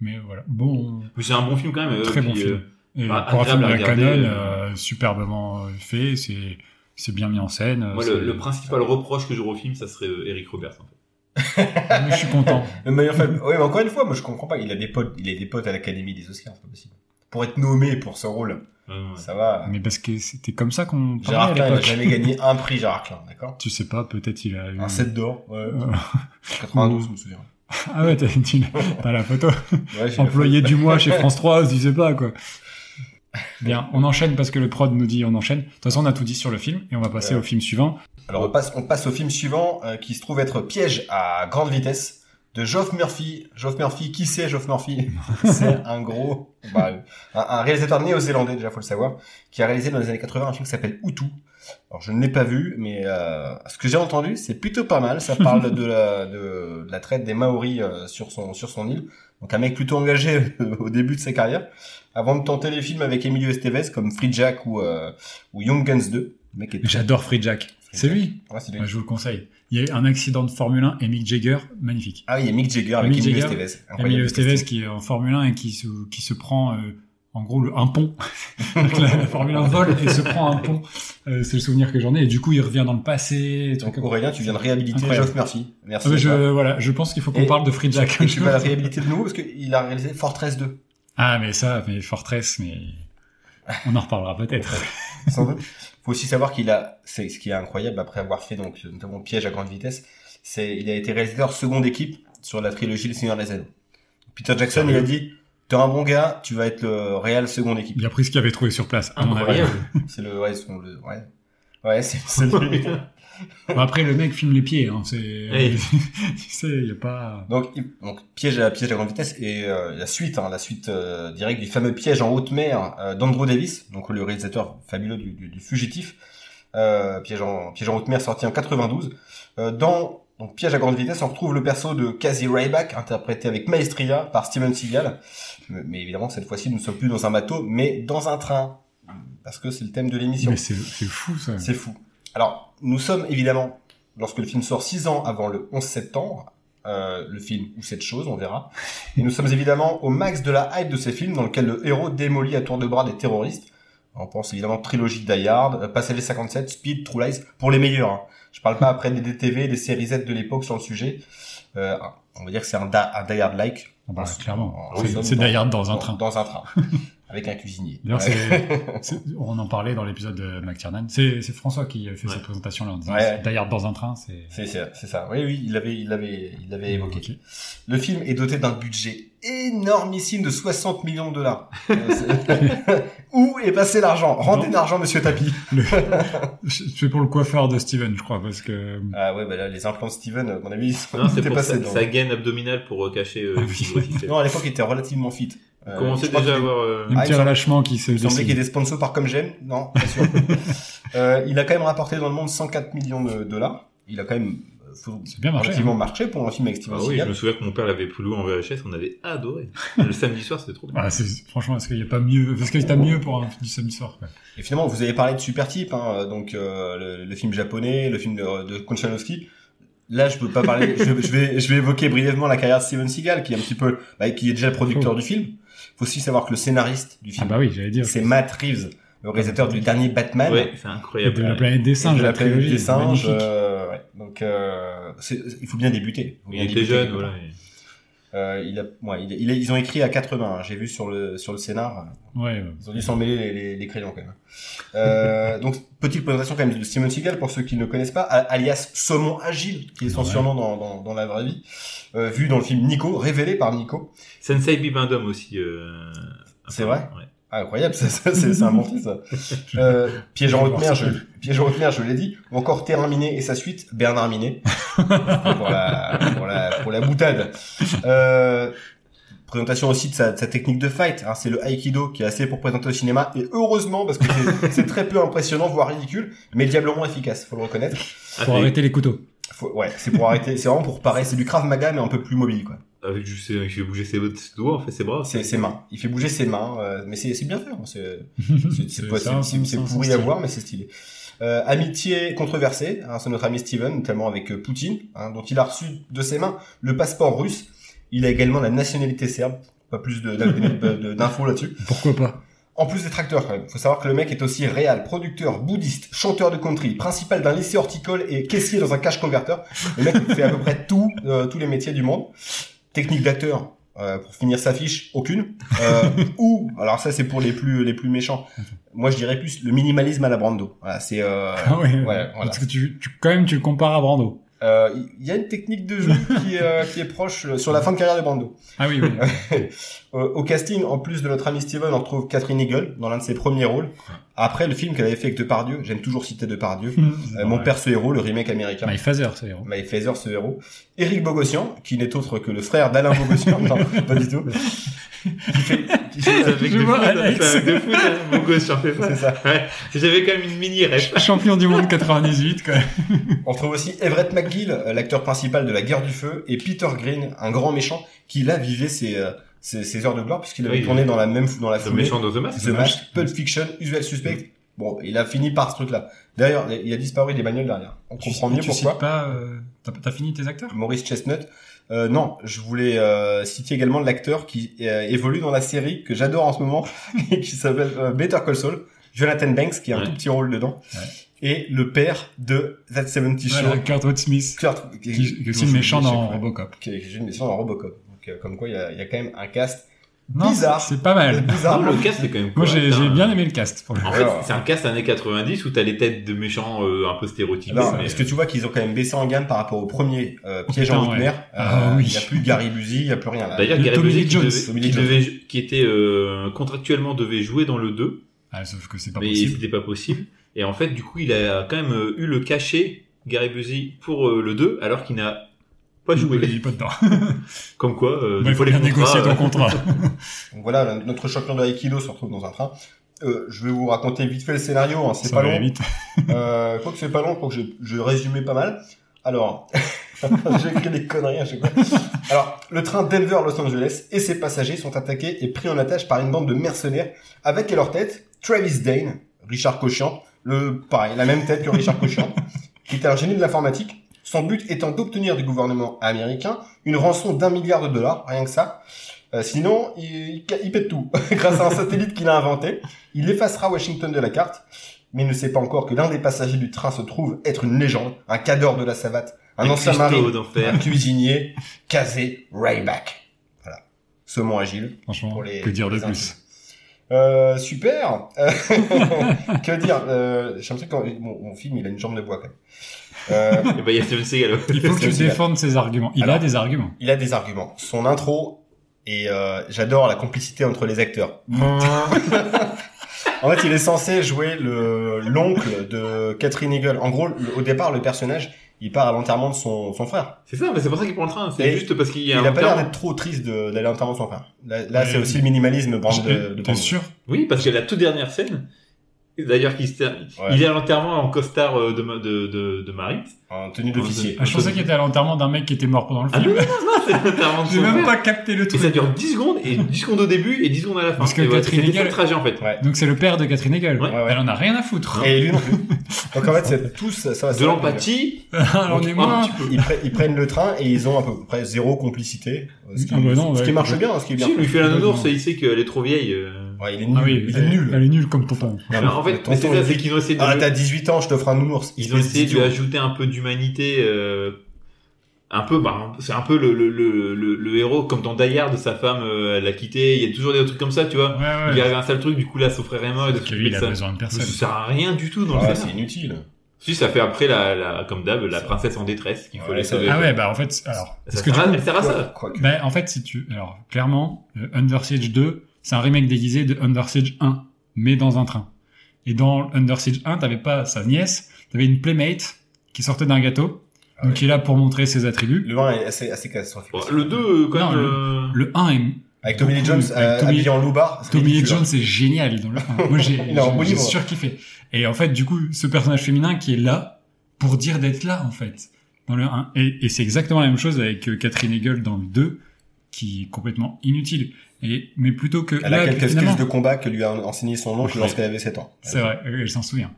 Mais voilà, bon,
Mais c'est un bon film quand même. euh,
très bon
puis,
film.
euh,
Et
bah,
pour un film
agréable
de
à
la
regarder,
Canon,
euh,
euh, superbement euh, fait, c'est c'est bien mis en scène. euh,
moi,
c'est-
le, le principal reproche que j'aurais au film, ça serait euh, Eric Roberts. En fait.
Mais [laughs] je suis content.
Le meilleur [laughs] film. Oui, mais encore une fois, moi je comprends pas. Il a des potes, il a des potes à l'Académie des Oscars, c'est pas possible. Pour être nommé pour ce rôle,
Ouais, ouais.
ça va.
Mais parce que c'était comme ça qu'on
Gérard
parlait
Klein
à
n'a
l'époque.
jamais gagné un prix, Gérard Klein, d'accord
Tu sais pas, peut-être il a eu.
Un 7 d'or, ouais.
Euh,
92, je me souviens.
[laughs] ah ouais, t'as tu- t'as la photo.
Ouais, j'ai la
Employé du mois chez France 3, tu sais pas quoi. Bien, on enchaîne parce que le prod nous dit on enchaîne. De toute façon, on a tout dit sur le film et on va passer
Ouais.
au film suivant.
Alors on passe, on passe au film suivant euh, qui se trouve être Piège à grande vitesse de Geoff Murphy. Geoff Murphy, qui c'est Geoff Murphy C'est un gros, bah, un, un réalisateur néo-zélandais déjà, faut le savoir, qui a réalisé dans les années 80 un film qui s'appelle Hutu. Alors je ne l'ai pas vu, mais euh, ce que j'ai entendu, c'est plutôt pas mal. Ça parle de la, de, de la traite des Maoris euh, sur son sur son île. Donc un mec plutôt engagé euh, au début de sa carrière, avant de tenter les films avec Emilio Estevez comme Free Jack ou euh, ou Young Guns 2. Le mec est
J'adore Free Jack. C'est lui.
Ouais, c'est lui.
Ouais, je vous le conseille. Il y a eu un accident de Formule 1 et Mick Jagger, magnifique.
Ah oui, il y a Mick Jagger avec
Mick
Emilio
Jagger,
Estevez. Incroyable. [laughs]
Emilio Estevez qui est en Formule 1 et qui se, qui se prend, euh, en gros, le- un pont. [laughs] Donc la, la Formule 1 vole et se prend un pond. Euh, c'est le souvenir que j'en ai. Et du coup, il revient dans le passé. des trucs
Donc
comme-
Aurélien, tu viens de réhabiliter
Incroyable.
Geoff Murphy. Merci.
Ah, mais je,
à toi.
voilà, je pense qu'il faut qu'on
Et-
parle de Free Jack.
Et tu vas le réhabiliter de nouveau parce qu'il a réalisé Fortress 2,
ah, mais ça, mais Fortress, mais on en reparlera peut-être.
sans
[laughs]
doute. Faut aussi savoir qu'il a, c'est ce qui est incroyable après avoir fait donc notamment Piège à grande vitesse, c'est il a été réalisateur seconde équipe sur la trilogie Le Seigneur des Anneaux. Peter Jackson, il a dit, t'es un bon gars, tu vas être le réel seconde équipe.
Il a pris ce qu'il avait trouvé sur place. à mon avis.
Incroyable.
C'est le, ouais, son- le- ouais, ouais, c'est c'est
[laughs]
lui.
Bon, après, le mec filme les pieds. Hein, c'est,
Hey.
[laughs] tu sais, il n'y a pas.
Donc, il- donc piège à piège à grande vitesse et euh, la suite, hein, la suite euh, directe du fameux piège en haute mer euh, d'Andrew Davis, donc le réalisateur fabuleux du, du- du Fugitif, euh, piège en piège en haute mer sorti en 92. Euh, dans donc piège à grande vitesse, on retrouve le perso de Casey Ryback interprété avec maestria par Steven Seagal. Mais, mais évidemment, cette fois-ci, nous ne sommes plus dans un bateau, mais dans un train, parce que c'est le thème de l'émission.
Mais c'est, c'est fou ça.
C'est fou. Alors, nous sommes évidemment, lorsque le film sort six ans avant le 11 septembre, euh, le film ou cette chose, on verra. Et nous sommes évidemment au max de la hype de ces films dans lequel le héros démolit à tour de bras des terroristes. On pense évidemment trilogie Die Hard, euh, Passage 57, Speed, True Lies, pour les meilleurs. hein. Je parle pas après des DTV, des séries Z de l'époque sur le sujet. Euh, on va dire que c'est un, da- un Die Hard like.
Ah bah, clairement.
En- en
C'est-
somme,
c'est Die Hard dans un
dans-
train.
Dans un
[laughs]
train. avec un cuisinier.
D'ailleurs,
Ouais. [laughs]
c'est- c'est- on en parlait dans l'épisode de McTiernan. C'est c'est François qui fait
Ouais.
cette présentation là en disant
Ouais, ouais.
Die Hard dans un train, c'est
C'est c'est- c'est ça. Oui, oui, il l'avait il l'avait il l'avait évoqué. Le film est doté d'un budget énormissime de 60 millions de [laughs] dollars. Euh, c'est- [laughs] Où est passé l'argent Rendez
Dans-
l'argent, monsieur Tapi.
C'est pour le coiffeur de Steven, je crois, parce que euh,
Ah ouais, bah là, les implants de Steven, à mon avis, ils sont [laughs]
[laughs] Non, c'est
étaient
pour
passés
sa,
dedans.
sa gaine abdominale pour euh, cacher euh,
Ah
le
oui.
[laughs]
fibre officiel.
Non, à l'époque, il était relativement fit.
On
Euh,
commençait
je crois
déjà à
qu'il-
avoir. euh,
il y a un
Ah, il
petit
semble-
relâchement qui s'est
Il semblait qu'il y ait
décidé.
des sponsors par Comme J'aime. Non, pas
[laughs]
sûr. Euh, il a quand même rapporté dans le monde 104 millions de dollars. Il a quand même euh, faut-
C'est bien marché. hein.
relativement marché hein. pour un film avec Steven
Ah oui, je
Seagal.
me souviens que mon père l'avait loué en VHS, on avait adoré. Le samedi soir, c'était trop
hein.
bien.
Voilà, c'est- franchement, est-ce qu'il n'y a pas mieux Parce que t'as mieux pour un du samedi soir. Quoi.
Et finalement, vous avez parlé de Super Type, hein, donc euh, le, le film japonais, le film de, de Konchanovsky. Là, je peux pas parler. je, je vais, je vais évoquer brièvement la carrière de Steven Seagal, qui est un petit peu, bah, qui est déjà le producteur du film. Faut aussi savoir que le scénariste du
Ah
film,
bah oui, j'allais dire.
c'est Matt Reeves, le réalisateur du dernier Batman.
Ouais, c'est
Et De
incroyable.
la planète des
et
singes,
de
la,
la planète
trilogie,
des
c'est
singes.
magnifique.
euh, ouais. Donc, euh, c'est- il faut bien débuter. Faut
Il
bien
était
débuter
jeune,
quelque part.
voilà. et-
Euh, il a, ouais, il a- il a- ils ont écrit à 80. hein, J'ai vu sur le sur le scénar.
Ouais, ouais.
Ils ont dû s'en mêler les, les, les crayons quand même. Euh, donc petite présentation quand même de Steven Seagal pour ceux qui ne le connaissent pas, a- alias Saumon Agile, qui est son
Ouais.
surnom dans, dans, dans la vraie vie, euh, vu dans le film Nico, révélé par Nico.
Sensei Bibendum aussi. euh,
C'est
apparemment, ouais.
Ah, incroyable, ça, ça, c'est c'est un bon film, ça. Euh, Piège en haute mer, je, [laughs] Piège en haute mer, je l'ai dit. Ou encore Terrain Miné et sa suite, Bernard Minet. pour, la, pour, la, pour la boutade. Euh, présentation aussi de sa, de sa technique de fight. hein. c'est le Aikido qui est assez pour présenter au cinéma. Et heureusement, parce que c'est- [laughs] c'est très peu impressionnant, voire ridicule, mais diablement efficace, faut le reconnaître.
Pour
Avec-
arrêter les couteaux.
Faut- ouais, c'est pour arrêter, c'est vraiment pour parer. C'est du Krav Maga, mais un peu plus mobile, quoi.
Avec juste, il fait bouger ses ses doigts, en fait, ses bras.
ses, ses mains. Il fait bouger ses mains, euh, mais c'est c'est bien fait. hein, C'est c'est- c'est
C'est
pas-
ça,
c'est-
c'est-
c'est
c'est
pourri
stylé.
à voir, mais c'est stylé. Euh, amitié controversée, hein, c'est notre ami Steven, notamment avec euh, Poutine, hein, dont il a reçu de ses mains le passeport russe. Il a également la nationalité serbe. Pas plus de- [laughs] de- de- d'infos là-dessus.
Pourquoi pas
En plus des tracteurs, quand même. Faut savoir que le mec est aussi réal, producteur, bouddhiste, chanteur de country, principal d'un lycée horticole et caissier dans un cash converteur. Le mec fait à peu près tout, euh, tous les métiers du monde. Technique d'acteur, euh, pour finir sa fiche, aucune. Euh, ou, alors ça c'est pour les plus, les plus méchants. Moi je dirais plus le minimalisme à la Brando. Voilà, c'est, euh,
Ah ouais.
ouais, voilà.
Parce que tu, tu- quand même, tu le compares à Brando.
euh, il y a une technique de jeu qui, euh, qui est proche euh, sur la fin de carrière de Brando.
Ah oui, oui. [laughs]
Euh, au casting, en plus de notre ami Steven, on retrouve Catherine Eagle dans l'un de ses premiers rôles. Après le film qu'elle avait fait avec Depardieu, j'aime toujours citer Depardieu. Euh, mon père ce héros, le remake américain.
My Phaser, c'est héros.
My Phaser ce héros. Eric Bogossian, qui n'est autre que le frère d'Alain
[laughs]
Bogossian, non, pas du tout. Qui fait- qui fait-
C'est avec
Je
des
vois,
fous, hein,
Alex.
c'est avec des fous, hein, mon gosse, j'en fais pas.
c'est ça.
Ouais, J'avais quand même une mini rêve.
Champion du monde 98, quoi.
On trouve aussi Everett McGill, euh, l'acteur principal de La Guerre du Feu, et Peter Green, un grand méchant, qui là vivait ses, euh, ses, ses heures de gloire, puisqu'il avait
Oui,
tourné dans la même dans la
Le
foulée.
méchant dans The Mask.
The Mask, Pulp Fiction, Usual Suspect. Bon, il a fini par ce truc-là. D'ailleurs, il a disparu des bagnoles derrière. On comprend mieux
tu
pourquoi.
cites pas, euh, t'as, t'as fini tes acteurs
Maurice Chestnut. Euh, non, je voulais euh, citer également l'acteur qui euh, évolue dans la série que j'adore en ce moment [laughs] et qui s'appelle euh, Better Call Saul. Jonathan Banks qui a un
Ouais.
tout petit rôle dedans
Ouais.
et le père de That 70 Show. euh,
Voilà, Kurtwood Smith,
Kurt,
qui, qui est aussi le méchant dans Robocop.
Qui est une méchant dans Robocop. Donc, euh, comme quoi, il y, a, il y a quand même un cast
Non,
Bizarre.
c'est c'est pas mal.
bizarre.
[laughs]
le cast est quand même
Moi,
correct,
j'ai,
hein.
j'ai bien aimé le cast. Pour le...
En
Alors.
fait, c'est un cast années 90 où t'as les têtes de méchants euh, un peu stéréotypés.
Alors,
mais-
est-ce que tu vois qu'ils ont quand même baissé en gamme par rapport au premier euh, piège
putain,
en haute
ouais.
mer Euh,
Ah, oui.
Il n'y a plus de Gary Busey, il n'y a plus rien. là.
euh, D'ailleurs,
Le
Gary
Tommy
Busey,
Lee
qui,
Jones.
devait-
Tommy
qui
Lee Jones.
devait- qui était euh, contractuellement devait jouer dans le 2,
Ah, sauf que c'est pas
mais
possible.
c'était pas possible. Et en fait, du coup, il a quand même euh, eu le cachet Gary Busey pour euh, le 2, alors qu'il n'a pas
Il
joué.
est pas dedans.
Comme quoi, euh,
Bah,
des
il faut
fois, les
bien négocier
contrats,
ton
euh,
contrat.
Donc voilà, notre champion de Aikido se retrouve dans un train. Euh, je vais vous raconter vite fait le scénario, hein, c'est
Ça
pas
va aller
long.
vite.
Euh, quoi que c'est pas long, pour que je, je résumais pas mal. Alors, [laughs] j'ai écrit des conneries à chaque fois. Alors, le train Denver-Los Angeles et ses passagers sont attaqués et pris en attache par une bande de mercenaires avec à leur tête Travis Dane, Richard Cochian, le pareil, la même tête que Richard Cochian, qui était un génie de l'informatique. son but étant d'obtenir du gouvernement américain une rançon d'un milliard de dollars, rien que ça. Euh, sinon, il, il- il pète tout. [laughs] Grâce à un satellite qu'il a inventé, il effacera Washington de la carte, mais il ne sait pas encore que l'un des passagers du train se trouve être une légende, un cador de la savate, un
Les
ancien mari,
cristaux d'enfer.
un cuisinier, casé Rayback. Voilà. Saumon agile.
Franchement,
Pour les-
que dire de
les
plus
Euh, super. [laughs] Euh, que dire euh, J'ai l'impression que mon, mon film, il a une jambe de bois quand même. Euh,
Et bah, il y a Steven Seagal.
Il faut que
C'est
tu
aussi la-
défendes ses arguments. Il
Alors-
a des arguments.
il a des arguments. Son intro et euh, j'adore la complicité entre les
[laughs]
acteurs. En fait, il est censé jouer le l'oncle de Catherine Eagle. En gros, le- au départ, le personnage, il part à l'enterrement de son, son frère.
C'est ça, mais c'est pour ça qu'il prend le train.
Et
C'est juste parce qu'il y
Il
a
a
un
pas l'air
terme.
d'être trop triste de- d'aller à l'enterrement de son frère. Là, là,
Mais-
Euh,
c'est aussi le minimalisme bande de, de
T'es
bande.
sûr
Oui, parce que la toute dernière scène, d'ailleurs, qu'il se termine.
Ouais.
Il est à l'enterrement en costard euh, de, ma- de, de, de Marie.
En tenue d'officier.
Ah, Je pensais qu'il était à l'enterrement d'un mec qui était mort pendant le
Ah non,
film.
non, non, non,
[laughs]
c'est l'enterrement de
J'ai
son
même
père.
pas capté le
Et ça
truc.
dure 10 secondes, et 10 secondes au début, et 10 secondes à la fin.
Parce que
Et voilà,
Catherine
c'est le
Hegel-
trajet, en fait.
Ouais.
Donc c'est le père de Catherine Hegel.
Ouais.
Ouais, ouais.
Elle en a rien à foutre.
Et lui non plus. Donc en fait, c'est tous ça, va
De
Ah, ça va,
l'empathie,
[laughs] Ah, Alors on
donc
est
un
moins.
petit peu.
ils, pre- ils prennent le train et ils ont à peu près zéro complicité. euh, Ce qui,
Ah bah non,
ce qui
ouais.
marche bien, ce qui est bien.
Si, il lui fait la nounours,
Non.
et il sait qu'elle est trop vieille. euh.
Ouais, il est nul.
Ah oui,
il est nul.
Elle est nulle comme tonton.
Non,
Alors, en
le
fait, mais
tonton,
c'est ça,
il
c'est
dit,
qu'ils ont essayé de.
Ah, t'as 18 ans, je t'offre un nounours.
Ils ont essayé de lui
idiot.
ajouter un peu d'humanité, euh, un peu, bah, c'est un peu le, le, le, le, le héros, comme dans Die Hard, sa femme, euh, elle l'a quitté, il y a toujours des trucs comme ça, tu vois.
Ouais, ouais.
Il y avait un sale truc, du coup là, son frère est mort, et des
Parce que
trucs
lui, il
comme
a
ça.
besoin de
ça
personne.
sert à rien du tout dans
Ah,
le
c'est
film.
inutile.
Si, ça fait après, la, la, comme d'hab, la princesse en détresse, qu'il faut
Ouais,
les
ça-
sauver.
Ah ouais, bah en fait, alors.
Ça
Parce que
sert
du
à-
coup,
elle sert à Ah, ça.
Quoi que-
bah, en fait, si tu. Alors, clairement, euh, Under Siege 2, c'est un remake déguisé de Under Siege 1, mais dans un train. Et dans Under Siege 1, t'avais pas sa nièce, t'avais une playmate qui sortait d'un gâteau,
Ah
donc
ouais.
qui est là pour montrer ses attributs.
Le 1 est assez, assez catastrophique.
Bon, le 2, quand
Non,
même.
le-
euh,
Le 1 est
Avec Tommy Lee
Beaucoup,
Jones,
avec
euh,
Tommy-
habillé en loupard. c'est
Tommy Lee
ridicule. hein.
Jones est génial dans le film.
[laughs]
Moi, j'ai,
Il est en beau
j'ai- j'ai
livre.
surkiffé. Et en fait, du coup, ce personnage féminin qui est là pour dire d'être là, en fait, dans le 1. Et, et c'est exactement la même chose avec euh, Catherine Hegel dans le 2, qui est complètement inutile. Et, mais plutôt que
Elle a
là,
quelques
finalement-
skills de combat que lui a enseigné son oncle lorsqu'elle avait 7 ans.
c'est vrai, euh, elle s'en souvient.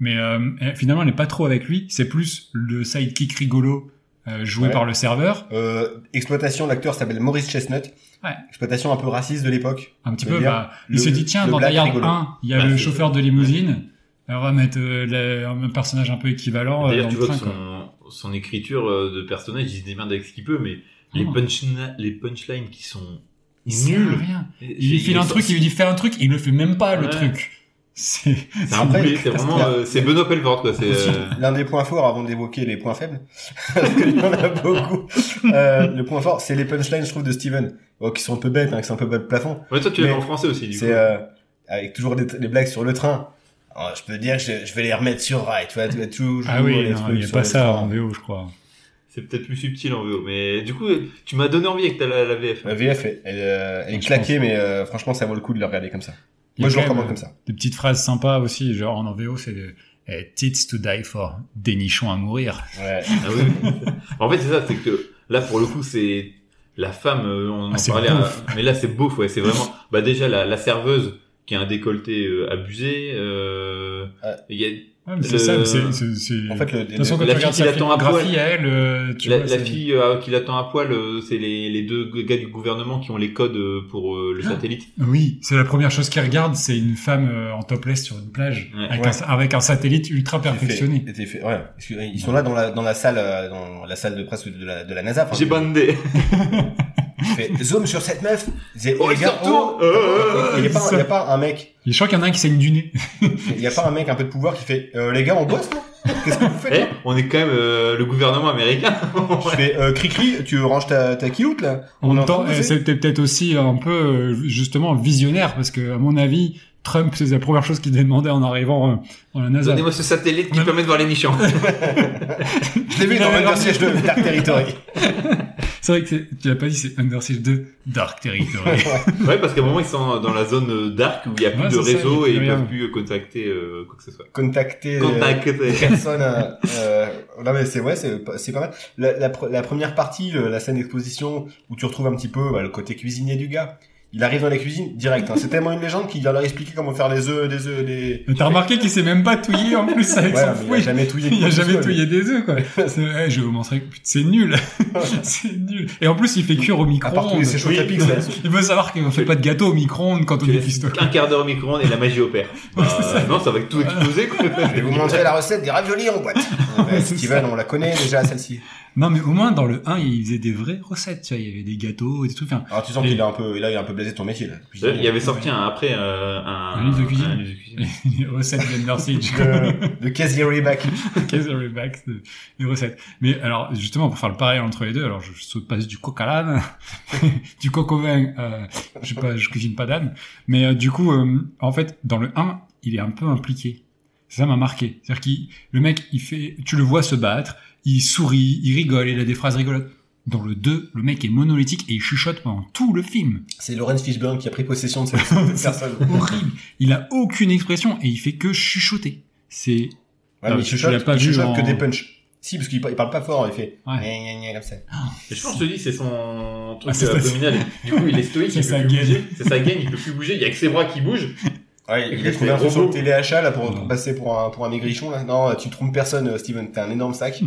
Mais euh, elle- finalement, elle n'est pas trop avec lui. C'est plus le sidekick rigolo euh, joué
Ouais.
par le serveur.
Euh, exploitation, l'acteur s'appelle Maurice Chestnut.
Ouais.
Exploitation un peu raciste de l'époque.
Un petit
Je veux
peu,
dire,
bah,
le-
il se dit, tiens,
le
dans
black
Die Hard
rigolo.
1, il y a
Bah,
le
c'est-
chauffeur de limousine. Alors, on va mettre euh, la- un personnage un peu équivalent euh,
D'ailleurs,
dans
tu
le
vois
train.
que
quoi.
son, son écriture euh, de personnage, il se démerde avec ce qu'il peut, mais les,
Ah.
punchna- les punchlines qui sont
Il sert à
nuls.
rien. Il lui
Il
file un truc, il lui dit fais un truc, il le fait même pas le
Ouais.
truc. [laughs] C'est
C'est un
Après,
boulet, c'est vraiment,
parce que-
euh, c'est Benoît Pelvort, quoi. C'est,
Aussi,
euh,
L'un des points forts, avant d'évoquer les points faibles, [laughs] parce qu'il y en a beaucoup, euh, le point fort, c'est les punchlines, je trouve, de Steven, Bon, qui sont un peu bêtes, hein, qui sont un peu bas de plafond.
Ouais, toi, tu l'as
Mais
vu en français aussi, du coup.
C'est euh, avec toujours des, les blagues sur le train. Alors, je peux dire que je, je vais les remettre sur rail, tu vois, tu vois, toujours
ah oui,
les
non,
trucs
il n'y a
sur
pas
le
ça
train.
en VO, je crois.
C'est peut-être plus subtil en VO, mais du coup, tu m'as donné envie avec ta, la, la VF.
La VF, elle, elle, euh, elle est
Je
claquée, mais euh, franchement, ça vaut le coup de le regarder comme ça.
Il y
Moi,
a
je le
quand même,
recommande
euh,
comme ça.
Des petites phrases sympas aussi, genre en VO, c'est de, eh, tits to die for, des nichons à mourir.
Ouais.
Ah oui, oui. [laughs] en fait, c'est ça, c'est que là, pour le coup, c'est la femme, euh, on
Ah,
en
c'est
parlait, à-
beauf.
mais là, c'est beau, ouais, c'est vraiment, bah, déjà, la, la serveuse qui a un décolleté euh, abusé, euh,
Ouais.
il y a
Ouais, mais c'est
Le-
ça, c'est- c'est- c'est-
En fait, le,
de toute façon,
le-
quand tu
la fille
regardes
qui
sa
l'attend à
filmographie, elle, euh, tu
la,
vois,
la
c'est-
fille euh, qui l'attend à poil, euh, c'est les, les deux gars du gouvernement qui ont les codes euh, pour euh, le
Ah.
satellite.
Oui, c'est la première chose qu'il regarde, c'est une femme euh, en topless sur une plage,
Ouais.
avec,
Ouais.
Un, sa- avec un satellite ultra perfectionné.
était fait- ouais. Parce que, euh, Ils sont là dans la, dans la salle, euh, dans la salle de presse de la, de la NASA. Enfin,
J'ai bandé.
il fait zoom sur cette meuf. Il disait,
Oh,
les
il
gars,
se retourne.
oh.
Euh,
Il n'y a, pas-
ça.
il y a pas un mec
Et je crois qu'il y en a un qui saigne du nez.
Il n'y a pas un mec un peu de pouvoir qui fait euh, les gars on bosse là Qu'est-ce que vous faites
Eh,
là
on est quand même euh, le gouvernement américain.
Je fais euh, cri cri, tu ranges ta, ta kiloute là
En
est
même
train
temps,
de bosser.
eh, c'était peut-être aussi un peu euh, justement visionnaire parce que à mon avis, Trump c'est la première chose qu'il demandait en arrivant euh, dans la NASA.
Donnez-moi ce satellite qui
Même-
permet de voir les nichons.
[laughs]
Je l'ai vu
il
dans
avait
Under
rangé.
Siege 2, Dark Territory.
C'est vrai que c'est- tu l'as pas dit, c'est Under Siege 2 Dark Territory.
ouais, parce qu'à un moment, ils sont dans la zone euh, dark où il n'y a plus
Ouais,
de
c'est ça,
réseau
il y a
et ils
plus
ne
rien.
peuvent plus euh, contacter euh, quoi que ce soit.
Contacter euh,
Contact. [laughs]
des personnes. euh, euh, non mais c'est ouais, c'est pas- c'est pas mal. La, la, pre- la première partie, le- la scène d'exposition où tu retrouves un petit peu bah, le côté cuisinier du gars. Il arrive dans la cuisine direct. hein. C'est tellement une légende qu'il vient leur expliquer comment faire les œufs, des œufs, des.
Mais T'as remarqué qu'il s'est même pas touillé en plus avec
Ouais, mais
son
il
fouet.
a jamais touillé.
Il a jamais
quoi, lui.
touillé des œufs, quoi. C'est- eh, je vais vous montrer. Putain, C'est
[laughs]
nul. c'est nul. Et en plus, il fait cuire au
À part tous
micro-ondes.
les séchos
Oui.
tapis,
[laughs]
ça.
Il faut savoir qu'on fait pas de gâteau au micro-ondes quand on est pistolet.
Un quart d'heure au micro-ondes et la
[laughs]
magie opère. Bah, non, ça va tout exploser. quoi.
Je vais vous montrer la recette des raviolis en
[laughs]
boîte. Eh ben, Steven, on la connaît déjà, celle-ci.
Non, mais au moins, dans le 1, il faisait des vraies recettes. Tu vois, il y avait des gâteaux et des trucs. Enfin,
Alors, tu sens qu'il a un peu, là, il a un peu blasé de ton métier, là.
[laughs]
Il y avait sorti un, après euh, un,
Un livre de cuisine.
livre de cuisine.
[laughs] les recettes d'Ender Siege.
de, de Casey Ryback.
Casey Back, les recettes. Mais alors, justement, pour faire le pareil entre les deux, alors je saute pas du coq à l'âne, [laughs] du coq au vin, euh, je, sais pas, je cuisine pas d'âne. Mais euh, du coup, euh, en fait, dans le 1, il est un peu impliqué. Ça m'a marqué. C'est-à-dire qu'il, le mec, il fait, tu le vois se battre, il sourit, il rigole, il a des phrases rigolotes. Dans le 2, le mec est monolithique et il chuchote pendant tout le film.
C'est Lawrence Fishburne qui a pris possession
[laughs]
de cette personne.
Horrible. Il a aucune expression et il fait que chuchoter. C'est,
Ouais,
Non,
mais
mais
il
tu
chuchote,
l'as Euh, pas
il
vu
chuchote
en-
que des punchs. Si, parce qu'il par- il parle pas fort, il fait
Ouais.
gna, gna, gna, comme ça.
Et je pense que je te dis, c'est son truc euh,
Ah, c'est ça.
abdominal. Du coup, il est
[laughs]
stoïque,
C'est
il peut
sa
plus
gaine.
bouger. C'est sa gaine, il peut plus bouger. Il y a que ses bras qui bougent.
Ouais,
Et
il
puis,
a trouvé un
les
truc sur le
robots.
téléachat là pour, pour
Ouais.
passer pour un pour un maigrichon là. Non, tu trompes personne, euh, Steven. T'as un énorme
[laughs]
sac.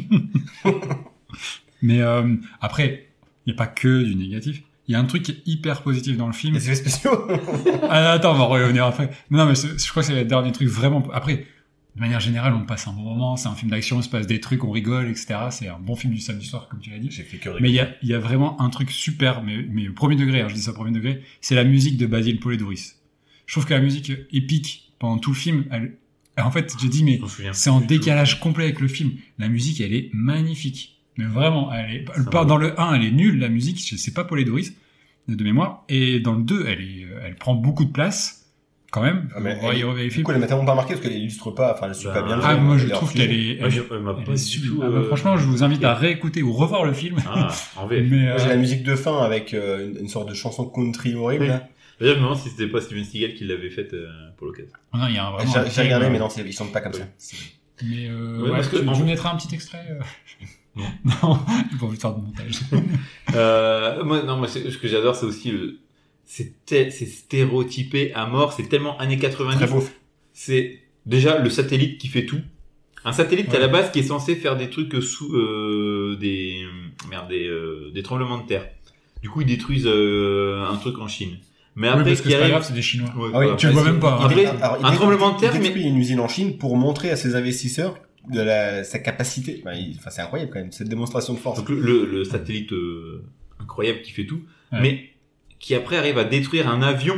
Mais euh, après, il n'y a pas que du négatif. Il y a un truc qui est hyper positif dans le film.
Les effets
[laughs]
spéciaux.
Ah, attends, on va revenir après. Non, mais c'est- je crois que c'est le dernier truc vraiment. Après, de manière générale, on passe un bon moment. C'est un film d'action, il se passe des trucs, on rigole, etc. C'est un bon film du samedi soir, comme tu l'as dit.
J'ai fait que
Mais il y a, il y a vraiment un truc super, mais, mais au premier degré, hein, je dis ça au premier degré, c'est la musique de Basile Polidoris. Je trouve que la musique épique pendant tout le film, elle- en fait, j'ai dit, mais
Je m'en souviens.
c'est en
plus du tout.
décalage complet avec le film. La musique, elle est magnifique. Mais vraiment, elle est,
Ça
pas-
va.
dans le 1, elle est nulle, la musique. Je sais pas Paul Doris, de mémoire. Et dans le 2, elle est, euh, elle prend beaucoup de place, quand même.
Ah, mais
On va y
elle-
revérifier.
Du coup, elle m'a tellement pas marqué parce qu'elle illustre pas, enfin, elle suit pas
Bah,
bien. le
Ah,
film,
moi,
elle
je
est hors
trouve
sujet.
qu'elle est,
Ouais, je- elle m'a
elle
pas
est
du
sublime.
tout,
Ah, bah,
euh,
franchement, je vous invite
marqué.
à réécouter ou revoir le film.
Ah, en
[laughs]
VF.
Mais,
Moi, j'ai
euh,
la musique de fin avec euh, une, une sorte de chanson country horrible.
Oui.
là.
D'ailleurs, je me demande si c'était pas Steven Seagal qui l'avait faite euh, pour l'occasion.
non, il y a un- vraiment. un
[laughs] J'ai j'ai
film,
regardé,
euh,
mais non, c'est- ils chantent pas comme ça.
Mais, euh,
Ouais,
ouais,
parce
tu,
que-
tu
en-
mettras un petit extrait, euh [laughs]
Non.
non, pour le faire de montage.
Euh, moi, non, moi, c'est- ce que j'adore, c'est aussi le. C'est tel- c'est stéréotypé à mort. C'est tellement années 90.
Très beau.
c'est déjà le satellite qui fait tout. Un satellite
Ouais.
à la base qui est censé faire des trucs sous euh, des merde des, euh, des tremblements de terre. Du coup, ils détruisent euh, un truc en Chine. Mais
oui,
après,
parce que
qui
c'est pas
arrive
grave, c'est des Chinois.
Ouais,
Ah oui,
voilà.
tu le vois même pas, hein.
Après,
Il dé- alors, il
un
dé-
tremblement de terre,
Il
mais
détruit une usine en Chine pour montrer à ses investisseurs de la, sa capacité. Enfin, il- enfin, c'est incroyable quand même, cette démonstration de force.
Donc, le, le- le satellite euh, incroyable qui fait tout,
Ouais.
mais qui après arrive à détruire un avion.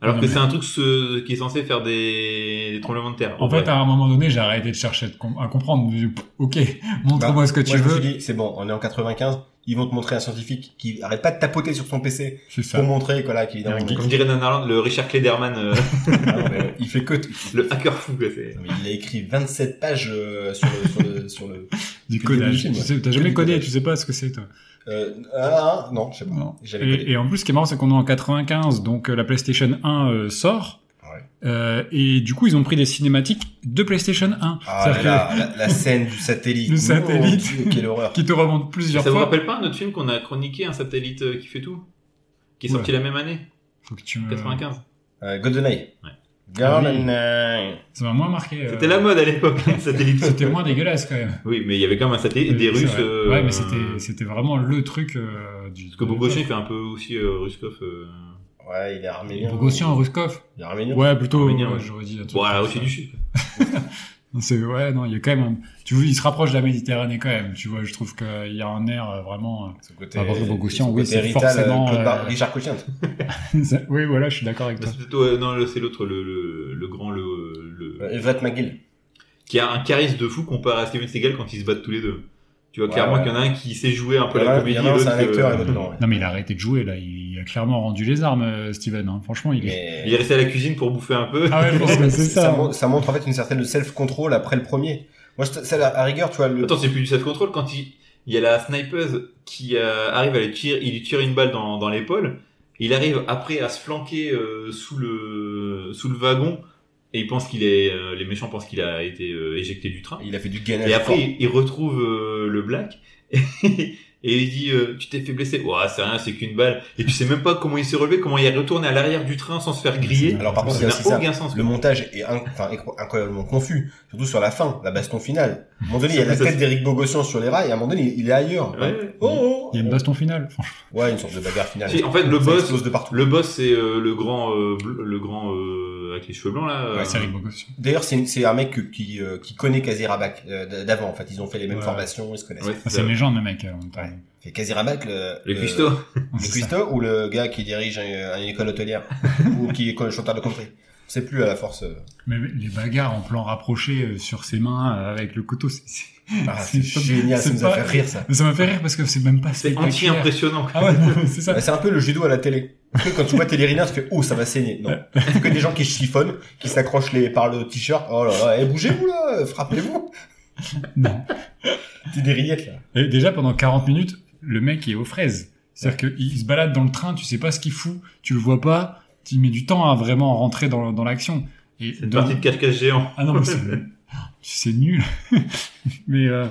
Alors
Non,
que
mais-
c'est un truc ce- qui est censé faire des, des tremblements de terre.
En fait,
vrai.
à un moment donné, j'ai arrêté de chercher de com- à comprendre. J'ai dit, Ok, [laughs] montre-moi ce que tu
Moi, Bah, je me
veux.
suis dit, c'est bon, on est en 95, ils vont te montrer un scientifique qui arrête pas de tapoter sur son PC
C'est ça.
pour montrer que là, qu'évidemment,
Il y a un
comme dirait Nanarland, le Richard Klederman, euh,
Ah
[laughs]
non, mais, euh, il fait que.
le hacker fou. quoi, c'est-
Non, mais Il a écrit 27 pages euh, sur le. Sur le, [laughs] sur le
Du
que du
codage.
film,
Tu
ouais.
sais, T'as
Que
jamais
du
codé,
codage.
tu sais pas ce que c'est, toi.
euh, ah, ah, non, je sais pas.
Non.
J'avais pas
Et, et en plus, ce qui est marrant, c'est qu'on est en 95, donc euh, la PlayStation 1 euh, sort.
Ouais.
Euh, et du coup, ils ont pris des cinématiques de PlayStation 1.
Ah là
C'est-à-dire
là, la, la scène du satellite.
Le
Mon
satellite.
Dieu, quelle horreur.
que- qui te remontent plusieurs
Ça vous
fois.
rappelle pas un autre film qu'on a chroniqué, un satellite euh, qui fait tout Qui est sorti la même année,
Faut que tu me-
95.
Euh, GoldenEye.
Ouais.
GoldenEye.
Ça m'a moins marqué. euh,
C'était la mode à l'époque,
[laughs]
un satellite.
C'était moins dégueulasse, quand même.
Oui, mais il y avait quand même un satellite, des
C'est
Russes.
vrai.
euh,
Ouais, mais c'était, c'était vraiment le truc euh, du.
Parce que Bogossian fait un peu aussi euh, Ruskov. euh,
Ouais, il est arménien.
Bogossian, Ruskov.
Il est arménien.
Ouais, plutôt.
Arménien,
ouais,
ouais.
J'aurais dit un truc
Bon, à la
comme
Russie
ça.
du Sud. quoi.
Non, C'est ouais, non, il y a quand même. Un... Tu vois, il se rapproche de la Méditerranée quand même. Tu vois, je trouve qu'il y a un air euh, vraiment. euh,
Ce côté,
Ah, Bordeaux Bogossian,
ce
oui,
côté
c'est
héritage,
forcément,
Claude Bar-
euh,
Richard Cochient.
ça- euh, [laughs] oui, voilà, je suis d'accord avec
Mais
toi.
c'est plutôt, euh, non, le- c'est l'autre, le, le, le grand, le, le-
Euh, Everett McGill.
qui a un charisme de fou comparé à Steven Seagal quand ils se battent tous les deux. Tu vois
Ouais,
clairement
ouais.
qu'il y en a un qui sait jouer un peu
Il y en a
la
un-
comédie,
il y en a un, c'est un
l'autre,
acteur, et
euh,
l'autre, non. ouais.
Non, mais il a arrêté de jouer là. Il a clairement rendu les armes, euh, Steven. hein. Franchement, il est.
Il est
Mais...
resté à la cuisine pour bouffer un peu.
Ah ouais, je pense
[laughs]
que c'est
Ça,
ça.
mon- ça montre en fait une certaine self-control après le premier. Moi, je- ça, à rigueur, tu vois, le,
Attends, c'est plus du self-control quand il, il y a la snipeuse qui euh, arrive à lui tirer, il lui tire une balle dans, dans l'épaule. Il arrive après à se flanquer euh, sous le sous le wagon et il pense qu'il est euh, les méchants pensent qu'il a été euh, éjecté du train.
il a fait du gainage.
Et après
fort.
il, il retrouve euh, le black [laughs] et, et il dit euh, tu t'es fait blesser. Ouah, c'est rien, c'est qu'une balle. Et tu sais même pas comment il s'est relevé, comment il est retourné à l'arrière du train sans se faire griller.
Alors par contre, il y a
ça n'a
aussi ça.
aucun sens.
Le montage est inc- enfin, incro- incroyablement confus, surtout sur la fin, la baston finale. À un moment donné, il y a la
Ça, ça,
tête d'Eric Bogossian sur les rails, et à un moment donné, il- il est ailleurs.
Ouais, ouais.
Oh, oh,
Il y a une baston finale, franchement.
Ouais, une sorte de bagarre finale.
Si, en fait, le
Ça
boss-
explose de partout.
Le boss c'est euh, le grand euh, bl- le grand euh, avec les cheveux blancs là.
Ouais, c'est
euh,
Eric Bogossian.
D'ailleurs, c'est c'est un mec que- qui, euh, qui connaît Kazirabak euh, d- d'avant. En fait, ils ont fait les mêmes
Ouais.
formations, ils se connaissent.
ouais,
Ah, C'est une légende, le mec. euh, en même temps.
Ouais. Et Kazirabak, le,
le cuistot.
le
C'est ça.
cuistot ou le gars qui dirige un- une école
[laughs]
hôtelière ou qui est co- chanteur de country. On sait plus à la force. euh.
Mais les bagarres en plan rapproché euh, sur ses mains euh, avec le couteau, c'est- c'est-
Ah,
C'est
c'est génial, ça
c'est
nous a
pas-
fait rire
[laughs]
ça.
Mais ça m'a fait rire parce que c'est même pas
C'est
spectaculaire.
anti-impressionnant.
Ah ouais, [laughs] non, mais c'est ça.
Bah, c'est un peu le judo à la télé. Parce que quand tu vois Télérina, tu fais oh ça va saigner. Non, c'est que des gens qui chiffonnent, qui s'accrochent les par le t-shirt. Oh là là, eh, bougez-vous là, frappez-vous.
Non.
C'est des rillettes là.
Et déjà, pendant 40 minutes, le mec est aux fraises. C'est-à-dire qu'il se balade dans le train, tu sais pas ce qu'il fout, tu le vois pas, tu mets du temps à vraiment rentrer dans, dans l'action. Et
C'est une
dans-
partie de carcasse géant.
Ah non, mais c'est, c'est nul. [laughs] mais euh,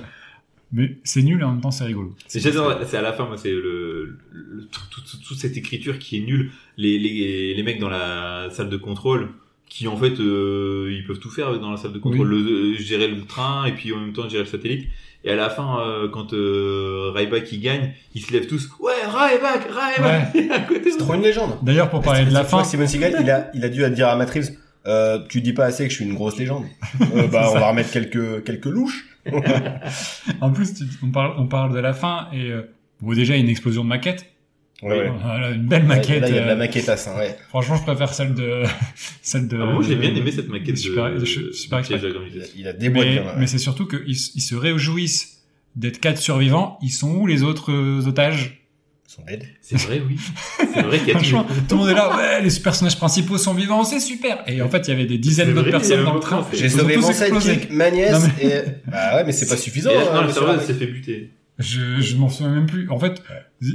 mais c'est nul et en même temps, c'est rigolo.
C'est j'adore, c'est à la fin, moi, c'est le, le- tout- tout- tout- toute cette écriture qui est nulle. Les, les, les mecs dans la salle de contrôle, qui en fait, euh, ils peuvent tout faire dans la salle de contrôle, Le- euh, gérer le train et puis en même temps gérer le satellite. Et à la fin, euh, quand euh, Ryback il gagne, ils se lèvent tous. Ouais, Ryback, [laughs] Ryback. à côté
C'est trop une légende.
D'ailleurs, pour parler de la
Tu vois,
fin,
Steven Seagal, il a, il a dû dire à Matt Reeves, euh, tu dis pas assez que je suis une grosse légende.
[laughs]
Euh, bah, on va remettre quelques, quelques louches.
en plus, tu- on, parle, on parle de la fin et euh, bon, déjà, il y a une explosion de maquette. Voilà, une belle maquette.
Là, il y a de la
euh,
maquette à ça, ouais.
Franchement, je préfère celle de. [laughs] celle de
Ah, moi, j'ai bien aimé cette maquette de,
Super-
de,
de- Super
de piège à
Il a,
gravité.
il a des boîtes hein,
Mais,
bien, ouais.
mais c'est surtout qu'ils ils se réjouissent d'être quatre survivants. Ils sont où les autres euh, otages
Ils sont dead.
C'est vrai, oui. C'est vrai qu'il y a
Franchement, tout le monde est là. Ouais, les personnages principaux sont vivants, c'est super. Et en fait, il y avait des
C'est
dizaines
vrai,
d'autres
il y
personnes
avait
dans le
beaucoup, en
train.
fait.
J'ai
Ils ont
sauvé
tous
mon
explosé.
sidekick, ma nièce,
Non,
et, bah ouais, mais
[laughs]
c'est pas
Et
suffisant.
là,
hein,
non, la
euh,
monsieur
serveuse
Rameck.
s'est fait buter.
Je, je m'en souviens même plus. En fait,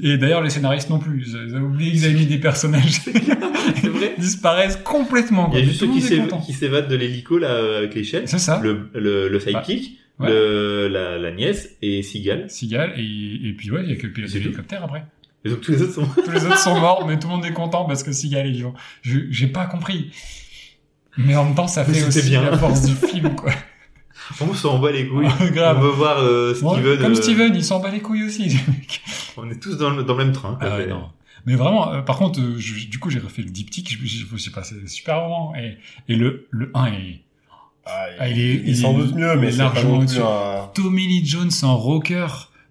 et d'ailleurs, les scénaristes non plus. Ils avaient oublié qu'ils avaient mis des personnages [laughs]
C'est vrai.
qui disparaissent complètement.
Il y a
quoi.
juste
Tout le
ceux qui
monde est
s'éva-
content.
qui s'évadent de l'hélico là euh, avec l'échelle.
C'est ça.
le, le, le sidekick,
Ah, ouais.
le, la, la nièce et Seagal.
Sigal et, et puis ouais, il y a que le pilote
C'est tout.
d'hélicoptère après.
Et donc tous les autres sont. [laughs]
Tous les autres sont morts, mais tout le monde est content parce que Sigal est vivant. Je- J'ai pas compris. Mais en même temps, ça
Mais
fait
c'était
aussi
bien.
la force du film, quoi.
On s'en bat les couilles. On
Grave.
veut voir euh,
Bon,
Steven.
Ah, comme
euh,
Steven, il s'en bat les couilles aussi. [laughs] le mec.
On est tous dans le, dans le même train. quoi.
Ah ouais,
C'est-
non. Mais vraiment, euh, par contre, euh, je- du coup, j'ai refait le diptyque. Je, je, je sais pas, c'est super moment. Et, et le, le 1 est.
Ah,
Ah, il
il,
est-
est sans
il est
doute mieux, mais c'est pas
largement
non plus
au-dessus.
un...
Tommy Lee Jones en rocker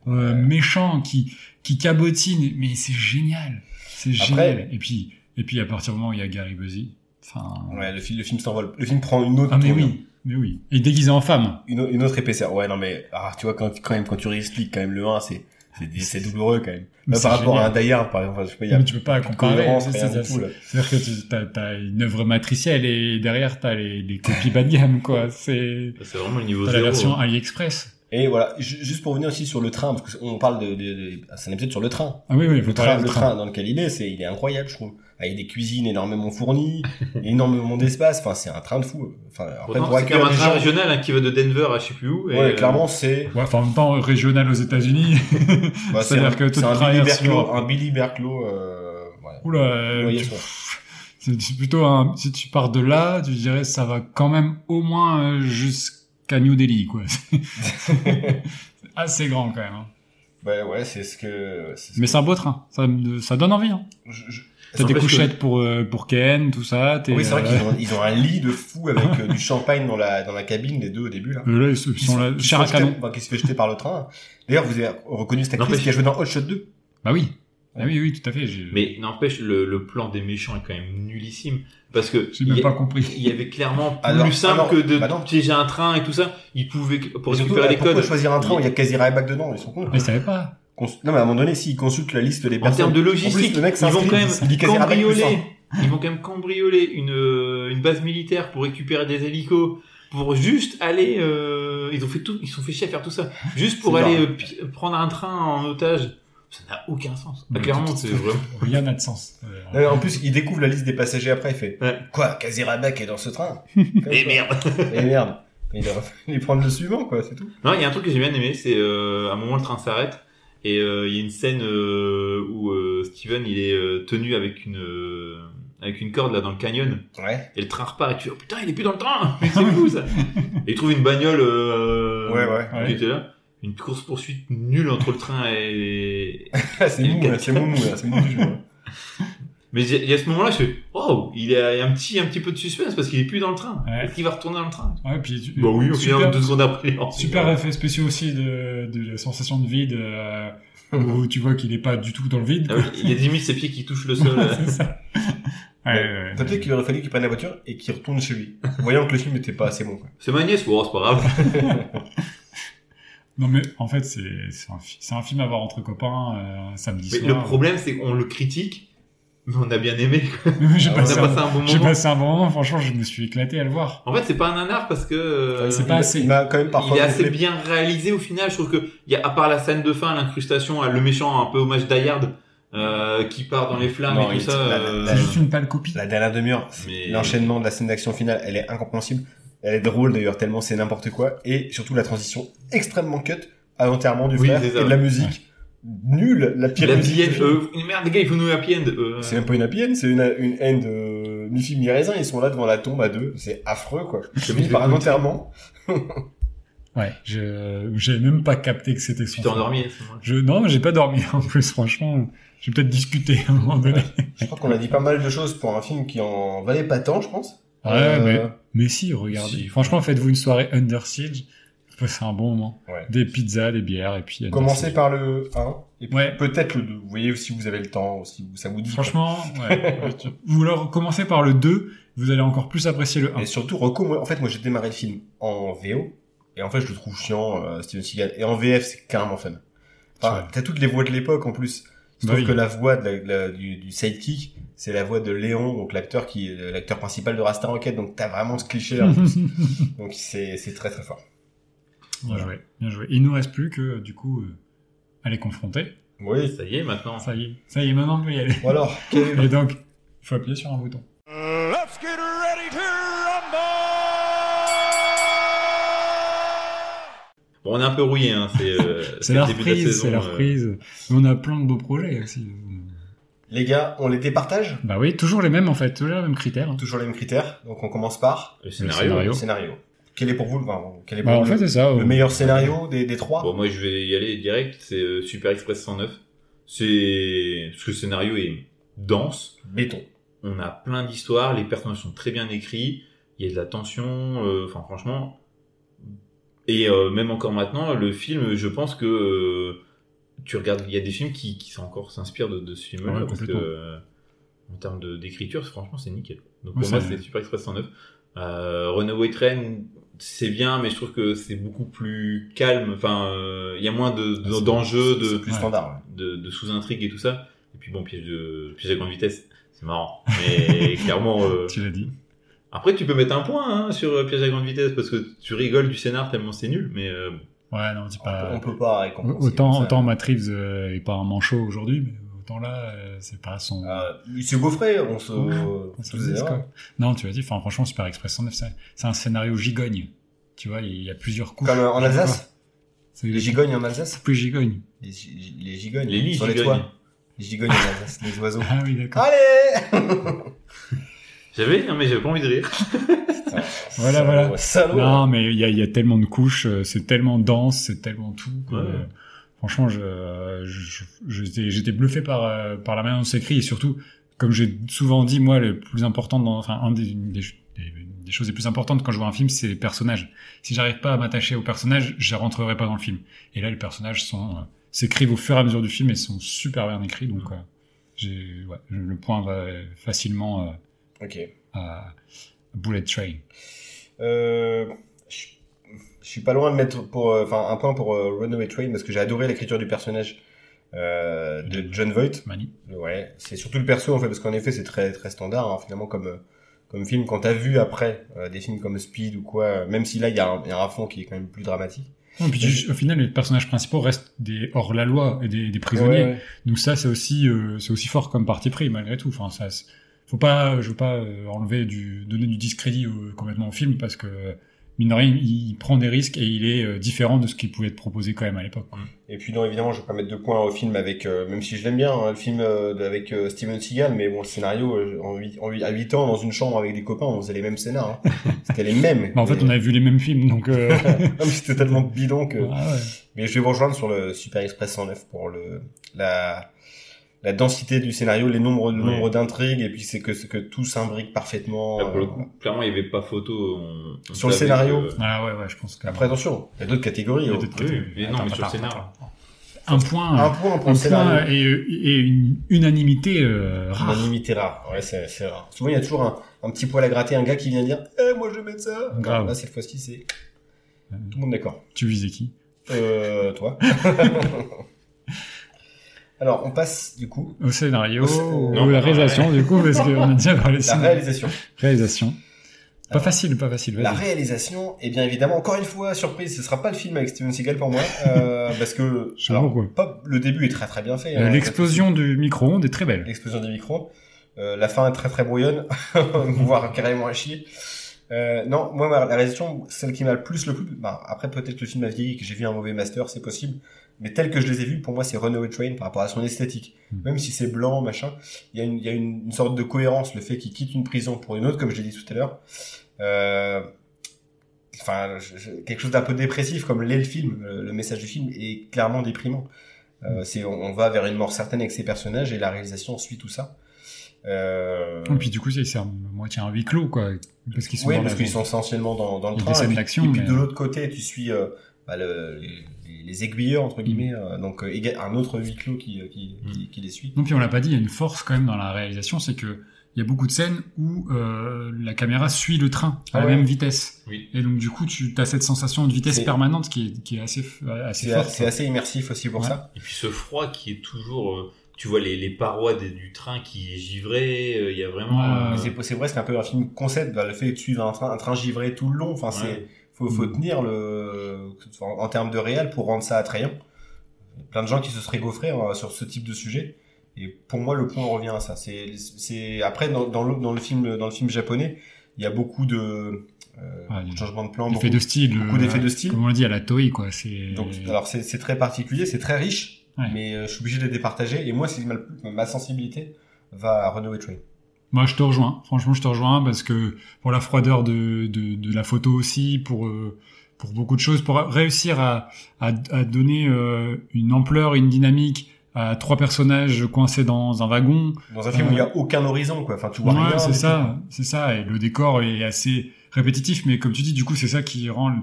euh,
Ouais.
méchant qui, qui cabotine. Mais c'est génial. C'est
Après-
génial. Et puis, et puis, à partir du moment où il y a Gary Buzzy. Enfin.
Ouais, le film, le film s'envole. Le film prend une autre
Ah, mais
tournure.
oui. Mais oui. Et déguisé en femme.
Une, au- une autre épaisseur. Ouais, non, mais, ah, tu vois, quand, quand même, quand tu réexpliques, quand même, le 1, c'est, c'est, c'est douloureux, quand même.
Mais
Là, par
c'est
rapport
génial.
à un Die Hard, par exemple, je sais pas, il y a
Mais tu peux pas
plus de
comparer.
cohérence,
c'est-
rien
c'est-
du tout, là.
C'est-à-dire que tu t'as, t'as une œuvre matricielle et derrière t'as les, les copies bas de gamme, quoi. C'est
C'est vraiment le niveau
t'as la
zéro. hein.
version AliExpress.
Et voilà, ju- juste pour venir aussi sur le train, parce qu'on parle de, de, de- c'est un épisode sur le train.
Ah oui, oui, faut
Le
parler
train,
du
le
train.
train dans lequel il est, c'est, il est incroyable, je trouve. Avec des cuisines énormément fournies, [laughs] énormément d'espace. Enfin, c'est un train de fou. Enfin, après,
Pourtant,
pour
c'est comme
accueillir
un
les
train
gens.
régional hein, qui va de Denver à je sais plus où. et,
Ouais,
euh,
clairement,
[laughs]
c'est,
Ouais, enfin, en même temps, régional aux États-Unis. [laughs]
bah, c'est
C'est-à-dire
un,
que tu
c'est un Billy
traverses
Berclo,
l'Europe.
un Billy Berclo, euh, voilà.
Oula, euh,
Oui,
tu-
ça.
c'est c'est plutôt un, si tu pars de là, tu dirais ça va quand même au moins euh, jusqu'à New Delhi, quoi. [laughs] C'est assez grand quand même. hein.
Ouais, ouais, c'est ce que, c'est ce
Mais
que-
c'est un beau train. Ça, me- ça donne envie. Hein.
je- je-
T'as des
N'empêche que-
couchettes pour, euh, pour Ken, tout ça. t'es,
Oui, c'est vrai
euh,
qu'ils ont, ils ont un lit de fou avec
[laughs]
euh, du champagne dans la, dans la cabine, les deux au début, là.
Euh, Là, ils sont, ils sont là,
qui se
chair à
fait jeter-
canon.
enfin, qui se fait jeter par le train. D'ailleurs, vous avez reconnu cette actrice
N'empêche-
qui a joué dans Hot Shot 2.
Bah oui. Ah oui, oui, tout à fait. J'ai
Mais n'empêche, le, le plan des méchants est quand même nullissime. Parce que.
j'ai même
il y a-
pas compris.
Il y avait clairement plus
Alors,
simple
alors,
que de
bah non.
piéger un train et tout ça. Ils pouvaient, pour
Et surtout,
récupérer les
pourquoi
codes.
choisir un train où il y a quasi Ryback dedans Ils sont cons.
Mais je savais pas.
Cons- Non, mais à un moment donné, s'ils consultent la liste des
En
personnes.
termes de
En plus,
logistique,
le mec
ils vont
s'inscrit,
quand même
il dit quasi Ryback plus
cambrioler.
un.
Ils vont quand même cambrioler une, euh, une base militaire pour récupérer des hélicos, pour juste aller. euh, ils ont fait tout, ils se sont fait chier à faire tout ça, juste pour
C'est
aller
marrant.
euh, pi- prendre un train en otage. Ça n'a aucun sens.
Mais
clairement,
tout- tout-
c'est vraiment.
Rien n'a de sens. Euh,
Non, mais en plus, il découvre la liste des passagers après, il fait
Ouais.
Quoi quasi Ryback est dans ce
[laughs]
train
[laughs] Eh merde.
Et merde Il doit il prendre le suivant, quoi, c'est tout.
Non, il y a un truc que j'ai bien aimé, c'est euh, à un moment le train s'arrête Et euh, il y a une scène euh, où euh, Steven il est euh, tenu avec une euh, avec une corde là dans le canyon.
Ouais.
Et le train repart et tu fais oh, putain il est plus dans le train. [laughs] Mais c'est fou ça. Et il trouve une bagnole. Euh,
Ouais, ouais. [laughs]
qui était là. Une course poursuite nulle entre le train et.
c'est mou, là, c'est mou, mou, là, c'est mou du jeu. hein. ouais.
Mais il y a- il y a ce moment-là, je fais oh il y a il y a un petit un petit peu de suspense parce qu'il est plus dans le train.
Ouais.
Est-ce qu'il va retourner dans le train
Ouais, puis tu-
Bah oui, au final
super-
deux secondes après. il est en-
Super effet spéciaux aussi de, de la sensation de vide
[laughs]
euh, où tu vois qu'il est pas du tout dans le vide.
Ah
quoi.
oui, Il y a limite ses pieds qui touchent
[laughs]
le sol. euh.
C'est ça. Ouais, ouais, ouais.
Peut-être qu'il aurait fallu qu'il prenne la voiture et qu'il retourne chez lui, voyant que le film n'était pas assez bon. Quoi.
C'est ma nièce, bon, c'est pas grave.
Non mais en fait c'est c'est un, fi- c'est un film à voir entre copains euh, un samedi
Mais
soir.
le
[laughs]
problème, c'est qu'on le critique, mais on a bien aimé. quoi.
j'ai
On a
passé, un-
Ah passé un bon
j'ai
moment.
passé un bon moment. Franchement, je me suis éclaté à le voir.
En fait, c'est pas un nanar parce que euh,
C'est
Il-
pas assez.
Il m'a quand même parfois.
il est assez
gonflé.
bien réalisé au final. Je trouve que il y a à part la scène de fin, l'incrustation, euh, le méchant un peu hommage d'Ayard euh, qui part dans les flammes
Non,
et
il-
tout ça.
la-
euh,
la-
C'est juste une pâle copie.
La dernière demi-heure, c'est-
Mais-
l'enchaînement de la scène d'action finale, elle est incompréhensible. Elle est drôle d'ailleurs, tellement c'est n'importe quoi. Et surtout la transition extrêmement cut à l'enterrement du
Oui,
frère
c'est
et
ça.
de la musique nulle, la pire
la
musique. du
happy end,
film.
euh, une merde, les gars, il faut nous happy end. euh,
C'est même pas une happy end, c'est une, une end euh, ni film ni raisin. Ils sont là devant la tombe à deux. C'est affreux quoi. C'est fini par un enterrement.
Ouais, je j'ai même pas capté que c'était son.
Tu t'es
film.
endormi. à ce moment-là.
Je non, mais j'ai pas dormi [laughs] en plus. Franchement, j'ai peut-être discuté à un moment donné.
Je crois qu'on a dit pas mal de choses pour un film qui en valait pas tant, je pense.
Ouais,
Euh,
mais mais si, regardez.
si.
Franchement, faites-vous une soirée Under Siege. C'est un bon moment.
Ouais.
Des pizzas, des bières et puis. Under
Commencez
Siege.
par le 1 et puis
Ouais.
peut-être le 2. Vous voyez si vous avez le temps, si ça vous dit. quoi.
Franchement, ouais. Ouais, tu- Ou alors commencez par le 2, vous allez encore plus apprécier le 1.
Et
[laughs]
surtout, Rocco, moi, en fait, moi, j'ai démarré le film en VO, et en fait, je le trouve chiant, euh, Steven Seagal. Et en VF, c'est carrément fun.
C'est
Enfin,
vrai.
t'as toutes les voix de l'époque, en plus. Je
Bah
trouve
oui.
que la voix de la- de la- du, du sidekick, c'est la voix de Léon, donc l'acteur qui, est l'acteur principal de Rasta Rocket, donc t'as vraiment ce cliché
Mhm.
là. donc c'est, c'est très très fort.
Bien joué, bien joué. Il nous reste plus que du coup euh, à les confronter.
Oui.
Ça y est, maintenant.
Ça y est, ça y est, maintenant on peut y aller.
Bon alors, quel-
Et donc, il faut appuyer sur un bouton.
Let's get ready to rumble!
Bon, on est un peu rouillé. Hein. C'est euh,
C'est
c'est
la
le début de la
reprise,
saison.
c'est la
euh,
reprise. Mais On a plein de beaux projets aussi.
les gars, on les départage.
Bah oui, toujours les mêmes en fait, toujours les mêmes critères. hein.
Toujours les mêmes critères. Donc on commence par
Le
Le
scénario.
scénario.
le scénario. Quel est pour vous, le- enfin, quel est pour
Bah, en
vous
fait,
le,
c'est ça.
le
euh,
meilleur scénario des, des trois
Bon, moi, je vais y aller direct. C'est euh, Super Express 109. C'est parce que le scénario est dense.
Béton.
On a plein d'histoires. Les personnages sont très bien écrits. Il y a de la tension. euh, Enfin, franchement. Et euh, même encore maintenant, le film, je pense que euh, tu regardes. Il y a des films qui, qui sont encore s'inspirent de, de ce film-là
Ouais,
parce que
complètement.
euh, en termes de- d'écriture, franchement, c'est nickel. Donc
Ouais,
pour moi,
ça-
c'est Super Express 109. Euh, Runaway Train, c'est bien, mais je trouve que c'est beaucoup plus calme. Enfin, euh, il y a moins de
Ah,
de-
c'est-
d'enjeux,
C'est
de,
plus
Ouais.
standard. ouais.
de, de sous-intrigues et tout ça. Et puis bon, piège de piège à grande vitesse, c'est marrant. Mais clairement, euh,
Tu l'as dit.
après tu peux mettre un point hein, sur euh, piège à grande vitesse parce que tu rigoles du scénar tellement c'est nul. Mais euh,
Ouais, non, dis
On peut-
pas.
on peut pas récompenser.
Bah, Autant,
comme ça.
autant Matt Reeves euh, est pas un manchot aujourd'hui, mais autant là, euh, c'est pas son.
Euh, il s'est gaufré, on se.
On se
on se
le dise,
dira.
quoi. Non, tu as dit, enfin, franchement, Super Express 109, c'est c'est un scénario gigogne. Tu vois, il y a plusieurs couches.
Comme euh, en Alsace
C'est
Les
les
gigognes en Alsace
plus gigogne.
Les, gi- les gigognes
les lits,
sur les
gigognent.
toits. Les gigognes en Alsace, les oiseaux.
Ah oui, d'accord.
[laughs] Allez
j'avais, non mais j'avais pas envie de rire.
Voilà, voilà.
Salaud
Non, mais il y a, il y a tellement de couches, euh, c'est tellement dense, c'est tellement tout. que,
Ouais.
euh, Franchement, je, euh, je- j'étais j'étais bluffé par, euh, par la manière dont c'est écrit et surtout, comme j'ai souvent dit, moi, le plus important, dans, enfin, un des, des, des- des choses les plus importantes quand je vois un film, c'est les personnages. Si j'arrive pas à m'attacher aux personnages, je rentrerai pas dans le film. Et là, les personnages sont euh, s'écrivent au fur et à mesure du film et sont super bien écrits, donc
Ouais.
euh, j'ai- ouais, le point va facilement euh,
Ok.
à Bullet Train.
Euh, je je suis pas loin de mettre pour, euh, enfin, un point pour euh, Runaway Train parce que j'ai adoré l'écriture du personnage euh,
Mm.
de John Voight.
Mani.
Ouais, c'est surtout le perso en fait, parce qu'en effet c'est très très standard hein, finalement comme euh, comme film. Quand t'as vu après euh, des films comme Speed ou quoi, euh, même si là il y, a un- il y a un fond qui est quand même plus dramatique.
Non, puis tu- au final, les personnages principaux restent des hors-la-loi et des, des prisonniers.
Ouais, ouais.
Donc ça, c'est aussi, euh, c'est aussi fort comme parti pris, malgré tout. Enfin, ça, c'est- faut pas, je veux pas euh, enlever du, donner du discrédit au- complètement au film parce que mine de rien, il, il prend des risques et il est euh, différent de ce qui pouvait être proposé quand même à l'époque. quoi.
Et puis non, évidemment, je vais pas mettre de points au film avec, euh, même si je l'aime bien, hein, le film euh, de- avec euh, Steven Seagal, mais bon, le scénario, euh, en huit- en huit- à 8 ans, dans une chambre avec des copains, on faisait les mêmes scénars. hein.
[laughs]
C'était les mêmes.
Bah, en fait, on avait vu les mêmes films, donc. euh,
[laughs] Non, mais C'était tellement bidon que...
ah ouais.
Mais je vais vous rejoindre sur le Super Express 109 pour le la la densité du scénario, les nombres, le
Ouais.
nombre d'intrigues, et puis c'est que c'est que tout s'imbrique parfaitement.
Là, Ah, pour le
euh,
coup, clairement, il n'y avait pas photo. on- on
Sur le
savait
scénario.
que- euh,
Ah ouais, ouais, je pense que.
Après attention, il y a d'autres catégories.
Il y a
oh.
d'autres
Oui,
catégories.
mais non,
Attends,
mais sur le
attends,
scénario.
attends. Un point.
Un point pour
un
le
point
scénario.
et, et une unanimité euh, rare.
Unanimité rare. Ouais, c'est c'est rare. Souvent il y a toujours un, un petit poil à gratter, un gars qui vient dire, eh moi je vais mettre ça.
Grave.
Là cette fois-ci c'est tout le monde d'accord.
Tu visais qui
Euh,
[laughs]
toi. Alors on passe du coup
Au scénario,
Au sc-
ou
non,
à la
non,
réalisation, du coup, parce qu'on a déjà parlé
la
de scénario.
réalisation.
Réalisation. Pas
Alors,
facile, pas facile. vas-y.
La réalisation, et bien évidemment, encore une fois, surprise, ce sera pas le film avec Steven Seagal pour moi, euh, parce
[laughs]
que
Je sais pas pourquoi.
pas- le début est très très bien fait.
Euh,
hein,
L'explosion du micro-ondes est très belle.
l'explosion du micro, euh, la fin est très très brouillonne, [laughs] voire carrément à chier. Euh, non, moi ma- la réalisation, celle qui m'a le plus le coup, bah, après peut-être que le film a vieilli, et que j'ai vu un mauvais master, c'est possible, mais tel que je les ai vus, pour moi c'est Runaway Train par rapport à son esthétique.
Mm.
Même si c'est blanc, machin, il y a, une, il y a une, une sorte de cohérence, le fait qu'il quitte une prison pour une autre, comme je l'ai dit tout à l'heure. Euh, Enfin, je- je- quelque chose d'un peu dépressif comme l'est le film, le, le message du film est clairement déprimant.
Mm.
Euh, c'est on, on va vers une mort certaine avec ses personnages et la réalisation suit tout ça. Euh...
Et puis du coup, c'est c'est à moitié un huis clos, quoi. Parce qu'ils sont
ouais,
dans
parce
la-
qu'ils sont essentiellement dans, dans le
Il y
train.
a des scènes
et puis,
d'action,
et puis
mais-
de l'autre côté, tu suis euh, bah, le- les, les aiguilleurs entre
Mm.
guillemets, euh, donc euh, éga- un autre huis clos qui, euh, qui,
Mm.
qui, qui les suit.
Non, puis on l'a pas dit, il y a une force quand même dans la réalisation, c'est que il y a beaucoup de scènes où euh, la caméra suit le train à
Ah
la
ouais.
même vitesse.
Oui.
Et donc du coup, tu as cette sensation de vitesse
C'est-
permanente qui est, qui est assez, f- assez
C'est
forte.
c'est assez immersif aussi pour
Ouais.
ça.
Et puis ce froid qui est toujours. euh, tu vois les, les parois des- du train qui est givré. euh, Il y a vraiment.
Ah,
euh,
Mais C'est c'est presque un peu un film concept, bah, le fait de suivre un train, un train givré tout le long. Enfin, c'est
Ouais.
faut, faut
Mm.
tenir le en, en termes de réel pour rendre ça attrayant. Il y a Plein de gens qui se seraient gaufrés hein, sur ce type de sujet. Et pour moi, le point revient à ça. C'est c'est après dans, dans, le, dans le film dans le film japonais, il y a beaucoup de euh,
Ouais, il y a-
changements de plan, beaucoup,
Effet de style.
beaucoup
euh,
d'effets de style.
Comme on l'a dit, à la Toei, quoi. C'est.
Donc, alors c'est c'est très particulier, c'est très riche,
Ouais.
mais euh, je suis obligé de les départager. Et moi, c'est ma, ma sensibilité va à Runaway Train.
Moi, je te rejoins. Franchement, je te rejoins parce que pour la froideur de, de, de la photo aussi, pour, euh, pour beaucoup de choses, pour réussir à, à, à donner euh, une ampleur, une dynamique à trois personnages coincés dans un wagon.
Dans un film
Euh,
où il y a aucun horizon, quoi. Enfin, tu vois
Ouais,
rien.
c'est
mais
ça, c'est ça. Et le décor est assez répétitif, mais comme tu dis, du coup, c'est ça qui rend le-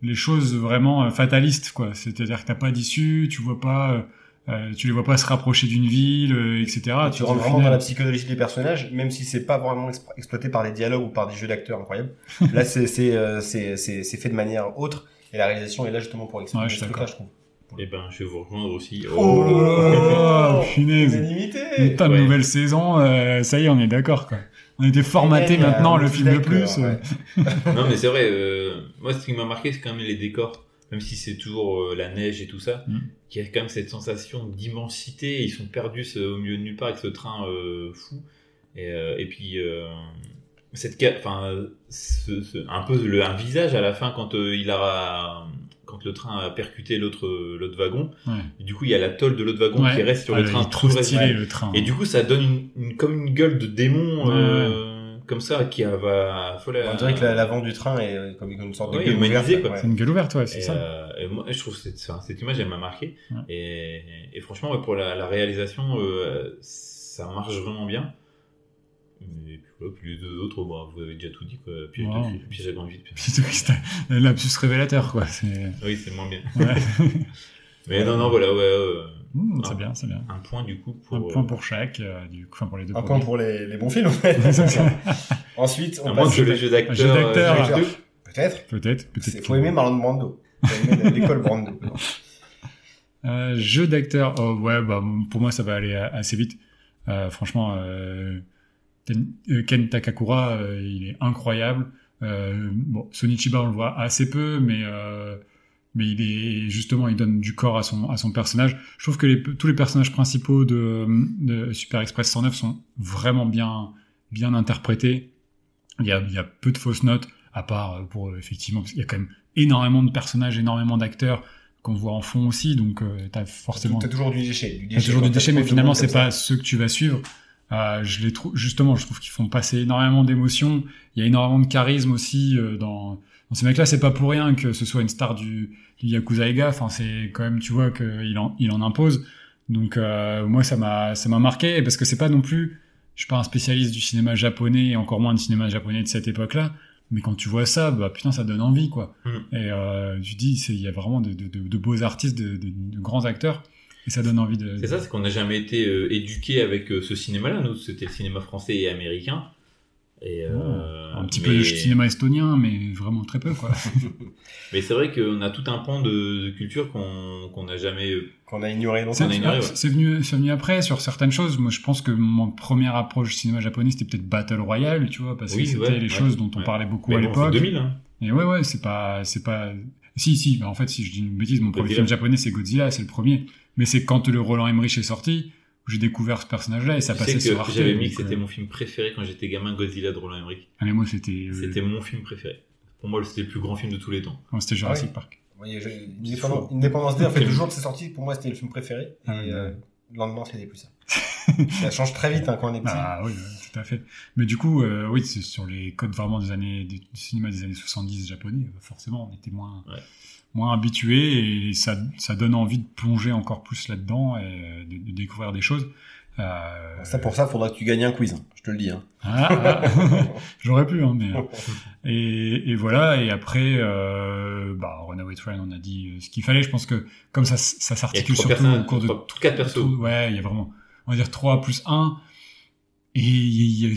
les choses vraiment euh, fatalistes, quoi. C'est-à-dire que t'as pas d'issue, tu vois pas, euh, euh, tu les vois pas se rapprocher d'une ville, euh, etc.
Ah,
te
tu
dis,
rentres
au
vraiment
final,
dans la psychologie des personnages, même si c'est pas vraiment explo- exploité par des dialogues ou par des jeux d'acteurs
[laughs]
incroyables. Là, c'est c'est euh, c'est c'est c'est fait de manière autre, et la réalisation est là justement pour expliquer
Ouais, je suis
ce truc-là, je trouve.
Eh ben, je vais vous rejoindre aussi. [laughs]
[laughs]
Oh, punaise.
Unanimité.
Putain, de
Ouais.
nouvelle saison, euh, ça y est, on est d'accord, quoi. On était formaté
Ouais,
maintenant,
euh,
le film le
d'accord,
plus.
ouais.
ouais.
non, mais c'est vrai, euh, moi, ce qui m'a marqué, c'est quand même les décors. Même si c'est toujours euh, la neige et tout ça,
Mm.
il y a quand même cette sensation d'immensité. Ils sont perdus ce- au milieu de nulle part avec ce train euh, fou. Et, euh, et puis, euh, cette, ca- enfin, euh, ce- ce- un peu le, un visage à la fin quand euh, il a, quand le train a percuté l'autre, l'autre wagon.
Ouais.
Et du coup, il y a la tôle de l'autre wagon
Ouais.
qui reste sur
Ah,
le train.
il est
tout
trop
le reste-
stylé, le train.
et du coup, ça donne une, une- comme une gueule de démon
Ouais,
euh, comme ça qui a- va affoler.
Euh, On dirait que la- l'avant du train est euh, comme une sorte de
Ouais,
gueule
humanisé,
ouverte,
quoi.
ouais.
C'est une gueule ouverte, ouais, c'est
Et,
ça. [laughs]
euh, et moi, je trouve que cette, enfin, cette image, elle m'a marqué.
Ouais.
Et, et franchement, ouais, pour la, la réalisation, euh, ça marche vraiment bien. Et puis, voilà, puis les deux autres, bon, vous avez déjà tout dit, quoi. Piège, de
Wow.
cri- piège à grande vite.
Plutôt que c'était un euh, lapsus révélateur, quoi. C'est
Oui, c'est moins
[laughs]
bien.
[laughs]
ouais.
Mais non, non, voilà, ouais, euh,
Mmh, c'est
Ah.
bien, c'est bien.
un point du coup pour.
Un point
euh,
pour chaque, euh, du coup, enfin pour les deux.
Un point
premiers.
pour les, les bons films. [laughs]
[laughs]
en fait. Ensuite,
à
on
euh, moins
passe.
que les jeux d'acteurs.
jeu d'acteur,
euh,
Jacques
jeux
Chirac.
d'acteurs.
Peut-être.
Peut-être, peut-être.
C'est- Faut
que-
aimer Marlon
[laughs]
Brando. Faut aimer l'école Brando.
Euh, jeu d'acteur, oh, ouais, bah, pour moi ça va aller a- assez vite. Euh, franchement, euh, Ken, euh, Ken Takakura, euh, il est incroyable. Euh, bon, Sonichiba, on le voit assez peu, mais euh, mais il est justement, il donne du corps à son à son personnage. Je trouve que les, tous les personnages principaux de, de Super Express 109 sont vraiment bien bien interprétés. Il y a, il y a peu de fausses notes. à part pour euh, effectivement, parce qu'il y a quand même énormément de personnages, énormément d'acteurs qu'on voit en fond aussi, donc euh, t'as forcément
T'as toujours du déchet. Du
t'as
déchet
toujours
quand
du
t'as
déchet,
trop
mais
de
finalement
monde
c'est
comme ça.
pas ceux que tu vas suivre. Euh, je les trouve justement, je trouve qu'ils font passer énormément d'émotions. Il y a énormément de charisme aussi euh, dans, dans ces mecs-là. C'est pas pour rien que ce soit une star du, du Yakuza Ega. Enfin, c'est quand même, tu vois, qu'il en, il en impose. Donc euh, moi, ça m'a, ça m'a marqué parce que c'est pas non plus. Je suis pas un spécialiste du cinéma japonais et encore moins du cinéma japonais de cette époque-là. Mais quand tu vois ça, bah putain, ça donne envie, quoi.
Mm.
Et euh, tu te dis, c'est- il y a vraiment de, de- de- de beaux artistes, de, de- de grands acteurs, et ça donne envie de.
C'est ça, c'est qu'on n'a jamais été euh, éduqué avec euh, ce cinéma-là. Nous, c'était le cinéma français et américain. Et, euh,
Oh, un petit
mais-
peu de cinéma estonien, mais vraiment très peu, quoi.
Mais c'est vrai qu'on a tout un pan de, de culture qu'on qu'on n'a jamais. euh,
Qu'on a ignoré
C'est
longtemps.
On a ignoré, ouais.
c'est venu, c'est venu après sur certaines choses. Moi, je pense que mon première approche du cinéma japonais, c'était peut-être Battle Royale, tu vois, parce
Oui,
que c'était
ouais,
les
ouais,
choses dont on
ouais.
parlait beaucoup
Mais
à
bon, c'est
l'époque.
2000. hein.
Et ouais, ouais, c'est pas, c'est pas. Si, si, bah en fait, si je dis une bêtise, mon premier
Godzilla.
film japonais, c'est Godzilla, c'est le premier. Mais c'est quand le Roland Emmerich est sorti, où j'ai découvert ce personnage-là et ça
Tu sais
passait
que
sur Arte.
j'avais mis
donc,
que c'était
euh,
mon film préféré quand j'étais gamin, Godzilla de Roland Emmerich.
ah, mais moi, c'était. euh,
C'était Ah mon film préféré. Pour moi, c'était le plus grand film de tous les temps.
non, c'était Jurassic Park.
Oui, je-
fou.
Indépendance Indépendance Day, en fait, le jour que c'est sorti, pour moi, c'était le film préféré.
Ah ouais,
et
ouais.
euh, le lendemain, c'était plus
[laughs]
ça. ça change très vite hein, quand on est petit.
Ah oui, oui, tout à fait. Mais du coup, euh, oui, c'est sur les codes vraiment des années du cinéma des années 70 japonais, euh, forcément, on était moins
Ouais.
moins habitué et ça, ça donne envie de plonger encore plus là-dedans et euh, de, de découvrir des choses. Euh,
Ah, Ça, pour ça, faudra que tu gagnes un quiz. hein, Je te le dis. hein.
[laughs] ah, ah, j'aurais pu, hein, mais et, et voilà. Et après, euh, bah, Runaway Train, on a dit euh, ce qu'il fallait. Je pense que comme ça, s- ça
Il y a
s'articule
trois
Ah, surtout
personnes,
au cours de
trois- quatre persos.
tout- ouais, il y a vraiment, on va dire 3 plus 1. Et il y a-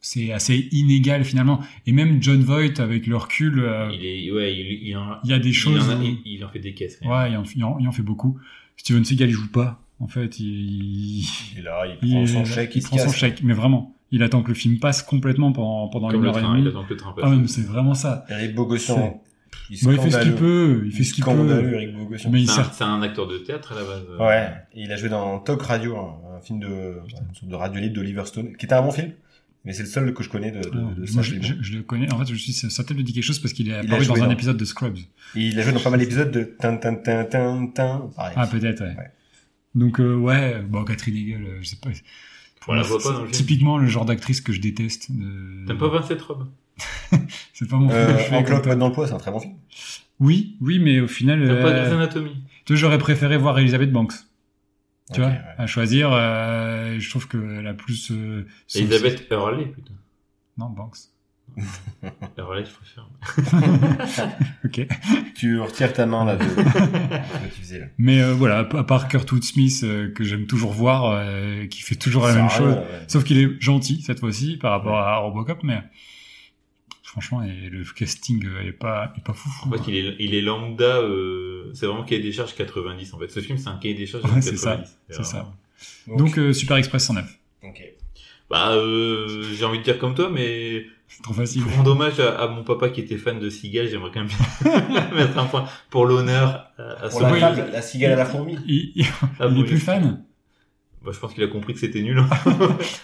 c'est assez inégal finalement. Et même John Voight, avec le recul, euh, il,
Il est, ouais, il, il en,
y a des
il
choses.
en a-
où-
il- il en fait des caisses. quand même.
ouais, il en, il en- il en fait beaucoup. Steven Seagal, il joue pas. En fait, il, il-
Il est là, il
il
prend
est
son
là,
chèque,
il
se
prend son
casse.
chèque, mais vraiment. Il attend que le film passe complètement pendant, pendant
Comme
une
le
heure et
train, il
demie.
attend que le train passe.
Ah ouais, mais c'est vraiment ça.
Eric Bogosian. pff,
Bon, Bah, il fait ce qu'il
scandaleux.
peut, il fait ce qu'il
Scandaleux,
peut.
Eric Bogosian.
Mais il
C'est un-
sert.
c'est un acteur de théâtre à la base. euh.
Ouais, et il a joué dans Talk Radio, un, un film de, une sorte de radio libre d'Oliver Stone, qui était un bon film, mais c'est le seul que je connais de, de, de, de
Ah, Moi,
Serge
je,
Lebon.
je, je le connais. En fait, je suis certain de me dit quelque chose parce qu'il est
a
apparu dans
joué
un
dans-
épisode de Scrubs.
Et il a joué dans pas mal d'épisodes de Tin Tin Tin Tin Tin. Pareil.
Ah, peut-être, ouais.
Ouais.
Donc, euh, ouais, bon, Catherine Hegel, euh, je sais pas. Pour
On la
moi,
voit
c'est-
pas dans le film.
Typiquement le genre d'actrice que je déteste. de-
T'aimes pas 27 robes
Euh, C'est pas mon film, [laughs] je
euh,
fais
en Claude
comme-
Mode dans le poids, c'est un très bon film.
Oui, oui, mais au final,
T'aimes pas
euh,
Grey's Anatomy
tu vois, j'aurais préféré voir Elizabeth Banks.
Ok,
Tu vois,
ouais.
à choisir, euh, je trouve que la plus. euh, son-
Elizabeth Hurley, plutôt.
Non, Banks.
Hurley, je préfère.
Ok.
Tu retires ta main
[laughs]
là de, de ce que tu faisais là.
Mais euh, voilà, à part Kurtwood Smith, euh, que j'aime toujours voir, euh, qui fait toujours la même
Ça sert à
chose.
rien, ouais.
Sauf qu'il est gentil cette fois-ci par rapport à Robocop, mais franchement, et le casting euh, est pas, est pas fou.
En fait, il est, il est lambda. euh, c'est vraiment cahier des charges 90, en fait. Ce film, c'est un cahier des charges
Ouais,
90.
c'est ça,
vraiment-
c'est ça.
Donc,
Donc, euh, Super Express 109.
ok.
Bah, euh, j'ai envie de dire comme toi, mais
C'est trop facile.
pour rendre hommage à, à mon papa qui était fan de Seagal, j'aimerais quand même [laughs] mettre un point pour l'honneur à, à ce
Pour la,
Oui,
femme, la cigale à la fourmi.
Il, il-
Ah,
il
bon,
est plus fan.
Bah, je pense qu'il a compris que
[laughs]
c'était nul. hein.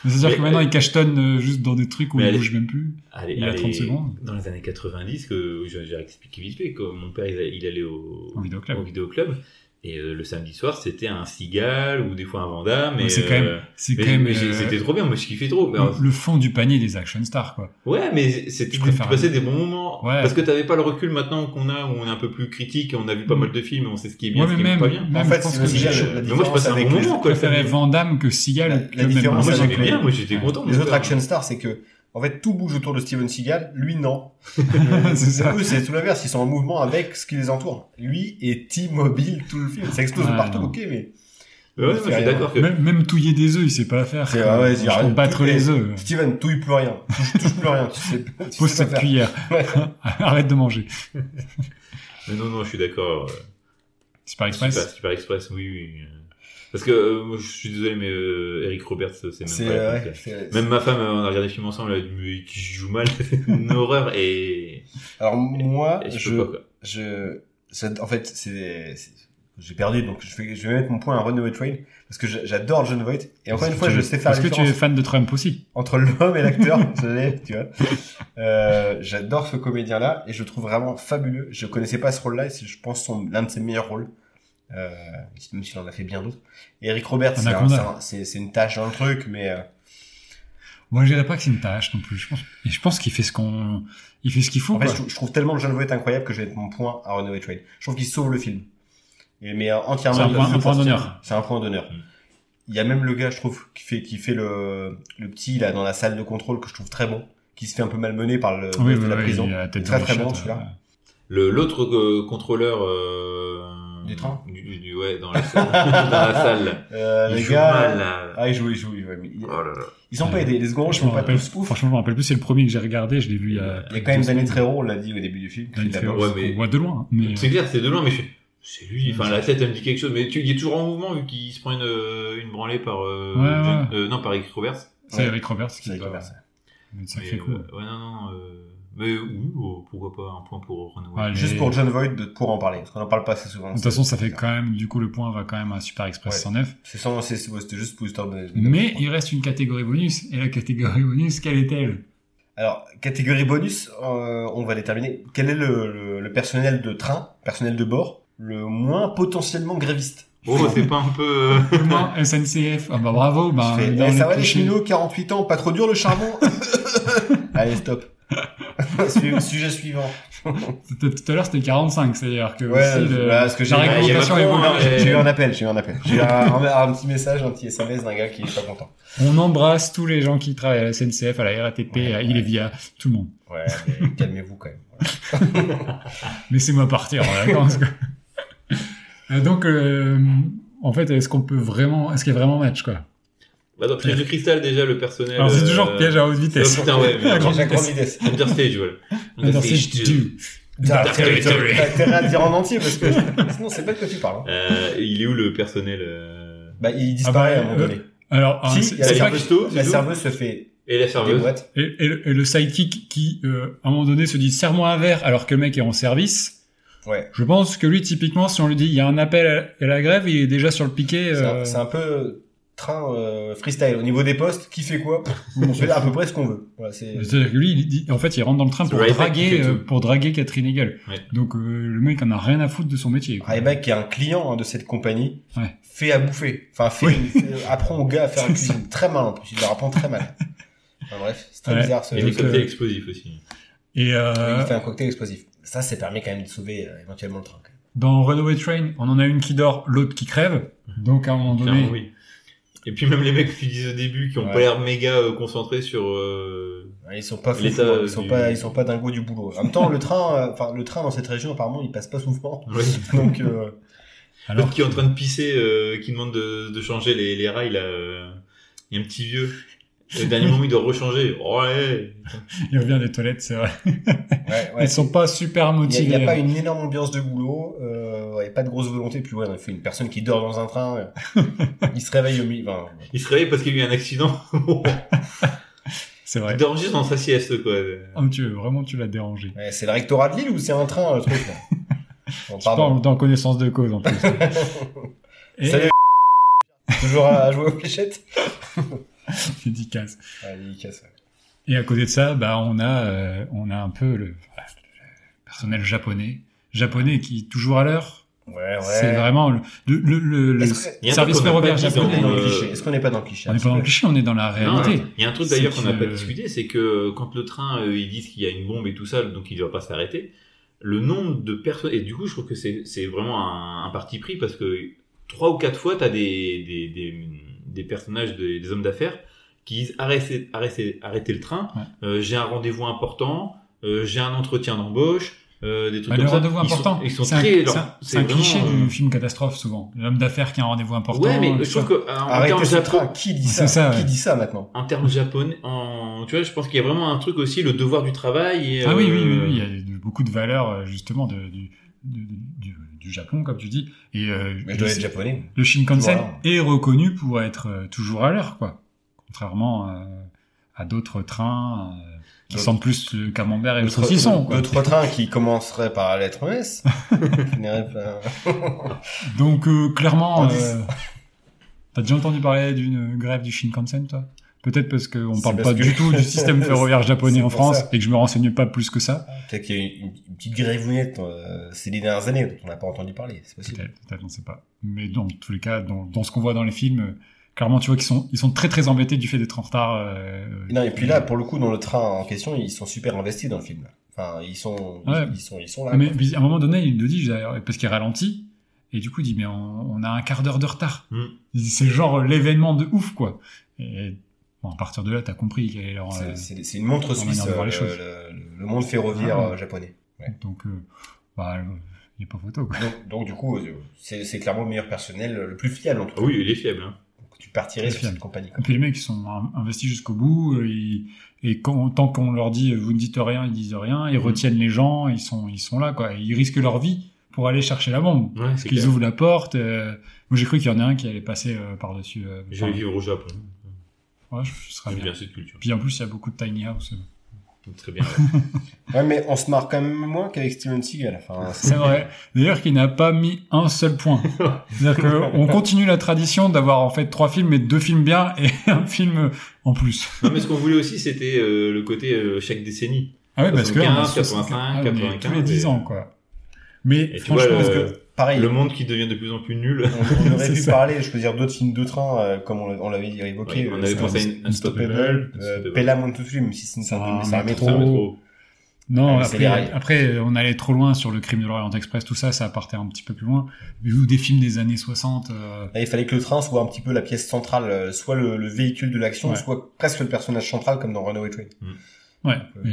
Mais C'est-à-dire
Mais-
que maintenant, il cachetonne euh, juste dans des trucs où
Mais
il
elle-
bouge même plus.
Allez,
Il a 30 secondes.
Dans les années 90, que j'ai j'ai expliqué vite fait, que mon père il, a- il allait au,
Au vidéoclub.
vidéoclub, et euh, le samedi soir c'était un Cigale ou des fois un Vanda, mais
Ouais, c'est quand
euh,
même- C'est
mais-
quand même
mais j'ai-
euh,
c'était trop bien, moi je kiffais trop. Mais, alors,
le fond du panier des action stars, quoi.
ouais, mais c'était
Je
tu
préfère
passais
un-
des bons moments
Ouais.
parce que t'avais pas le recul maintenant qu'on a, où on est un peu plus critique, et on a vu pas mal de films, et on sait ce qui est bien,
Mm. Ouais,
ce
mais
qui est
même,
pas bien.
même
En fait,
je pense
c'est
que
obligé,
je-
la
Mais moi je
différence
passais un
avec
bon
les-
moment,
je
quoi.
préférais Van Damme que Seagal.
La-
que
la
même
différence
moi
Van Damme.
avec
j'étais
les-
bien, moi j'étais
Ouais.
content.
Les
mon
autres
père.
action stars, c'est que, en fait, tout bouge autour de Steven Seagal. Lui, non.
[laughs] C'est ça.
Eux, c'est tout l'inverse. Ils sont en mouvement avec ce qui les entoure. Lui est immobile tout le film. Ça explose de
Ah,
partout,
non.
ok, mais
Ouais, ouais, moi, je suis d'accord que
Même, même touiller des œufs, il sait pas la faire.
C'est- ah
quoi.
ouais,
Je
il y a rien
trouve
de
battre
touiller.
les œufs.
Steven, touille plus rien. Touche, touche plus rien. Tu sais, tu
Pose
sais
cette
pas faire.
cuillère.
Ouais.
[laughs] Arrête de manger.
Mais non, non, je suis d'accord. euh,
Super
Super,
Express.
Super Express, oui, oui. euh. Parce que euh, moi, je suis désolé, mais euh, Eric Roberts, c'est même
C'est,
pas. la
ouais,
place.
c'est-
Même ma femme, euh, on a regardé le film ensemble, elle a dit, mais qui joue mal, [laughs] c'est une horreur et,
Alors, moi,
et je,
je,
peux pas, quoi.
je, c'est- en fait, c'est, c'est- J'ai perdu, donc je vais, je vais mettre mon point à Runaway Train, parce que j'a- j'adore John Voight, et encore une fois, je sais faire la
Parce que tu
différence
es fan de Trump aussi.
entre l'homme et l'acteur, [laughs] je l'ai, tu vois. Euh, j'adore ce comédien-là, et je le trouve vraiment fabuleux. Je connaissais pas ce rôle-là, et c'est, je pense, son, l'un de ses meilleurs rôles. Euh, même s'il en a fait bien d'autres. Et Eric Roberts, c'est, un-
Anaconda.
c'est, un- c'est- c'est une tâche dans le truc, mais euh,
Moi, je dirais pas que c'est une tâche non plus. Je pense, et je pense qu'il fait ce qu'on, il fait ce qu'il faut.
En fait,
quoi.
je, trouve- je trouve tellement le John Voight incroyable que je vais mettre mon point à Runaway Train. Je trouve qu'il sauve le film. Et- mais euh, entièrement.
C'est un
il
point-
le
un point
sortir.
d'honneur. Mm.
C'est un point d'honneur. Il y a même le gars, je trouve, qui fait, qui fait le, le petit là dans la salle de contrôle que je trouve très bon, qui se fait un peu malmener par le boss
Oui,
de
oui,
la
oui,
prison.
il a la tête
Très,
dans
très
les
bon,
chiottes,
celui-là.
euh,
Le l'autre euh, contrôleur euh,
Du train
du- du- ouais dans la salle, [laughs] dans la salle.
Euh,
il
le
joue
gars,
mal là.
euh,
ah, il joue, il joue, il joue, mais il-
Oh là là.
ils sont pas
Ouais.
aidés. Les secondes, ils sont
Franchement, je me
pas
rappelle,
tous ouf.
franchement, je me rappelle plus. C'est le premier que j'ai regardé. Je l'ai vu il y a.
Il y a quand même Danny Trejo, on l'a dit au début du film.
Danny
qui l'a-
Trejo,
Ouais,
c'est-
mais-
on voit de loin. hein, Mais
C'est clair, c'est de loin, mais je fais, c'est lui. Enfin, la tête, elle me dit quelque chose, mais tu, il est toujours en mouvement vu qu'il se prend une, euh, une branlée par euh,
Ouais, ouais.
John- euh, non par Eric Roberts.
c'est Eric Roberts qui
C'est Eric
doit-
Roberts.
Mais ça
Mais,
fait
euh,
cool.
ouais, non, non. euh, mais oui, oh, pourquoi pas un point pour Runaway.
Allez.
Juste pour John Voight de, pour en parler, parce qu'on en parle pas assez souvent.
De toute façon, ça fait quand même, du coup, le point va quand même à Super Express
Ouais.
109.
C'est sans, c'est, c'est- c'était juste pour histoire de- de-
Mais il reste une catégorie bonus. Et la catégorie bonus, quelle est-elle
Alors, catégorie bonus, euh, on va déterminer quel est le, le- le personnel de train, personnel de bord, le moins potentiellement gréviste.
Oh, c'est pas un peu. euh,
[laughs]
Le moins SNCF. Ah bah bravo. Bah,
Je fais,
dans
eh, ça va les
clichés.
cheminots, 48 ans, pas trop dur le charbon Allez, stop. Su- Sujet suivant.
Tout tout à l'heure, c'était 45. C'est-à-dire que
Ouais,
aussi, le-
bah, ce que j'ai-
la
il y a
réglementation
Macron,
évolue.
hein,
J'ai
et-
j'ai eu un appel, j'ai eu un appel. J'ai eu un, un- un petit message, un petit SMS d'un gars qui est pas content.
On embrasse tous les gens qui travaillent à la SNCF, à la RATP,
Ouais,
à
ouais.
Ilevia, tout le monde.
Ouais, mais calmez-vous quand même. Voilà.
Laissez-moi partir en vacances.
[laughs]
quoi. Euh, Donc, euh, en fait, est-ce qu'on peut vraiment, est-ce qu'il y a vraiment match quoi
Bah, dans Piège de cristal déjà le personnel.
Alors c'est toujours
euh,
piège à haute vitesse.
Ah, putain, ouais, mais-
À grande
J'ai la grande vitesse.
vitesse.
Understage, voilà.
Understage du.
T'as
Dark Territory.
t'as intérêt à le dire en entier parce que sinon c'est pas de quoi tu parles. hein.
Euh, il est où le personnel euh,
Bah, il disparaît à
Ah bah,
un moment
euh,
donné.
Alors,
Si,
hein,
il
c'est-
y a
c'est
la
pas
serveuse.
que-
Christo,
La
c'est tout
serveuse se fait
Et la
des
serveuse
boîtes.
et, et le, et le sidekick qui, euh, à un moment donné, se dit serre-moi un verre alors que le mec est en service.
Ouais.
Je pense que lui, typiquement, si on lui dit il y a un appel à la grève, il est déjà sur le piquet.
C'est
euh,
un- C'est un peu train euh, freestyle. Au niveau des postes, qui fait quoi Pff, On fait à peu près ce qu'on veut. Voilà, c'est-
C'est-à-dire que lui, il dit, en fait, il rentre dans le train
C'est
pour
Ryback qui
draguer,
fait
euh,
tout.
pour draguer Catherine Hegel.
Ouais.
Donc euh, le mec en a rien à foutre de son métier. quoi.
Ryback, qui est un client hein, de cette compagnie,
Ouais.
fait à bouffer. Enfin, fait,
Oui.
fait- euh, apprend au gars à faire la
[laughs] C'est
cuisine. Très mal en plus, il leur apprend très mal. Enfin, bref, c'est très
Ouais.
bizarre. Ce...
Et
Donc,
le
Il
que-
cocktail explosif aussi.
Et euh,
fait un cocktail explosif. Ça, c'est permis quand même de sauver euh, éventuellement le train. quand même.
dans Runaway Train, on en a une qui dort, l'autre qui crève.
Mhm.
Donc à un moment donné,
Clairement, oui. Et puis même les mecs qui disent au début qui ont
Ouais.
pas l'air méga euh, concentrés sur. euh,
Ouais, Ils sont pas fous,
L'état,
ils sont
du-
pas, ils sont pas dingos du boulot. En même temps, le train, euh, enfin, le train dans cette région, apparemment, il passe pas souvent.
ouais.
[laughs] Donc, euh,
alors
L'autre qui est en train de pisser, euh, qui demande de, de changer les, les rails là. euh, Il y a un petit vieux. Au dernier moment, il doit rechanger. Ouais.
[laughs] il revient des toilettes, c'est vrai.
ouais, ouais.
Elles sont pas super
Il
motivées.
n'y a, pas une énorme ambiance de boulot, euh, ouais, pas de grosse volonté. Puis ouais, en effet, une personne qui dort dans un train, euh,
[laughs]
il se réveille au milieu. enfin,
Il se réveille parce qu'il y a eu un accident. [laughs]
hein. C'est
il
vrai.
dort juste dans sa sieste, quoi.
Ah, tu vraiment tu l'as dérangé.
ouais, c'est le rectorat de Lille ou c'est un train, le truc là
[laughs]
Bon,
Je
Pardon.
parle dans connaissance de cause en plus. [laughs] Et
Salut. Toujours à, à jouer aux Ah, fléchettes.
dédicace.
Ouais, dédicace, ouais.
Et à côté de ça, bah on a euh, on a un peu le, voilà, le personnel japonais, japonais qui est toujours à l'heure.
Ouais, ouais.
C'est vraiment le le, le- le- le-
Est-ce que-
Il y a un
Service
truc qu'on n'a
ferroviaire
pas dit
Est-ce qu'on
japonais,
est dans le
euh,
cliché Est-ce qu'on n'est pas dans le cliché
on n'est pas dans le cliché, on est dans la
Non,
réalité.
non. Il y a un truc
Euh, C'est
d'ailleurs qu'on n'a
que-
pas discuté, c'est que quand le train, euh, ils disent qu'il y a une bombe et tout ça, donc il ne va pas s'arrêter. Le nombre de personnes, et du coup, je trouve que c'est c'est vraiment un, un parti pris parce que trois ou quatre fois, tu as des, des, des, des personnages, des, des hommes d'affaires qui disent arrêtez, arrêtez, arrêtez le train, euh, j'ai un rendez-vous important, euh, j'ai un entretien d'embauche. euh, des trucs
Bah, le
comme ça.
rendez-vous
Ils sont-
important,
Ils sont,
c'est un-
très.
c'est
leur-
un, c'est
c'est
un
vraiment,
cliché
euh,
du film catastrophe souvent. L'homme d'affaires qui a un rendez-vous important.
Ouais, mais
tout
je trouve
ça.
que euh, en termes
Arrêtez ce
japo-
train. Qui dit ça
C'est ça,
Qui
ouais.
dit ça maintenant
en termes japonais, en, tu vois, je pense qu'il y a vraiment un truc aussi, le devoir du travail. Et,
Ah oui, oui, oui,
euh,
oui, il y a de- beaucoup de valeurs euh, justement de- du, du, du- du Japon, comme tu dis. Et euh,
Mais
le-
je dois être japonais.
le Shinkansen
Toujours à l'heure.
est reconnu pour être euh, toujours à l'heure, quoi. Contrairement euh, à d'autres trains euh, qui
D'autres-
sentent plus le camembert et le
D'autres-
saucisson. quoi.
D'autres trains qui commenceraient par la lettre
[laughs]
S. finiraient par-
Donc euh, clairement,
En
euh,
dix.
t'as déjà entendu parler d'une grève du Shinkansen, toi Peut-être parce qu'on
C'est
parle
parce
pas
que-
du
[laughs]
tout du système ferroviaire
C'est
japonais en
pour
France
ça. Ah,
et que je me renseigne pas plus que ça.
Peut-être qu'il y a une, une petite grévounette euh, ces dernières années dont on n'a pas entendu parler. C'est possible.
Peut-être, peut-être, on sait pas. Mais dans tous les cas, dans, dans ce qu'on voit dans les films, euh, clairement, tu vois qu'ils sont, ils sont très très embêtés du fait d'être en retard. euh,
Et Non, et puis là, pour le coup, dans le train en question, ils sont super investis dans le film. Enfin, ils sont,
Ouais.
ils, ils sont, ils sont là.
Ah, Mais puis, à un moment donné, il le dit d'ailleurs, parce qu'il ralentit. Et du coup, il dit, mais on, on a un quart d'heure de retard.
Hmm.
Mm.
Il dit, C'est genre l'événement de ouf, quoi. Et bon, à partir de là, t'as compris quel est leur,
C'est-
euh,
C'est c'est une montre
leur
suisse,
manière de voir
euh,
les choses.
le, le- le monde ferroviaire
Ah.
euh, japonais. Ouais.
Donc, euh, bah, euh, il n'y a pas photo, quoi.
Donc, donc, du coup, euh, c'est c'est clairement le meilleur personnel, le plus fiable en tout
Ah
cas.
oui, il est fiable. Hein.
Donc, tu partirais
Le
sur
fiable.
cette compagnie.
Et
quoi.
puis les mecs, ils sont in- investis jusqu'au bout. euh, ils- et quand, tant qu'on leur dit, euh, vous ne dites rien, ils disent rien. Ils retiennent les gens. Ils sont, ils sont là, quoi. Ils risquent leur vie pour aller chercher la bombe.
Ouais,
Parce
c'est
qu'ils
clair.
ouvrent la porte. euh, moi, j'ai cru qu'il y en a un qui allait passer euh, par-dessus. euh,
Je vais vivre au Japon.
par- ouais, je- ce serait
J'aime
bien.
bien
[laughs]
cette culture.
Puis en plus, il y a beaucoup de tiny house.
Très bien.
Ouais, mais on se marre quand même moins qu'avec Steven Seagal. Enfin,
C'est vrai. [laughs] D'ailleurs, qu'il n'a pas mis un seul point. C'est-à-dire qu'on continue la tradition d'avoir en fait trois films, mais deux films bien et [laughs] un film en plus.
non, mais ce qu'on voulait aussi, c'était euh, le côté euh, chaque décennie.
Ah ouais, parce que.
75,
on est
85,
ah, on est Tous les
95,
10 ans,
et-
quoi. Mais
Et tu
franchement,
vois,
parce
le-
que, pareil,
Le monde qui devient de plus en plus [laughs] nul.
on,
[laughs]
on aurait
C'est
pu
ça.
parler, je peux dire, d'autres films de train, euh, comme on, l'a- on l'avait évoqué.
Ouais, on
euh,
avait
c'est
pensé à
un-
une- Unstoppable,
Unstoppable, euh,
Unstoppable.
Pella Montusli, même si c'est une- c'est
Ah,
un, c'est un
mais
métro.
C'est un métro.
non,
Ah,
Ouais, c'est les
après,
rails.
après, on allait trop loin sur le crime de l'Orient Express, tout ça, ça partait un petit peu plus loin. Ou des films des années 60. euh,
Là, il fallait que le train soit un petit peu la pièce centrale, euh, soit le, le véhicule de l'action,
Ouais.
soit presque le personnage central, comme dans Runaway Train.
ouais.
peu,
mais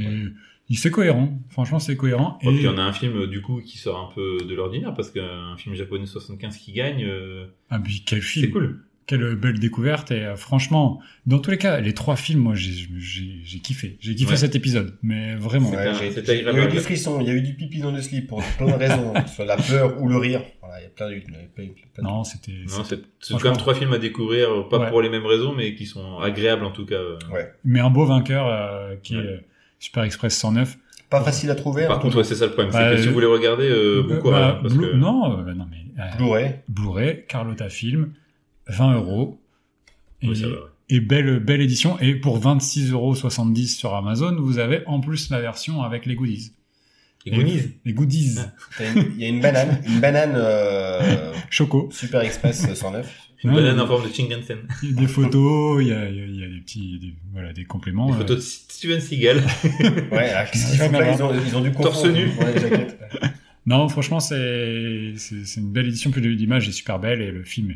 il- C'est cohérent. Franchement, c'est cohérent.
Et puis
et
on a un film euh, du coup qui sort un peu de l'ordinaire parce qu'un film japonais 75 qui gagne, euh,
ah, puis quel film.
c'est cool.
Quelle belle découverte et euh, franchement, dans tous les cas, les trois films, moi j'ai- j'ai j'ai kiffé, j'ai kiffé
Ouais.
cet épisode, mais vraiment.
Ouais,
j'ai-
c'est
il y a eu
agréable.
du frisson, il y a eu du pipi dans le slip pour plein de
[laughs]
raisons, soit la peur ou le rire. Voilà, il y a plein de, il y a plein de- plein de-
Non, c'était.
Non,
c'était-
C'est c'est quand même trois films à découvrir, euh, pas
Ouais.
pour les mêmes raisons, mais qui sont agréables en tout cas. euh.
Mais un beau vainqueur euh, qui
Ouais.
est euh, Super Express 109.
Pas facile à trouver.
Par
hein,
contre, ouais, c'est ça le problème,
Bah,
c'est que si
euh,
vous les regardez, euh, bon
Bah,
courage,
bah,
parce
Blu-
que-
Non, euh, non mais euh,
Blu-ray.
Blu-ray, Carlotta Film, 20 euros. Et,
Oui, ça va, ouais.
et belle, belle édition. Et pour 26,70 euros sur Amazon, vous avez en plus la version avec les goodies.
Et Goonies.
Les goodies.
T'as une- Il y a une banane, une banane euh,
Choco.
Super Express euh, 109.
Une
Ouais,
banane
mais-
en forme de Shinkansen.
Il y a des photos, il y a, il y a- il y a des petits des, voilà, des compléments.
Une
euh.
photo de Steven Seagal.
Ouais, alors, qu'est-ce qu'ils font là ils ont, ils ont dû confondre.
Torse nu.
pour la jaquette.
Non, franchement, c'est c'est c'est une belle édition. Puis l'image est super belle et le film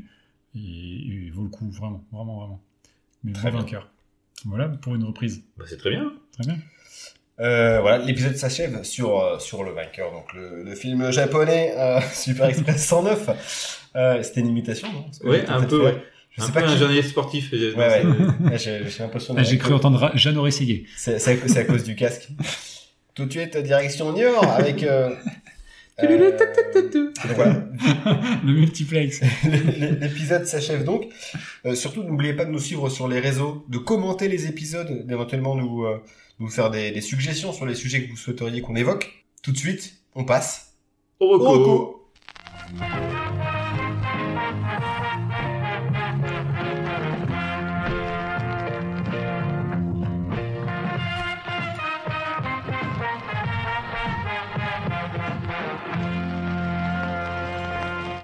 il, il vaut le coup, vraiment, vraiment, vraiment. Mais
Très
Très
bien.
vainqueur. Voilà pour une reprise.
Bah, c'est très bien.
Très bien.
Euh, voilà, l'épisode s'achève sur, euh, sur le vainqueur, donc le, le film japonais euh, [laughs] Super Express 109. Euh, C'était une imitation, non Parce que
Ouais,
j'ai
un
peut-être
peu,
fait-
ouais.
Je
un
sais
peu
pas
un
qui-
journaliste sportif. euh, j'ai-
Ouais,
[laughs] c'est-
ouais. Ouais, j'ai j'ai l'impression
Ah,
d'avoir-
J'ai cru entendre Ra- Jeanne
[laughs]
Rességuier.
C'est c'est à, cause- c'est à cause du casque. Tout de suite, direction New York avec.
[laughs]
euh, euh, donc voilà,
le multiplex.
L'épisode s'achève donc. Euh, surtout, n'oubliez pas de nous suivre sur les réseaux, de commenter les épisodes, d'éventuellement nous, euh, nous faire des, des suggestions sur les sujets que vous souhaiteriez qu'on évoque. Tout de suite, on passe
Au
au
reco.
reco.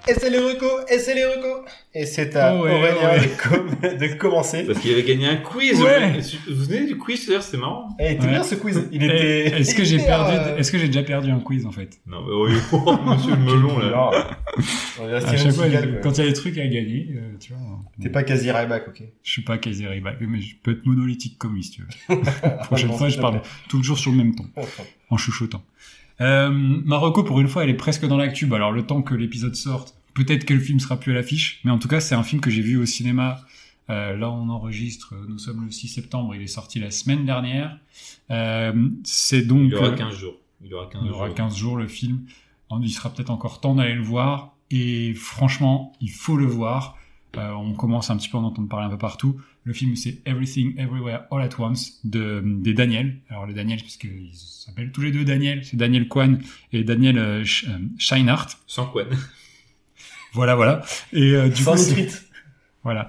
Et c'est les recos, et c'est les recos. Et c'est à
Oh ouais,
Aurélien
ouais.
de com- [laughs] de commencer.
Parce qu'il avait gagné un quiz.
Ouais.
Vous vous venez du quiz, d'ailleurs, c'est marrant.
Eh, il était
Ouais.
bien ce quiz. Il [laughs]
Et-
était.
Est-ce que j'ai
hyper, euh,
perdu Est-ce que j'ai déjà perdu un quiz en fait
Non, mais oui, oh, [laughs] monsieur le melon, là.
Non. On est à
Ah. À
Steven
chaque fois,
Seagal, quoi.
quand il y a des trucs à gagner, euh, tu vois.
T'es pas quasi Ryback, ok.
Je suis pas quasi rival, mais je peux être monolithique comme lui, si tu veux.
[laughs]
La prochaine
Ah,
fois,
bon,
je parle toujours sur le même ton. en chuchotant. Euh, Marocco, pour une fois, elle est presque dans l'actu. Bah, Alors, le temps que l'épisode sorte, peut-être que le film sera plus à l'affiche, mais en tout cas, c'est un film que j'ai vu au cinéma. Euh, là, on enregistre, euh, nous sommes le 6 septembre, il est sorti la semaine dernière. Euh, c'est donc.
Il aura
euh,
15 jours. Il aura 15
il y aura
jours.
15 jours le film. Il sera peut-être encore temps d'aller le voir. Et franchement, il faut le voir. Euh, on commence un petit peu à en entendre parler un peu partout. Le film, c'est Everything Everywhere All at Once de, des Daniel. Alors, les Daniel, parce qu'ils s'appellent tous les deux Daniel, c'est Daniel Kwan et Daniel euh, Sh- euh, Scheinhardt.
Sans quoi [laughs]
Voilà, voilà. Et euh, du
Sans
coup, c'est-
nitrite.
voilà.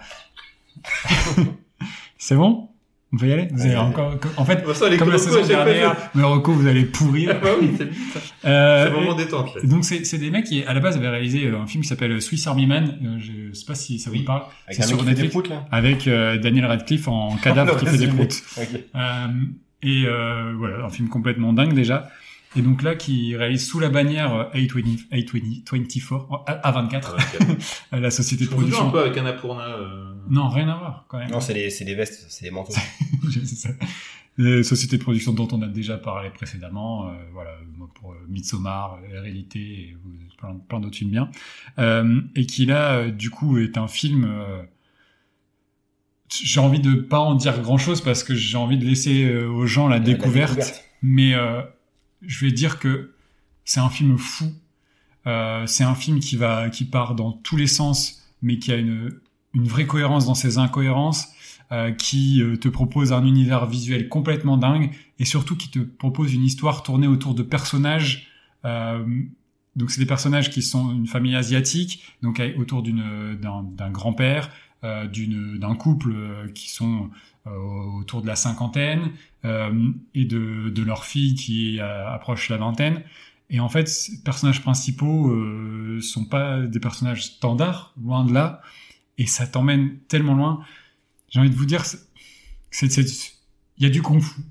c'est bon On peut y aller Vous avez
Allez,
encore... En fait,
Bon, ça, Bah, les
comme la
Colocos,
saison
à chaque fois,
dernière, mes recos, vous allez pourrir.
Ah [laughs] bah oui, [laughs] c'est bien, ça.
Euh,
C'est vraiment détente. là.
et donc c'est c'est des mecs qui à la base avaient réalisé euh, un film qui s'appelle Swiss Army Man, Euh, je sais pas si ça vous
Oui.
parle,
Avec
C'est
un
sur
mec qui fait des
Netflix.
proutes, là.
avec euh, Daniel
[laughs]
Radcliffe en cadavre
Le
qui fait des
résumé.
proutes.
Ok.
Euh, et euh, voilà, un film complètement dingue déjà. Et donc là, qui réalise sous la bannière euh, A20, A20, 24, euh, A24, [laughs] euh, la société de
On joue Ah, bah, un
production.
peu avec Annapurna. euh,
Non, rien à voir quand même.
Non, c'est les, c'est les vestes, c'est les manteaux.
[laughs] C'est ça. Les sociétés de production dont on a déjà parlé précédemment, euh, voilà, moi, pour euh, Midsommar, euh, Hérédité et euh, plein, plein d'autres films bien, Euh, et qui là, euh, du coup, est un film. euh, j'ai envie de pas en dire grand chose parce que j'ai envie de laisser euh, aux gens la découverte, mais euh, je vais dire que c'est un film fou. Euh, c'est un film qui va, qui part dans tous les sens, mais qui a une, une vraie cohérence dans ses incohérences, euh, qui euh, te propose un univers visuel complètement dingue et surtout qui te propose une histoire tournée autour de personnages. euh, donc c'est des personnages qui sont une famille asiatique, donc avec- autour d'une d'un d'un grand-père, euh, d'une d'un couple euh, qui sont euh, autour de la cinquantaine euh, et de de leur fille qui euh, approche la vingtaine. Et en fait, ces personnages principaux euh, sont pas des personnages standards, loin de là. Et ça t'emmène tellement loin j'ai envie de vous dire, c'est- c'est- c'est- il y a du kung fu.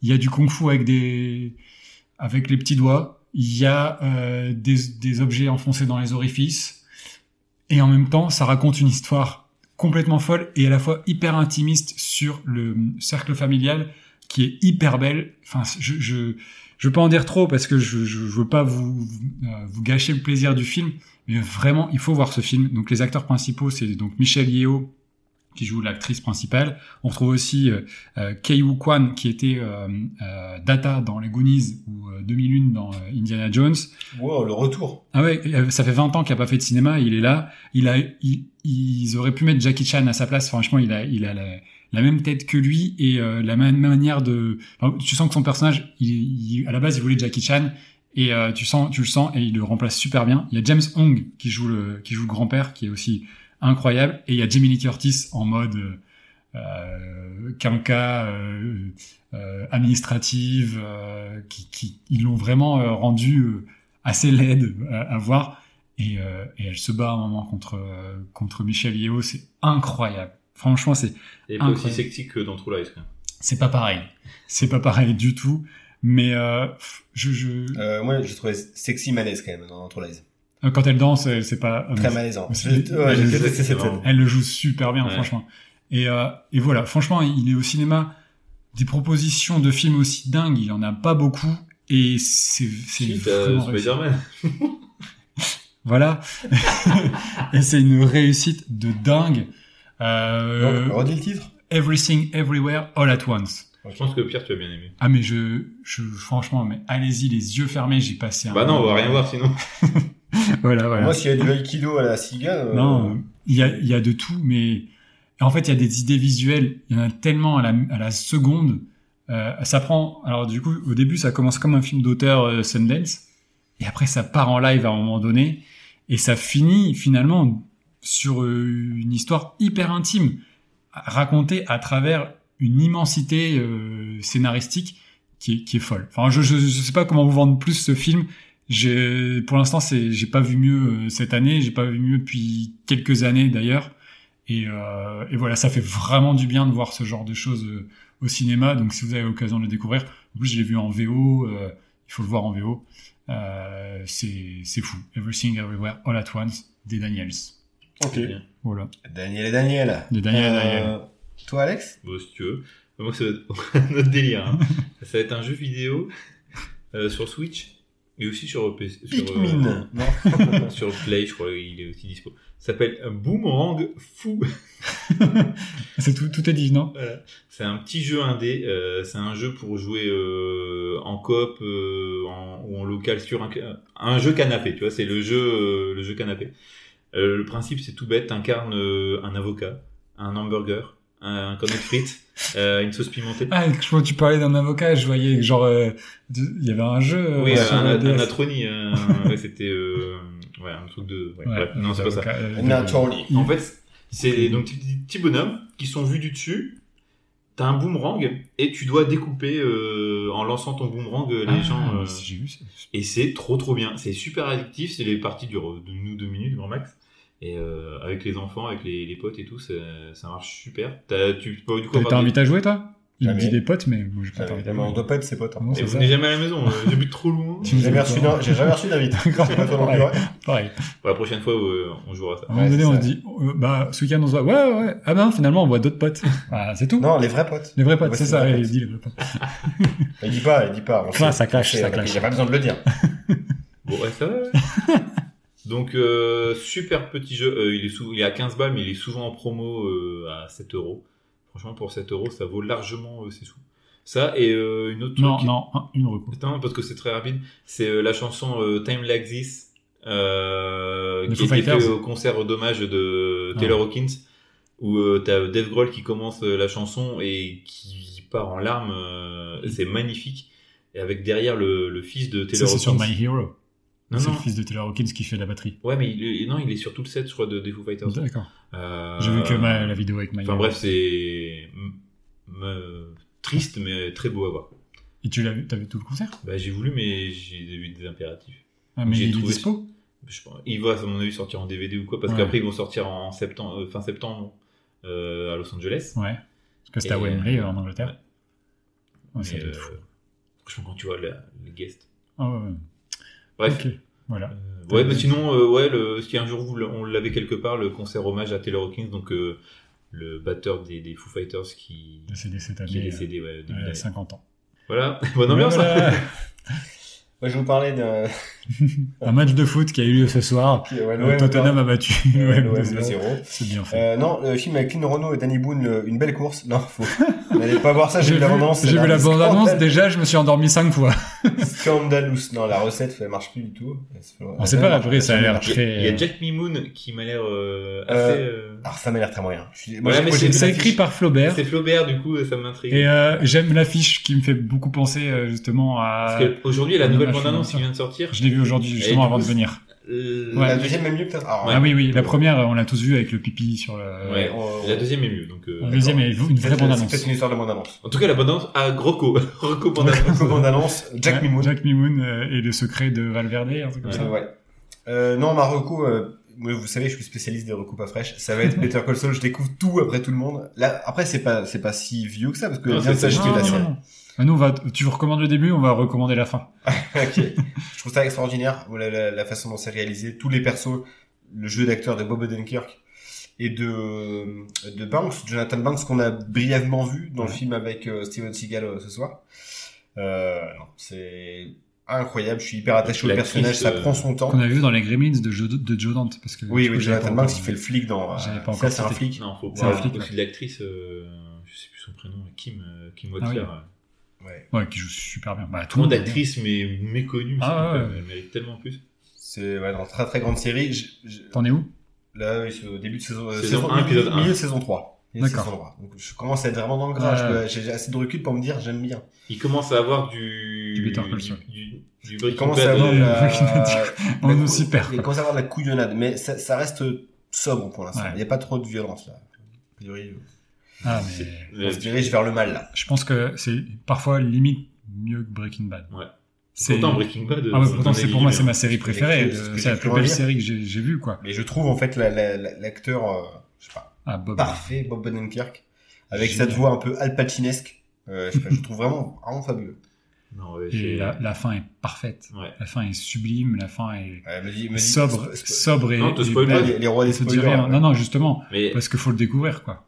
Il y a du kung fu avec des, avec les petits doigts. Il y a euh, des, des objets enfoncés dans les orifices. Et en même temps, ça raconte une histoire complètement folle et à la fois hyper intimiste sur le cercle familial qui est hyper belle. Enfin, je, je, je veux pas en dire trop parce que je, je, je veux pas vous, vous- euh, vous gâcher le plaisir du film. Mais vraiment, il faut voir ce film. Donc, les acteurs principaux, c'est donc Michel Yeo, qui joue l'actrice principale. On retrouve aussi euh, euh, Kei Woo Kwan, qui était euh, euh, Data dans Les Goonies ou euh, Demi-Lune dans euh, Indiana Jones.
Wow, le retour.
Ah ouais, euh, ça fait 20 ans qu'il n'a pas fait de cinéma, il est là. Il a, il- ils auraient pu mettre Jackie Chan à sa place. Franchement, il a, il a la, la même tête que lui et euh, la même manière de. enfin, tu sens que son personnage, il, il- à la base, il voulait Jackie Chan et euh, tu sens, tu le sens et il le remplace super bien. Il y a James Hong qui joue le, qui joue le grand-père, qui est aussi incroyable. Et il y a Jamie Lee Curtis en mode euh, euh, quinca, euh, euh, administrative, euh, qui, qui ils l'ont vraiment euh, rendu. euh, assez laide à, à voir. Et, euh, et elle se bat à un moment contre, euh, contre Michel Yeo, c'est incroyable. Franchement, c'est
Et pas aussi
Incroyable.
sexy que dans True Lies. quoi.
c'est pas pareil. C'est pas pareil du tout. Mais euh, je, je-
Euh, moi, j'ai trouvé sexy malaise quand même dans Entrelaise.
euh, quand elle danse, elle- c'est pas.
Très malaisant.
Ah, mais
J'ai-
c'est-
ouais, j'ai
mais
détesté
c'est-
cette
c'est
scène.
vraiment-
Elle le joue super bien,
Ouais.
franchement. Et, euh, et voilà, franchement, il est au cinéma des propositions de films aussi dingues, il en a pas beaucoup. Et c'est c'est
Suite à
vraiment réussi.
Spider-Man.
Voilà. [laughs] et c'est une réussite de dingue. Euh,
Donc, redis le titre.
Everything Everywhere All at Once.
Je pense que Pierre, tu as bien aimé.
Ah mais je, je franchement mais allez-y les yeux fermés j'ai passé un
Bah non, on va rien voir sinon.
[laughs]
[laughs]
voilà voilà
Moi, s'il y a du Aikido à la cigale, euh,
non euh, il y a il y a de tout mais en fait il y a des idées visuelles il y en a tellement à la à la seconde Euh, ça prend alors du coup au début ça commence comme un film d'auteur euh, Sundance et après ça part en live à un moment donné et ça finit finalement sur euh, une histoire hyper intime racontée à travers une immensité euh, scénaristique qui est, qui est folle. Enfin, je, je, je sais pas comment vous vendre plus ce film. J'ai, pour l'instant, c'est, j'ai pas vu mieux euh, cette année. J'ai pas vu mieux depuis quelques années d'ailleurs. Et, euh, et voilà, ça fait vraiment du bien de voir ce genre de choses euh, au cinéma. Donc, si vous avez l'occasion de le découvrir, en plus, je l'ai vu en VO. euh, il faut le voir en VO. Euh, c'est, c'est fou. Everything, everywhere, all at once, des Daniels.
Ok.
Voilà.
Daniel et Daniel. Euh,
Des Daniel
Euh.
et Daniel.
Toi, Alex
Bon, Bah, si tu veux. Moi, ça va être [laughs] notre délire. hein. Ça va être un jeu vidéo euh, sur Switch et aussi sur PC. Sur, euh,
Pikmin. Non.
[laughs] sur Play, je crois, il est aussi dispo. Ça s'appelle Boomerang Fou.
Ah, C'est tout, tout est dit, non
Voilà. C'est un petit jeu indé. euh, c'est un jeu pour jouer euh, en coop euh, en- ou en local sur un, ca- un jeu canapé. Tu vois, c'est le jeu, euh, le jeu canapé. Euh, le principe, c'est tout bête. Incarne euh, un avocat, un hamburger, un, un cornet de frites, [laughs] euh, une sauce pimentée.
Ah, je crois que tu parlais d'un avocat, je voyais que genre, euh, il y avait un jeu. euh,
oui,
sur
un,
la
un,
DS.
atroni. euh, ouais, c'était euh, ouais, un truc de. ouais,
Ouais,
bref, non, c'est pas ça.
l'avocat, euh,
Un attorney.
En fait, c'est des- donc des petits- petits bonhommes qui sont vus du dessus. T'as un boomerang et tu dois découper euh, en lançant ton boomerang euh, les
Ah,
gens. euh,
J'ai vu ça.
et c'est trop trop bien. C'est super addictif. C'est les parties durent de nous deux minutes grand max. Et euh, avec les enfants, avec les, les potes et tout, ça, ça marche super. T'as- tu peux du coup
T'as
avoir
t'as
des-
envie de jouer toi Il me
Jamais.
dit des potes, mais moi j'ai pas envie de
Évidemment, on doit pas être ses potes. hein.
Non,
Et
c'est
vous
ça.
n'êtes jamais à
[laughs]
la maison. euh, J'habite trop loin.
Tu
J'ai
nous
jamais
as
reçu
pas-
d'un- j'ai jamais reçu
[laughs]
d'invite. C'est pas toi non plus, ouais.
Pareil.
Pour la prochaine fois, euh, on jouera à ça.
À un moment
Ouais,
donné,
c'est
on
ça.
se dit, euh, bah, ce week-end, on se voit. Ouais, ouais, ouais. Ah ben, finalement, on voit
[laughs]
d'autres potes. Ah, c'est tout.
Non, les vrais potes.
Les vrais potes,
Ouais,
c'est
c'est
ça.
les vrais
Il dit les vrais potes.
Il dit pas, il dit pas. on
Enfin,
sait,
ça clash,
on sait,
ça
on a-
clash.
J'ai pas besoin de le dire.
Bon, ouais, ça va. ouais.
[laughs]
Donc, euh, super petit jeu. Euh, il, est sou- il est à 15 balles, mais il est souvent en promo euh, à 7 euros. Franchement, pour 7 euros, ça vaut largement euh, ses sous. Ça, et euh, une autre.
Non,
truc-
non, un- une reco.
Attends, parce que c'est très rapide. C'est euh, la chanson euh, Time Like This, euh,
De
qui
Foo
a été
Fighters.
faite au concert dommage de
Ah.
Taylor Hawkins, où euh, t'as Dave Grohl qui commence euh, la chanson et qui part en larmes. euh, C'est magnifique. Et avec derrière le, le fils de
Ça,
Taylor
c'est sur
Hawkins.
My Hero.
Non,
C'est
non.
le fils de Taylor Hawkins qui fait la batterie.
Ouais, mais il, est- non, il est sur tout le set, je crois, de, des Foo Fighters.
D'accord.
Euh,
J'ai vu que ma- la vidéo avec My
Enfin
Hero.
bref, c'est m- me- triste, mais très beau à voir.
Et tu l'as vu, t'as vu tout le concert
Bah, j'ai voulu, mais j'ai eu des impératifs.
Ah, mais
J'ai
il est
trouvé
dispo
Je pense- il va, à mon avis, sortir en DVD ou quoi, parce
Ouais.
qu'après, ils vont sortir en septembre, euh, fin septembre euh, à Los Angeles.
Ouais. Parce que c'était à
Et-
Wembley, euh, en Angleterre. Ouais, ça
Mais,
doit être
euh,
fou.
franchement, quand tu vois la- les guests.
Ah, ouais, ouais.
Bref.
Ok. Voilà.
Euh, ouais, mais sinon, euh, ouais, le, si un jour vous le- on l'avait quelque part, le concert hommage à Taylor Hawkins, donc euh, le batteur des, des Foo Fighters qui,
Décédé cette
qui est
année. euh,
décédé ouais, au début
à
d'année.
50 ans.
Voilà, bonne ambiance. hein.
Voilà.
Moi, je vais vous parlais d'un.
Un match de foot qui a eu lieu ce soir.
Ouais,
Le
l'OM,
Euh, Tottenham a battu
Ouais,
l'OM
l'OM
2-0.
2-0.
C'est bien fait.
Euh, non, le film avec Lynn Renault et Danny Boone, le- une belle course. Non,
[laughs]
faut. N'allez pas voir ça, Ah, j'ai vu la bande-annonce.
j'ai
c'est
vu la
un
bande-annonce,
scandale-
déjà je me suis endormi 5 fois.
[laughs] Scandalous. Non, la recette, elle marche plus du tout.
On sait Oh, pas la vraie, ça a l'air
Il y a-
très...
il y a Jack Mimoun qui m'a l'air euh, assez. euh,
Alors, Ah, ça m'a l'air très moyen. Je suis-
Voilà,
j'ai-
mais
j'ai
c'est-
vu
C'est
l'affiche.
écrit par Flaubert.
C'est Flaubert, du coup, ça m'intrigue.
Et euh, j'aime l'affiche qui me fait beaucoup penser euh, justement à...
Parce qu'aujourd'hui, la
on
nouvelle
a fini
bande-annonce
ça.
qui vient de sortir,
Je l'ai vu aujourd'hui
Et
justement
du
avant
coup,
de venir.
euh,
Ouais.
La deuxième est mieux, peut-être. Ah,
Ah oui, oui, la première on l'a tous vu avec le pipi sur le... [laughs]
Ouais.
on-
la deuxième est mieux. Donc, euh,
La deuxième est une
Peut-être-
vraie bande-annonce.
Oh, C'est peut-être une histoire de bande-annonce.
En tout cas, la bande-annonce à Grocco. Rocco [laughs] bande-annonce.
Coco bande-annonce, Jack
Ouais,
Mimoun.
Jack Mimoun euh, et le secret de Valverde, un truc comme
Ouais.
ça.
Euh, ouais. Euh, non, ma reco, euh, moi, vous savez, je suis spécialiste des recos pas fraîches. Ça va
[laughs]
être Better Call Saul. Je découvre tout après tout le monde. Là, après, c'est pas, c'est pas si vieux que ça parce que
Non,
vient de
c'est-
s'acheter
Ah,
la série.
non. Ah, nous, on va, tu vous recommandes le début, on va recommander la fin.
Ok. Je trouve ça extraordinaire la, la- la façon dont c'est réalisé, tous les persos, le jeu d'acteur de Bob Odenkirk et de de Banks, Jonathan Banks qu'on a brièvement vu dans le film avec euh, Steven Seagal euh, ce soir. Euh, non, c'est incroyable. Je suis hyper attaché au
L'actrice,
personnage, ça
euh,
prend son temps.
Qu'on a vu dans les Gremlins de, Joe- de Joe Dante. Parce que,
Oh. Oui,
du
oui,
coup, j'avais
Jonathan
pas
Banks,
encore-
il fait le flic dans. euh,
J'avais pas
ça,
encore
c'est un
cité.
flic.
Non, faut
C'est
voir
un flic,
aussi
ouais.
l'actrice, euh, je sais plus son prénom, Kim, euh, Kim
Ah oui.
Wattler.
Ouais.
Ouais, qui joue super bien. Bah, tout
Tout le monde
le monde.
actrice, mais méconnue. mais
Ah,
c'est-
ouais.
Elle mérite tellement plus.
C'est ouais, dans une très très grande série. Je- je-
[laughs]
[laughs]
T'en es où
Là, oui, c'est au début de saison, euh,
Saison un, épisode
milieu
un.
de saison 3. Milieu de
D'accord.
saison 3. Donc, je commence à être vraiment dans le gras.
Ouais.
Je peux- J'ai j'ai assez de recul pour me dire j'aime bien.
Il commence à avoir du.
Du Better Call Saul.
Du, du
Il commence
Breaking
à
Bad,
avoir
euh,
de la, [laughs]
Breaking Bad,
la
On
cou-
nous s'y perd.
Il commence à avoir de la couillonnade, mais ça, ça reste sobre pour l'instant.
Ouais.
Il n'y a pas trop de violence là. A priori,
Ah, mais
c'est-
on se dirige vers le mal là.
Je pense que c'est parfois limite mieux que Breaking Bad.
Ouais.
C'est.
Pourtant, Breaking Bad.
Ah,
euh,
ouais,
on
pourtant, c'est
est
pour moi,
libre.
c'est ma série
Ce que j'ai
préférée.
cru- ce
de-
que
C'est
j'ai
la
cru
plus belle
relire.
série que j'ai j'ai vue, quoi.
Mais je trouve en fait la- la- la- l'acteur, euh, je sais pas,
Ah, Bob.
parfait, Bob Odenkirk, avec
Génial.
cette voix un peu alpatinesque. Euh, je, sais pas, je le trouve vraiment, vraiment fabuleux.
Non, ouais,
Et
c'est-
la, la fin est parfaite.
Ouais.
La fin est sublime. La fin est
Ouais, me dis- me dis-
sobre,
sp- sp-
sobre et.
Non, te
et
spoil pas,
belle.
les, les rois des
Ça te dit
spoilers. hein.
rien.
ouais.
Non, non, justement.
Mais
Parce qu'il faut le découvrir, quoi.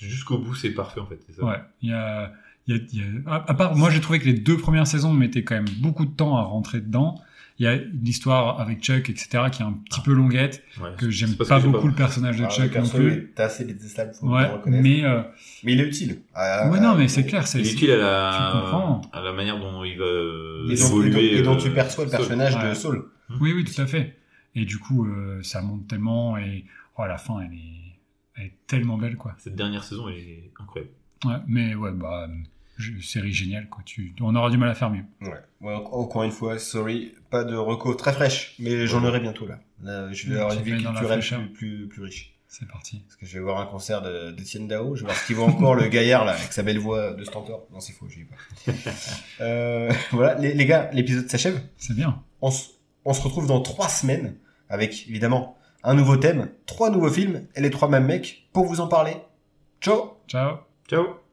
jusqu'au bout, c'est parfait en fait. c'est ça.
Ouais, il y a, il y a- il y a- à, à part, moi j'ai trouvé que les deux premières saisons mettaient quand même beaucoup de temps à rentrer dedans. Il y a l'histoire avec Chuck, etc., qui est un petit peu longuette,
Ouais,
que j'aime
c'est
pas,
parce que j'ai
beaucoup le personnage de
Alors, Ah, le
Chuck non
perso
plus.
est assez détestable, faut
Ouais,
le reconnaître. Mais...
mais, euh,
il est utile. Ah,
ouais,
ah,
non, mais
ah,
c'est clair, c'est
Il est utile à
tu comprends.
la, à la manière dont il va
Et dont, et dont-
évoluer.
et dont
euh,
tu perçois le
Saul.
personnage
Ouais.
de Saul.
Oui, oui, tout à fait. Et du coup, euh, ça monte tellement et oh, la fin, elle est, elle est tellement belle, quoi.
Cette dernière saison, elle est incroyable.
Ouais, mais ouais, bah, euh, je- série géniale, quoi. Tu, on aura du mal à faire mieux.
Ouais. Ouais, en- encore une fois, sorry, pas de reco très fraîche, mais j'en aurai bientôt là. Là, je vais
Mm,
avoir
ça
une vie
fait dans la hein.
culturelle
fraîcheur.
plus, plus, plus riche.
C'est parti.
Parce que je vais voir un concert de- d'Etienne Dao, je vais voir ce qu'il voit encore, le gaillard là, avec sa belle voix de Stentor. Non, c'est faux, j'y vais pas.
[laughs]
Euh, voilà, les, les gars, l'épisode s'achève.
C'est bien.
On, se- on se retrouve dans trois semaines avec évidemment un nouveau thème, trois nouveaux films et les trois mêmes mecs pour vous en parler. Ciao!
Ciao.
Ciao